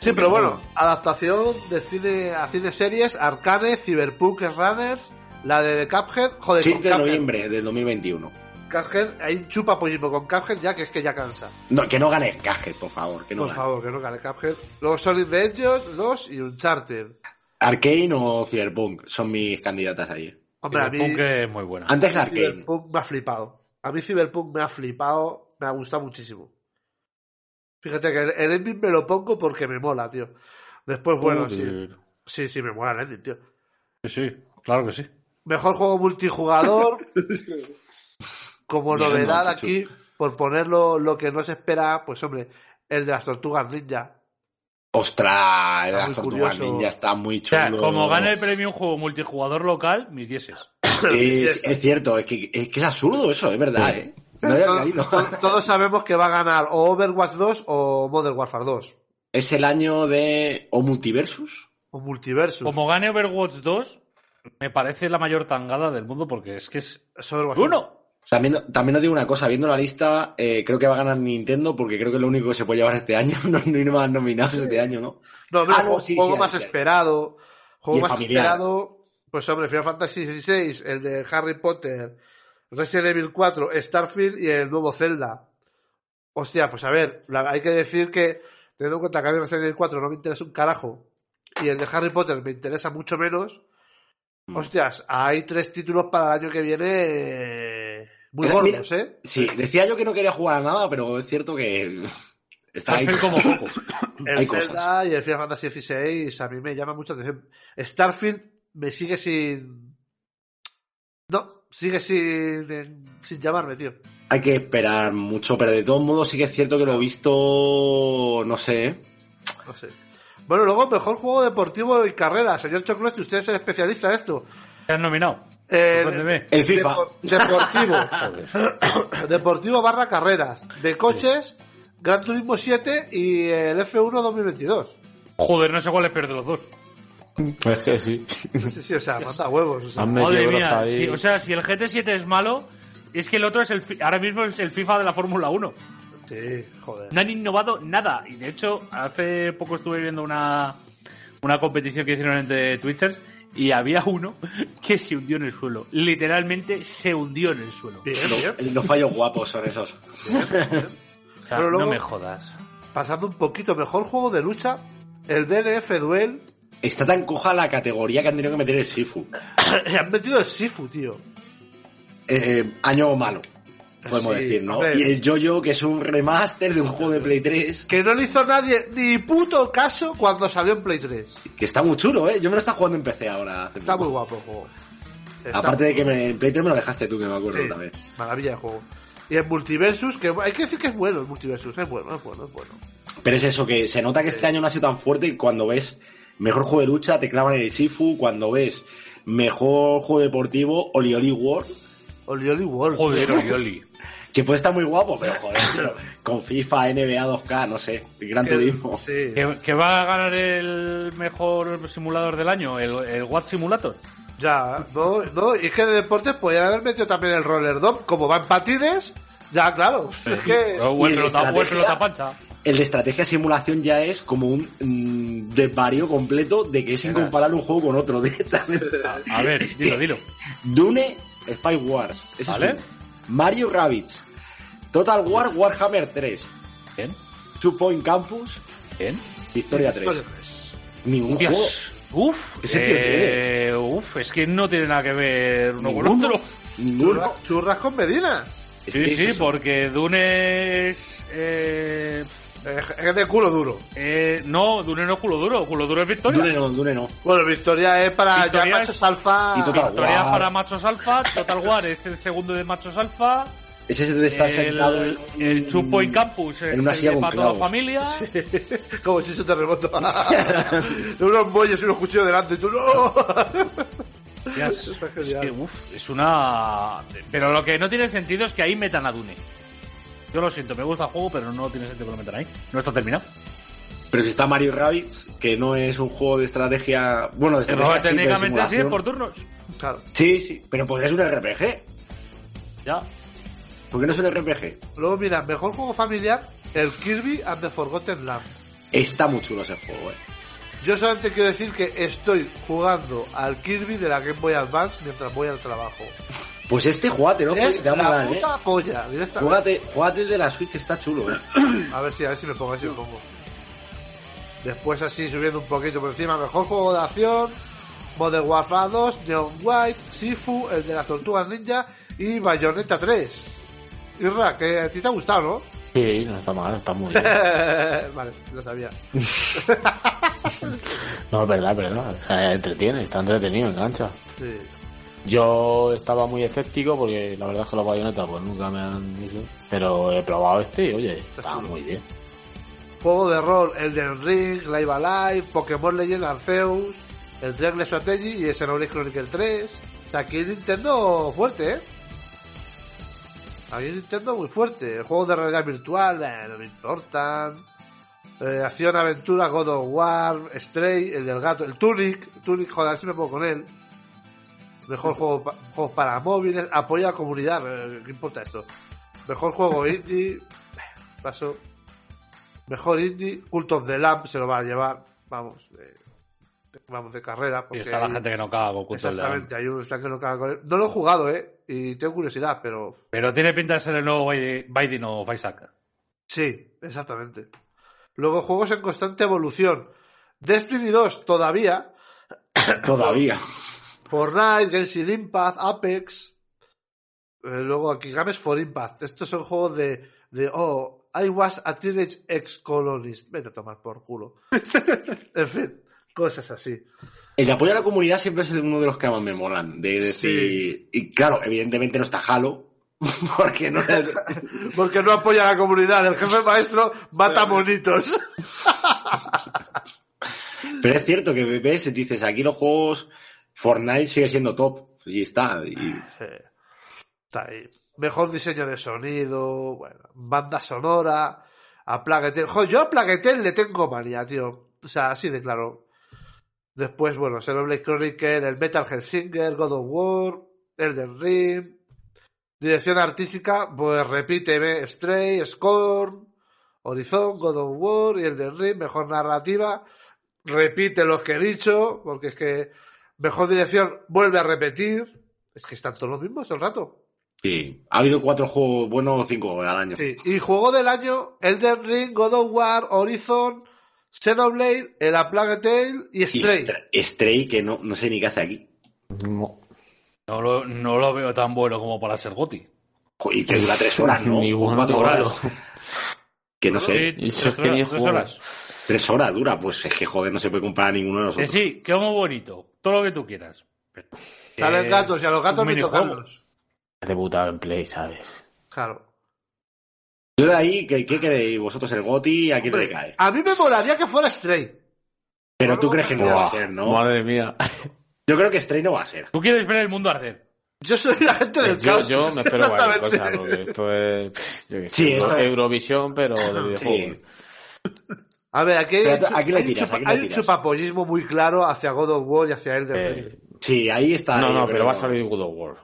A: Sí, pero bueno, adaptación de cine a cine series, Arcane, Cyberpunk, Runners, la de Cuphead, joder,
B: 6
A: con
B: de
A: Cuphead,
B: noviembre del 2021.
A: Cuphead, ahí chupa pollismo con Cuphead ya que es que ya cansa.
B: No, que no gane el caje, por favor, que no
A: Por
B: gane.
A: favor, que no gane Cuphead. Luego Solid Angels 2 y Uncharted.
B: Arkane o Cyberpunk son mis candidatas ayer.
A: Hombre, a mí
D: Cyberpunk es muy buena.
B: Antes Arkane.
A: Cyberpunk me ha flipado. A mí Cyberpunk me ha flipado, me ha gustado muchísimo. Fíjate que el, el ending me lo pongo porque me mola, tío.
D: Uh,
A: Después, bueno, sí,
D: Joder.
A: sí, sí, me mola el ending, tío.
D: Sí, sí, claro que sí.
A: Mejor juego multijugador. Como
B: Bien,
A: novedad
B: Monchichu.
A: aquí, por ponerlo lo que no se espera, pues hombre, el de las tortugas ninja.
B: Ostras,
A: Está
B: las
A: muy
B: tortugas
A: curioso.
B: ninja está muy
D: O
B: chulo.
D: sea, como gane el premio un juego multijugador local, mis dieces.
B: Es, es cierto, es que, es que es absurdo eso, es verdad, ¿eh? No había
A: Todo-
B: caído.
A: to- todos sabemos que va a ganar o Overwatch 2 o Modern Warfare 2.
B: Es el año de. o multiversus.
A: O Multiversus.
D: Como gane Overwatch 2, me parece la mayor tangada del mundo porque es que es
A: Es Overwatch
D: uno.
B: También, también os digo una cosa, viendo la lista, eh, creo que va a ganar Nintendo porque creo que es lo único que se puede llevar este año. No, no hay más nominados este año, ¿no?
A: No, hombre,
B: Ah, no,
A: juego,
B: sí,
A: juego
B: sí,
A: más
B: sí, sí.
A: esperado.
B: Y
A: Juego
B: el
A: más
B: familiar.
A: esperado. Pues hombre, Final Fantasy XVI, el de Harry Potter, Resident Evil 4, Starfield y el nuevo Zelda. Hostia, pues a ver, la- hay que decir que, teniendo en cuenta que a mí Resident Evil 4 no me interesa un carajo, y el de Harry Potter me interesa mucho menos,
B: Mm.
A: hostias, hay tres títulos para el año que viene eh, muy
B: Pero mira-
A: gordos, ¿eh?
B: Sí, decía yo que no quería jugar a nada, pero es cierto que. Está ahí.
D: Starfield como poco.
A: El
B: Hay
A: Zelda y el Final Fantasy XVI a mí me llama mucho la atención. Starfield me sigue sin. No, sigue sin, eh, sin llamarme, tío.
B: Hay que esperar mucho, pero de todos modos sí que es cierto que lo he visto. no sé. ¿eh?
A: No sé. Bueno, luego, mejor juego deportivo y carrera. Señor Choclosti, usted es el especialista en esto.
D: Te han nominado.
A: Eh,
D: Sorpréndeme.
B: El FIFA.
A: depo- deportivo.
D: Joder.
A: deportivo barra carreras. De coches, Gran Turismo 7 y el F1 2022.
D: Joder, no sé cuál es peor de los dos.
E: Es que sí.
A: Sí, sí, o sea, mata huevos. o sea.
E: Han metido
D: Madre
E: broza
D: mía,
E: ahí.
D: sí, o sea, si el GT7 es malo, es que el otro es el fi- ahora mismo es el FIFA de la Fórmula 1.
A: Sí, joder.
D: No han innovado nada. Y de hecho, hace poco estuve viendo una, una competición que hicieron entre Twitchers y había uno que se hundió en el suelo. Literalmente se hundió en el suelo.
A: Bien, bien.
B: Los, los fallos guapos son esos.
D: O sea,
A: Pero luego-
D: No me jodas.
A: pasando un poquito mejor juego de lucha, el DNF Duel,
B: Está tan coja la categoría que han tenido que meter el Sifu.
A: han metido el Sifu, tío.
B: Eh, año malo, podemos
A: Sí,
B: decir, ¿no?
A: hombre.
B: Y el Jojo, que es un remaster de un juego de Play 3,
A: Que no le hizo nadie ni puto caso cuando salió en Play 3.
B: que está muy chulo, ¿eh? Yo me lo estaba jugando en PC ahora. hace
A: Está
B: poco.
A: muy guapo el juego. Está
B: Aparte de que me, en Play 3 me lo dejaste tú, que me acuerdo
A: Sí.
B: también.
A: Maravilla de juego. Y el Multiversus, que hay que decir que es bueno el Multiversus, es bueno, es bueno, es bueno.
B: Pero es eso, que se nota que este año no ha sido tan fuerte y cuando ves mejor juego de lucha te clavan el Sifu, cuando ves mejor juego deportivo, Oli Oli World,
A: Oli Oli World.
D: Joder, Orioli.
B: que puede estar muy guapo, pero joder, pero con FIFA, NBA 2K, no sé, el Gran
A: Que-
B: Turismo.
A: sí.
D: ¿Que, que va a ganar el mejor simulador del año, el, el What Simulator.
A: Ya, no, no, y es que de deportes podían haber metido también el Roller Dome, como va en patines, ya claro. Es que
D: Pero buen
B: y el
D: pelota- buen
B: estrategia.
D: pelota pancha.
B: El de estrategia simulación ya es como un mm, desvarío completo de que es incomparable un juego con otro directamente.
D: A ver, dilo, dilo.
B: Dune, Spy Wars. ese es
D: Vale.
B: uno. Mario Rabbids. Total War, Warhammer 3.
D: Bien,
B: Two Point Campus,
D: bien.
B: Victoria 3.
A: pues,
B: Ningún
D: Dios.
B: juego.
D: Uf,
B: ¿Qué sentido
D: eh, uf, es que no tiene nada que ver uno con
B: Ninguno.
D: otro.
B: Ninguno.
A: churras, churras con Medina.
B: Es que
D: Sí,
B: es
D: sí,
B: eso.
D: porque Dune es... eh,
A: Eh, Es de culo duro.
D: eh, no, Dune no es culo duro, culo duro es Victoria.
B: Dune no, Dune no.
A: Bueno, Victoria es para
D: Victoria
A: ya
D: es-
A: machos alfa.
B: Y Total
D: Victoria
B: War.
D: para machos alfa, Total War es el segundo de machos alfa,
B: Ese es de estar sentado
G: el,
B: en,
G: el Chupo y Campus
B: en una silla con
G: para toda la
B: clavos.
G: familia.
A: Como si se te remoto. de unos bollos y unos cuchillos delante. Y tú, no.
G: Ya, es,
A: Está
G: es
A: genial.
G: que, uf, es una. Pero lo que no tiene sentido es que ahí metan a Dune. Yo lo siento, me gusta el juego, pero no tiene sentido que lo metan ahí. No está terminado.
B: Pero si está Mario Rabbids, que no es un juego de estrategia. Bueno, de estrategia. sí, pero
G: Pero
B: de
G: técnicamente sí,
B: simulación.
G: por turnos.
A: Claro.
B: Sí, sí, pero porque es un RPG.
G: Ya.
B: ¿Por qué no es un RPG?
A: Luego, mira, mejor juego familiar, el Kirby and the Forgotten Land.
B: Está muy chulo ese juego, eh.
A: Yo solamente quiero decir que estoy jugando al Kirby de la Game Boy Advance mientras voy al trabajo.
B: Pues este jugate, ¿no?
A: es
B: Te va a
A: la
B: molar, eh.
A: puta polla, directamente.
B: Júgate, júgate el de la Switch que está chulo, eh.
A: A ver si, a ver si me pongo, a ver si me pongo. Después así subiendo un poquito por encima, mejor juego de acción, Modern Warfare 2, Neon White, Sifu, el de las tortugas ninja y Bayonetta 3. Irra, que a ti te ha gustado, ¿no?
E: Sí, no está mal, está muy bien.
A: vale, lo sabía.
E: No, es verdad, es verdad. O sea, entretiene, está entretenido, engancha.
A: Sí.
E: Yo estaba muy escéptico porque la verdad es que los bayonetas pues nunca me han dicho. Pero he probado este y oye, está muy bien.
A: Juego de rol, Elden Ring, Live Alive, Pokémon Legend Arceus, el Triangle Strategy y el Xenoblade Chronicle 3. O sea, aquí Nintendo fuerte, ¿eh? Aquí Nintendo muy fuerte. Juegos de realidad virtual, eh, no me importan. Eh, acción, aventura, God of War, Stray, el del gato, el Tunic. Tunic, joder, a ver si me pongo con él. Mejor juego pa- juegos para móviles, apoya a la comunidad, eh, ¿qué importa esto? Mejor juego indie, paso. Mejor indie, Cult of the Lamp se lo va a llevar, vamos, eh, vamos de carrera.
G: Y
A: Porque
G: está la
A: hay-
G: gente que no caga con Cult of the Lamb.
A: Exactamente, hay un Slack que no caga con él. No lo he jugado, eh, y tengo curiosidad, pero
G: Pero tiene pinta de ser el nuevo Biden- Biden o Isaac.
A: Sí, exactamente. Luego juegos en constante evolución. Destiny 2 todavía.
B: Todavía.
A: Fortnite, Genshin Impact, Apex. Eh, luego aquí Games for Impact. Estos son juegos de, de oh, I was a teenage ex-colonist. Vete a tomar por culo. en fin, cosas así.
B: El de apoyo a la comunidad siempre es uno de los que más me molan. De decir. Y claro, evidentemente no está Halo. Porque no le-
A: Porque no apoya a la comunidad. El jefe maestro mata monitos.
B: Pero es cierto que ves, dices, aquí los juegos. Fortnite sigue siendo top. Y está. Y
A: Sí. Está ahí. Mejor diseño de sonido, bueno, banda sonora, a Plaguetel. Jo, yo a Plaguetel le tengo manía, tío. O sea, así de claro. Después, bueno, Xenoblade Chronicle, el Metal Hellsinger, God of War, Elden Ring. Dirección artística, pues repíteme, Stray, Scorn, Horizon, God of War y Elden Ring. Mejor narrativa, repite los que he dicho, porque es que mejor dirección vuelve a repetir. Es que están todos los mismos el rato.
B: Sí, ha habido cuatro juegos buenos o cinco al año.
A: Sí. Y juego del año, Elden Ring, God of War, Horizon, Xenoblade, El A Plague Tale y
B: Y
A: Stray.
B: Stray- Stray, que no, no sé ni qué hace aquí.
E: No,
G: No lo, no lo veo tan bueno como para ser Goti.
B: Jo, Y que dura tres
D: Ah,
B: horas, ¿no?
E: Ni bueno
B: Cuatro
E: ni malo.
B: horas. Que no sé,
E: Y si es que ni
G: tres
E: juego.
G: horas.
B: tres horas dura, pues es que joder, no se puede comparar a ninguno de los
G: Que
B: otros.
G: sí, que es muy bonito. Todo lo que tú quieras. Pero-
A: Salen
G: Eh,
A: gatos y a los gatos
G: un
A: ni
G: minijuego.
A: tocarlos.
E: he debutado en Play, ¿sabes?
A: Claro.
B: Yo de ahí, ¿qué, qué creéis? ¿Vosotros el Goti? ¿A quién
A: Hombre,
B: le cae?
A: a mí me molaría que fuera Stray.
B: Pero tú crees que no va a
E: Buah,
B: ser, ¿no?
E: Madre mía.
B: Yo creo que Stray no va a ser.
G: Tú quieres ver el mundo arder.
A: Yo soy la gente del
E: Eh, Pues Yo,
A: caos.
E: yo me espero varias
A: Exactamente.
E: cosas, porque esto es yo qué sé,
B: Sí,
E: Euro-
B: esto-
E: Eurovisión, pero de videojuegos.
A: A ver, aquí hay,
B: Pero
A: un chu-
B: ¿a quién le
A: hay un
B: tiras? ¿A
A: chupa-
B: quién le
A: hay un
B: tiras?
A: chupapollismo muy claro hacia God of War y hacia Elden Ring.
E: Eh,
B: Sí, ahí está.
E: no,
B: yo
E: no,
B: creo.
E: pero va a salir God of War.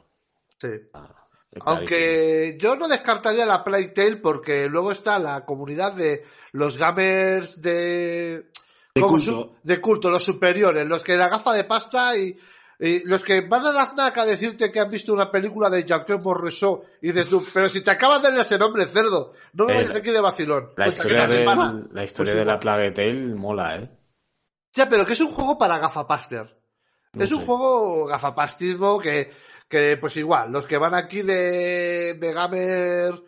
A: Sí.
E: Es clarísimo.
A: Aunque yo no descartaría la Playtale porque luego está la comunidad de los gamers de,
B: De
A: como
B: culto.
A: su- de culto, los superiores, los que la gafa de pasta y, y los que van a la FNAC a decirte que han visto una película de Jacques Rousseau y dices tú, pero si te acabas de leer ese nombre, cerdo, no me
E: Eh,
A: vayas aquí de vacilón.
E: La
A: Pues, ¿a qué te
E: historia, de,
A: haces mala?
E: la historia
A: Pues
E: de la
A: igual.
E: Plague Tale mola, ¿eh?
A: Ya, pero que es un juego para gafapaster.
E: No
A: es un
E: sé.
A: juego gafapastismo que, que, pues igual, los que van aquí de, de gamer,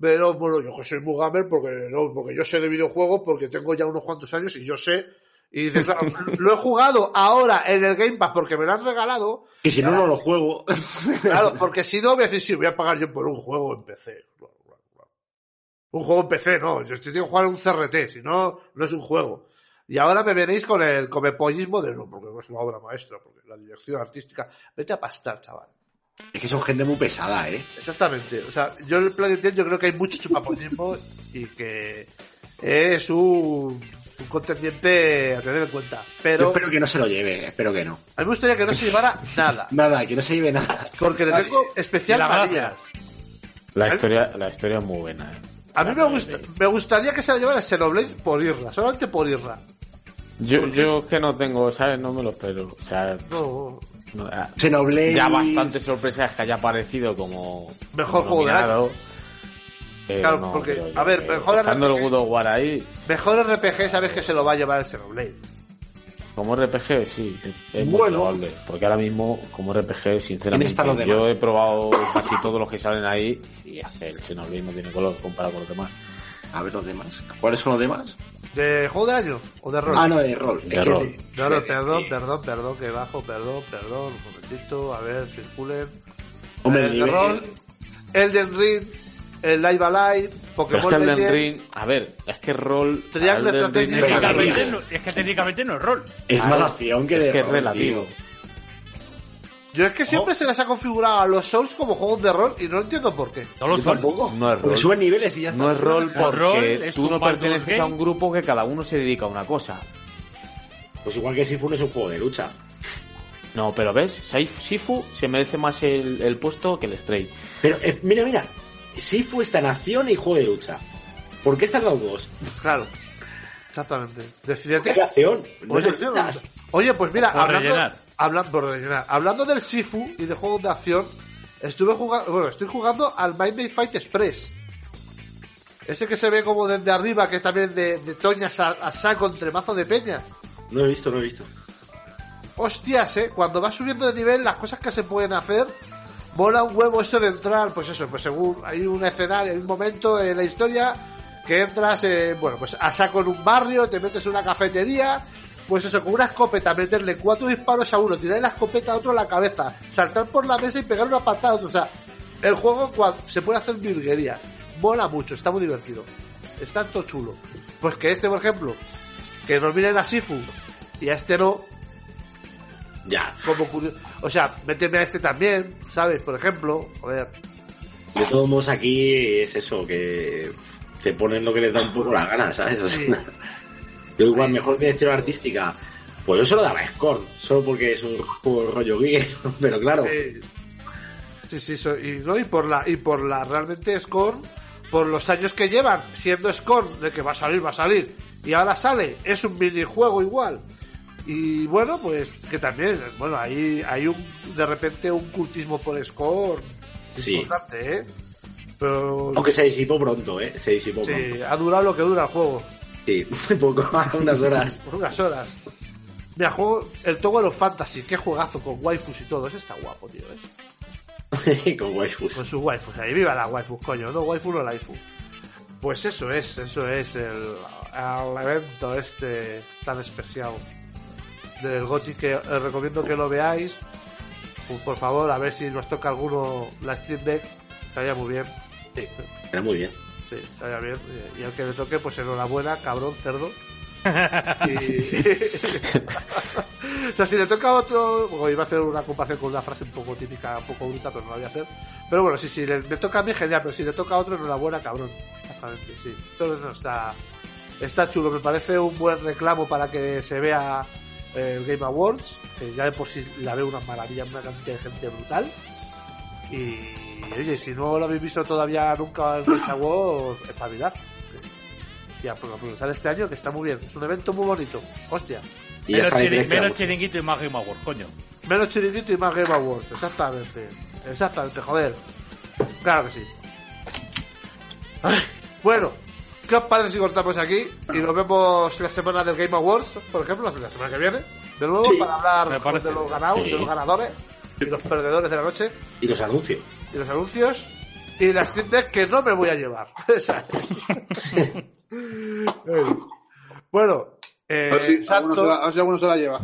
A: pero bueno, yo que soy muy gamer porque no, porque yo sé de videojuegos, porque tengo ya unos cuantos años y yo sé Y dices, claro, lo he jugado ahora en el Game Pass porque me lo han regalado.
B: Que si no, no lo juego.
A: Claro, porque si no, voy a decir, sí, voy a pagar yo por un juego en PC. Un juego en PC, no. Yo estoy jugando un CRT, si no, no es un juego. Y ahora me venéis con el comepollismo de no, porque no es una obra maestra, porque la dirección artística. Vete a pastar, chaval.
B: Es que son gente muy pesada, ¿eh?
A: Exactamente. O sea, yo en el Planet yo creo que hay mucho chupapollismo y que es un, un contendiente a tener en cuenta.
B: Yo
A: Pero
B: espero que no se lo lleve, espero que no.
A: a mí me gustaría que no se llevara nada.
B: Nada, que no se lleve nada.
A: Porque le tengo especial
G: La
A: manía.
E: La historia, la historia es muy buena, eh.
A: ¿Eh? A mí me, gusta, me gustaría que se la llevara Xenoblade por Irra, solamente por Irra.
E: Yo, yo es que no tengo, ¿sabes? No me lo espero. O sea,
A: No,
E: no- ah,
B: Xenoblade.
E: ya bastantes sorpresas que haya aparecido como
A: Mejor
E: como
A: juego del año.
E: nominado. Pero
A: Claro, porque,
E: creo yo
A: a ver,
E: que
A: mejor
E: estando el
A: RPG.
E: Good of War ahí,
A: mejor RPG sabes que se lo va a llevar el Xenoblade.
E: como RPG sí, es muy
B: Bueno.
E: probable, porque ahora mismo como RPG
B: ¿Quién está los
E: sinceramente
B: demás?
E: yo he probado casi todos los que salen ahí y el Xenoblade no tiene color comparado con los demás.
B: A ver los demás. ¿Cuáles son los demás?
A: ¿De juego de año o de rol?
B: Ah, no, de rol.
E: De
B: Es que-
E: rol.
A: No, no, perdón, perdón, perdón, que bajo, perdón, perdón, un momentito, a ver, circulen.
B: Hombre,
A: el de
B: nivel-
A: rol, Elden Ring, el Live Alive,
E: Pero es
A: Pokémon
E: que Elden
A: Legends,
E: Ring, a ver, es que rol
A: Triangle
E: Elden Ring
A: Strategy
E: es
B: Venga,
E: relativo.
B: venga.
G: Técnicamente no- es que técnicamente no es rol.
B: Es
E: Ah,
B: más acción que de
E: es que es
B: rol,
E: relativo.
B: tío.
A: Yo es que siempre se les ha configurado a los Souls como juegos de rol y no entiendo por qué.
G: No lo
B: Yo
G: son.
B: tampoco.
E: No es
B: Porque
E: rol.
B: suben niveles y ya está.
E: No es rol
G: rol
E: porque
G: es
E: tú
G: un
E: no
G: Baldur's
E: perteneces
G: Gate.
E: a un grupo que cada uno se dedica a una cosa.
B: Pues igual que Sifun es un juego de lucha.
E: No, pero ves, Saif- Sifu se merece más el, el puesto que el Stray.
B: Pero, eh, mira, mira. Sifu está en acción y juego de lucha. ¿Por qué están los dos?
A: Claro, exactamente.
B: Es de
A: Decídete.
B: acción. No
A: Oye,
B: es de lucha.
A: Oye, pues mira,
G: Por
A: hablando,
G: rellenar.
A: hablan- por rellenar. hablando del Sifu y de juegos de acción, estuve jugando, bueno, estoy jugando al Mind Day Fight Express. Ese que se ve como desde arriba, que es también de, de toñas a, a saco entre mazo de peña.
B: No he visto, no he visto.
A: hostias, eh, cuando vas subiendo de nivel, las cosas que se pueden hacer, mola un huevo eso de entrar, pues eso, pues según hay un escenario, hay un momento en la historia que entras, eh, bueno, pues a saco en un barrio, te metes en una cafetería, pues eso, con una escopeta, meterle cuatro disparos a uno, tirar la escopeta a otro en la cabeza, saltar por la mesa y pegar una patada a otro, o sea, el juego cua- se puede hacer virguerías, mola mucho, está muy divertido, es tanto chulo. Pues que este, por ejemplo, que nos miren a Sifu y a este no,
B: Ya.
A: como curio- O sea, méteme a este también, ¿sabes? Por ejemplo, joder.
B: De todos modos, aquí es eso, que te ponen lo que les da un poco la gana, ¿sabes? O sea,
A: Sí.
B: yo igual, mejor dirección artística. Pues yo se lo daba a Scorn, solo porque es un juego rollo geek, pero claro.
A: eh, sí, sí, so- y, ¿no? y por la, y por la realmente Scorn, por los años que llevan, siendo Scorn, de que va a salir, va a salir, y ahora sale, es un minijuego igual. Y bueno, pues que también, bueno, ahí hay un, de repente un cultismo por Scorn
B: Sí.
A: importante, ¿eh? Pero
B: Aunque se disipó pronto, ¿eh? Se disipó pronto.
A: sí, ha durado lo que dura el juego.
B: Sí, un poco, unas horas.
A: por unas horas. Mira, juego el Tower of Fantasy, qué juegazo con waifus y todo, ese está guapo, tío, ¿eh?
B: Con waifus.
A: Con sus waifus, ahí viva la waifus, coño, no waifu no laifu. Pues eso es, eso es el, el evento este tan especial del Gothic que os recomiendo que lo veáis. Pues, por favor, a ver si nos toca alguno la Steam Deck, estaría muy bien. Sí,
B: Era muy bien.
A: sí, estaría este, bien. Y al que le toque, pues enhorabuena, cabrón, cerdo. Y- o sea, si le toca a otro, bueno, iba a hacer una comparación con una frase un poco típica, un poco bruta, pero no la voy a hacer. Pero bueno, sí, sí, le, me toca a mí, genial, pero si le toca a otro, enhorabuena, cabrón. Exactamente, sí. Entonces, no, está, está chulo, me parece un buen reclamo para que se vea eh, el Game Awards, que ya de por sí la veo una maravilla, una cantidad de gente brutal. Y, oye, si no lo habéis visto todavía nunca en Game Awards, espabilar. Y a- por aprovechar este año, que está muy bien. Es un evento muy bonito. Hostia.
B: Y ya
G: menos,
B: está de
G: chiring-
B: dirección.
G: menos chiringuito y más Game Awards, coño.
A: Menos chiringuito y más Game Awards, exactamente. Exactamente, joder. Claro que sí. Ay, bueno, ¿qué os parece si cortamos aquí y nos vemos la semana del Game Awards, por ejemplo, la semana que viene? De nuevo,
B: Sí,
A: para hablar
G: me parece
A: de los ganados,
E: Sí.
A: de los ganadores y los perdedores de la noche
B: Y los anuncios.
A: y los anuncios y las Steam Deck que no me voy a llevar. Esa es. bueno, Eh,
C: a ver si alguno se
A: exacto.
C: la- Pues a ver si alguno se la lleva.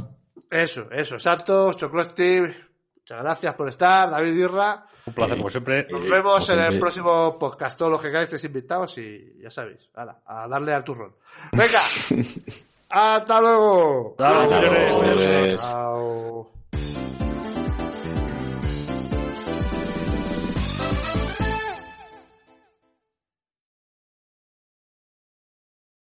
A: Eso, eso, exacto. Choclosti, muchas gracias por estar, David Irra.
G: Un placer, como siempre.
A: Nos
B: Eh,
A: vemos
E: como
A: en el
E: siempre.
A: próximo podcast. Todos los que queráis estéis invitados y ya sabéis, ala, a darle al turrón. Venga, hasta luego.
G: Hasta
E: luego,
A: Adiós.
E: señores.
A: Chao.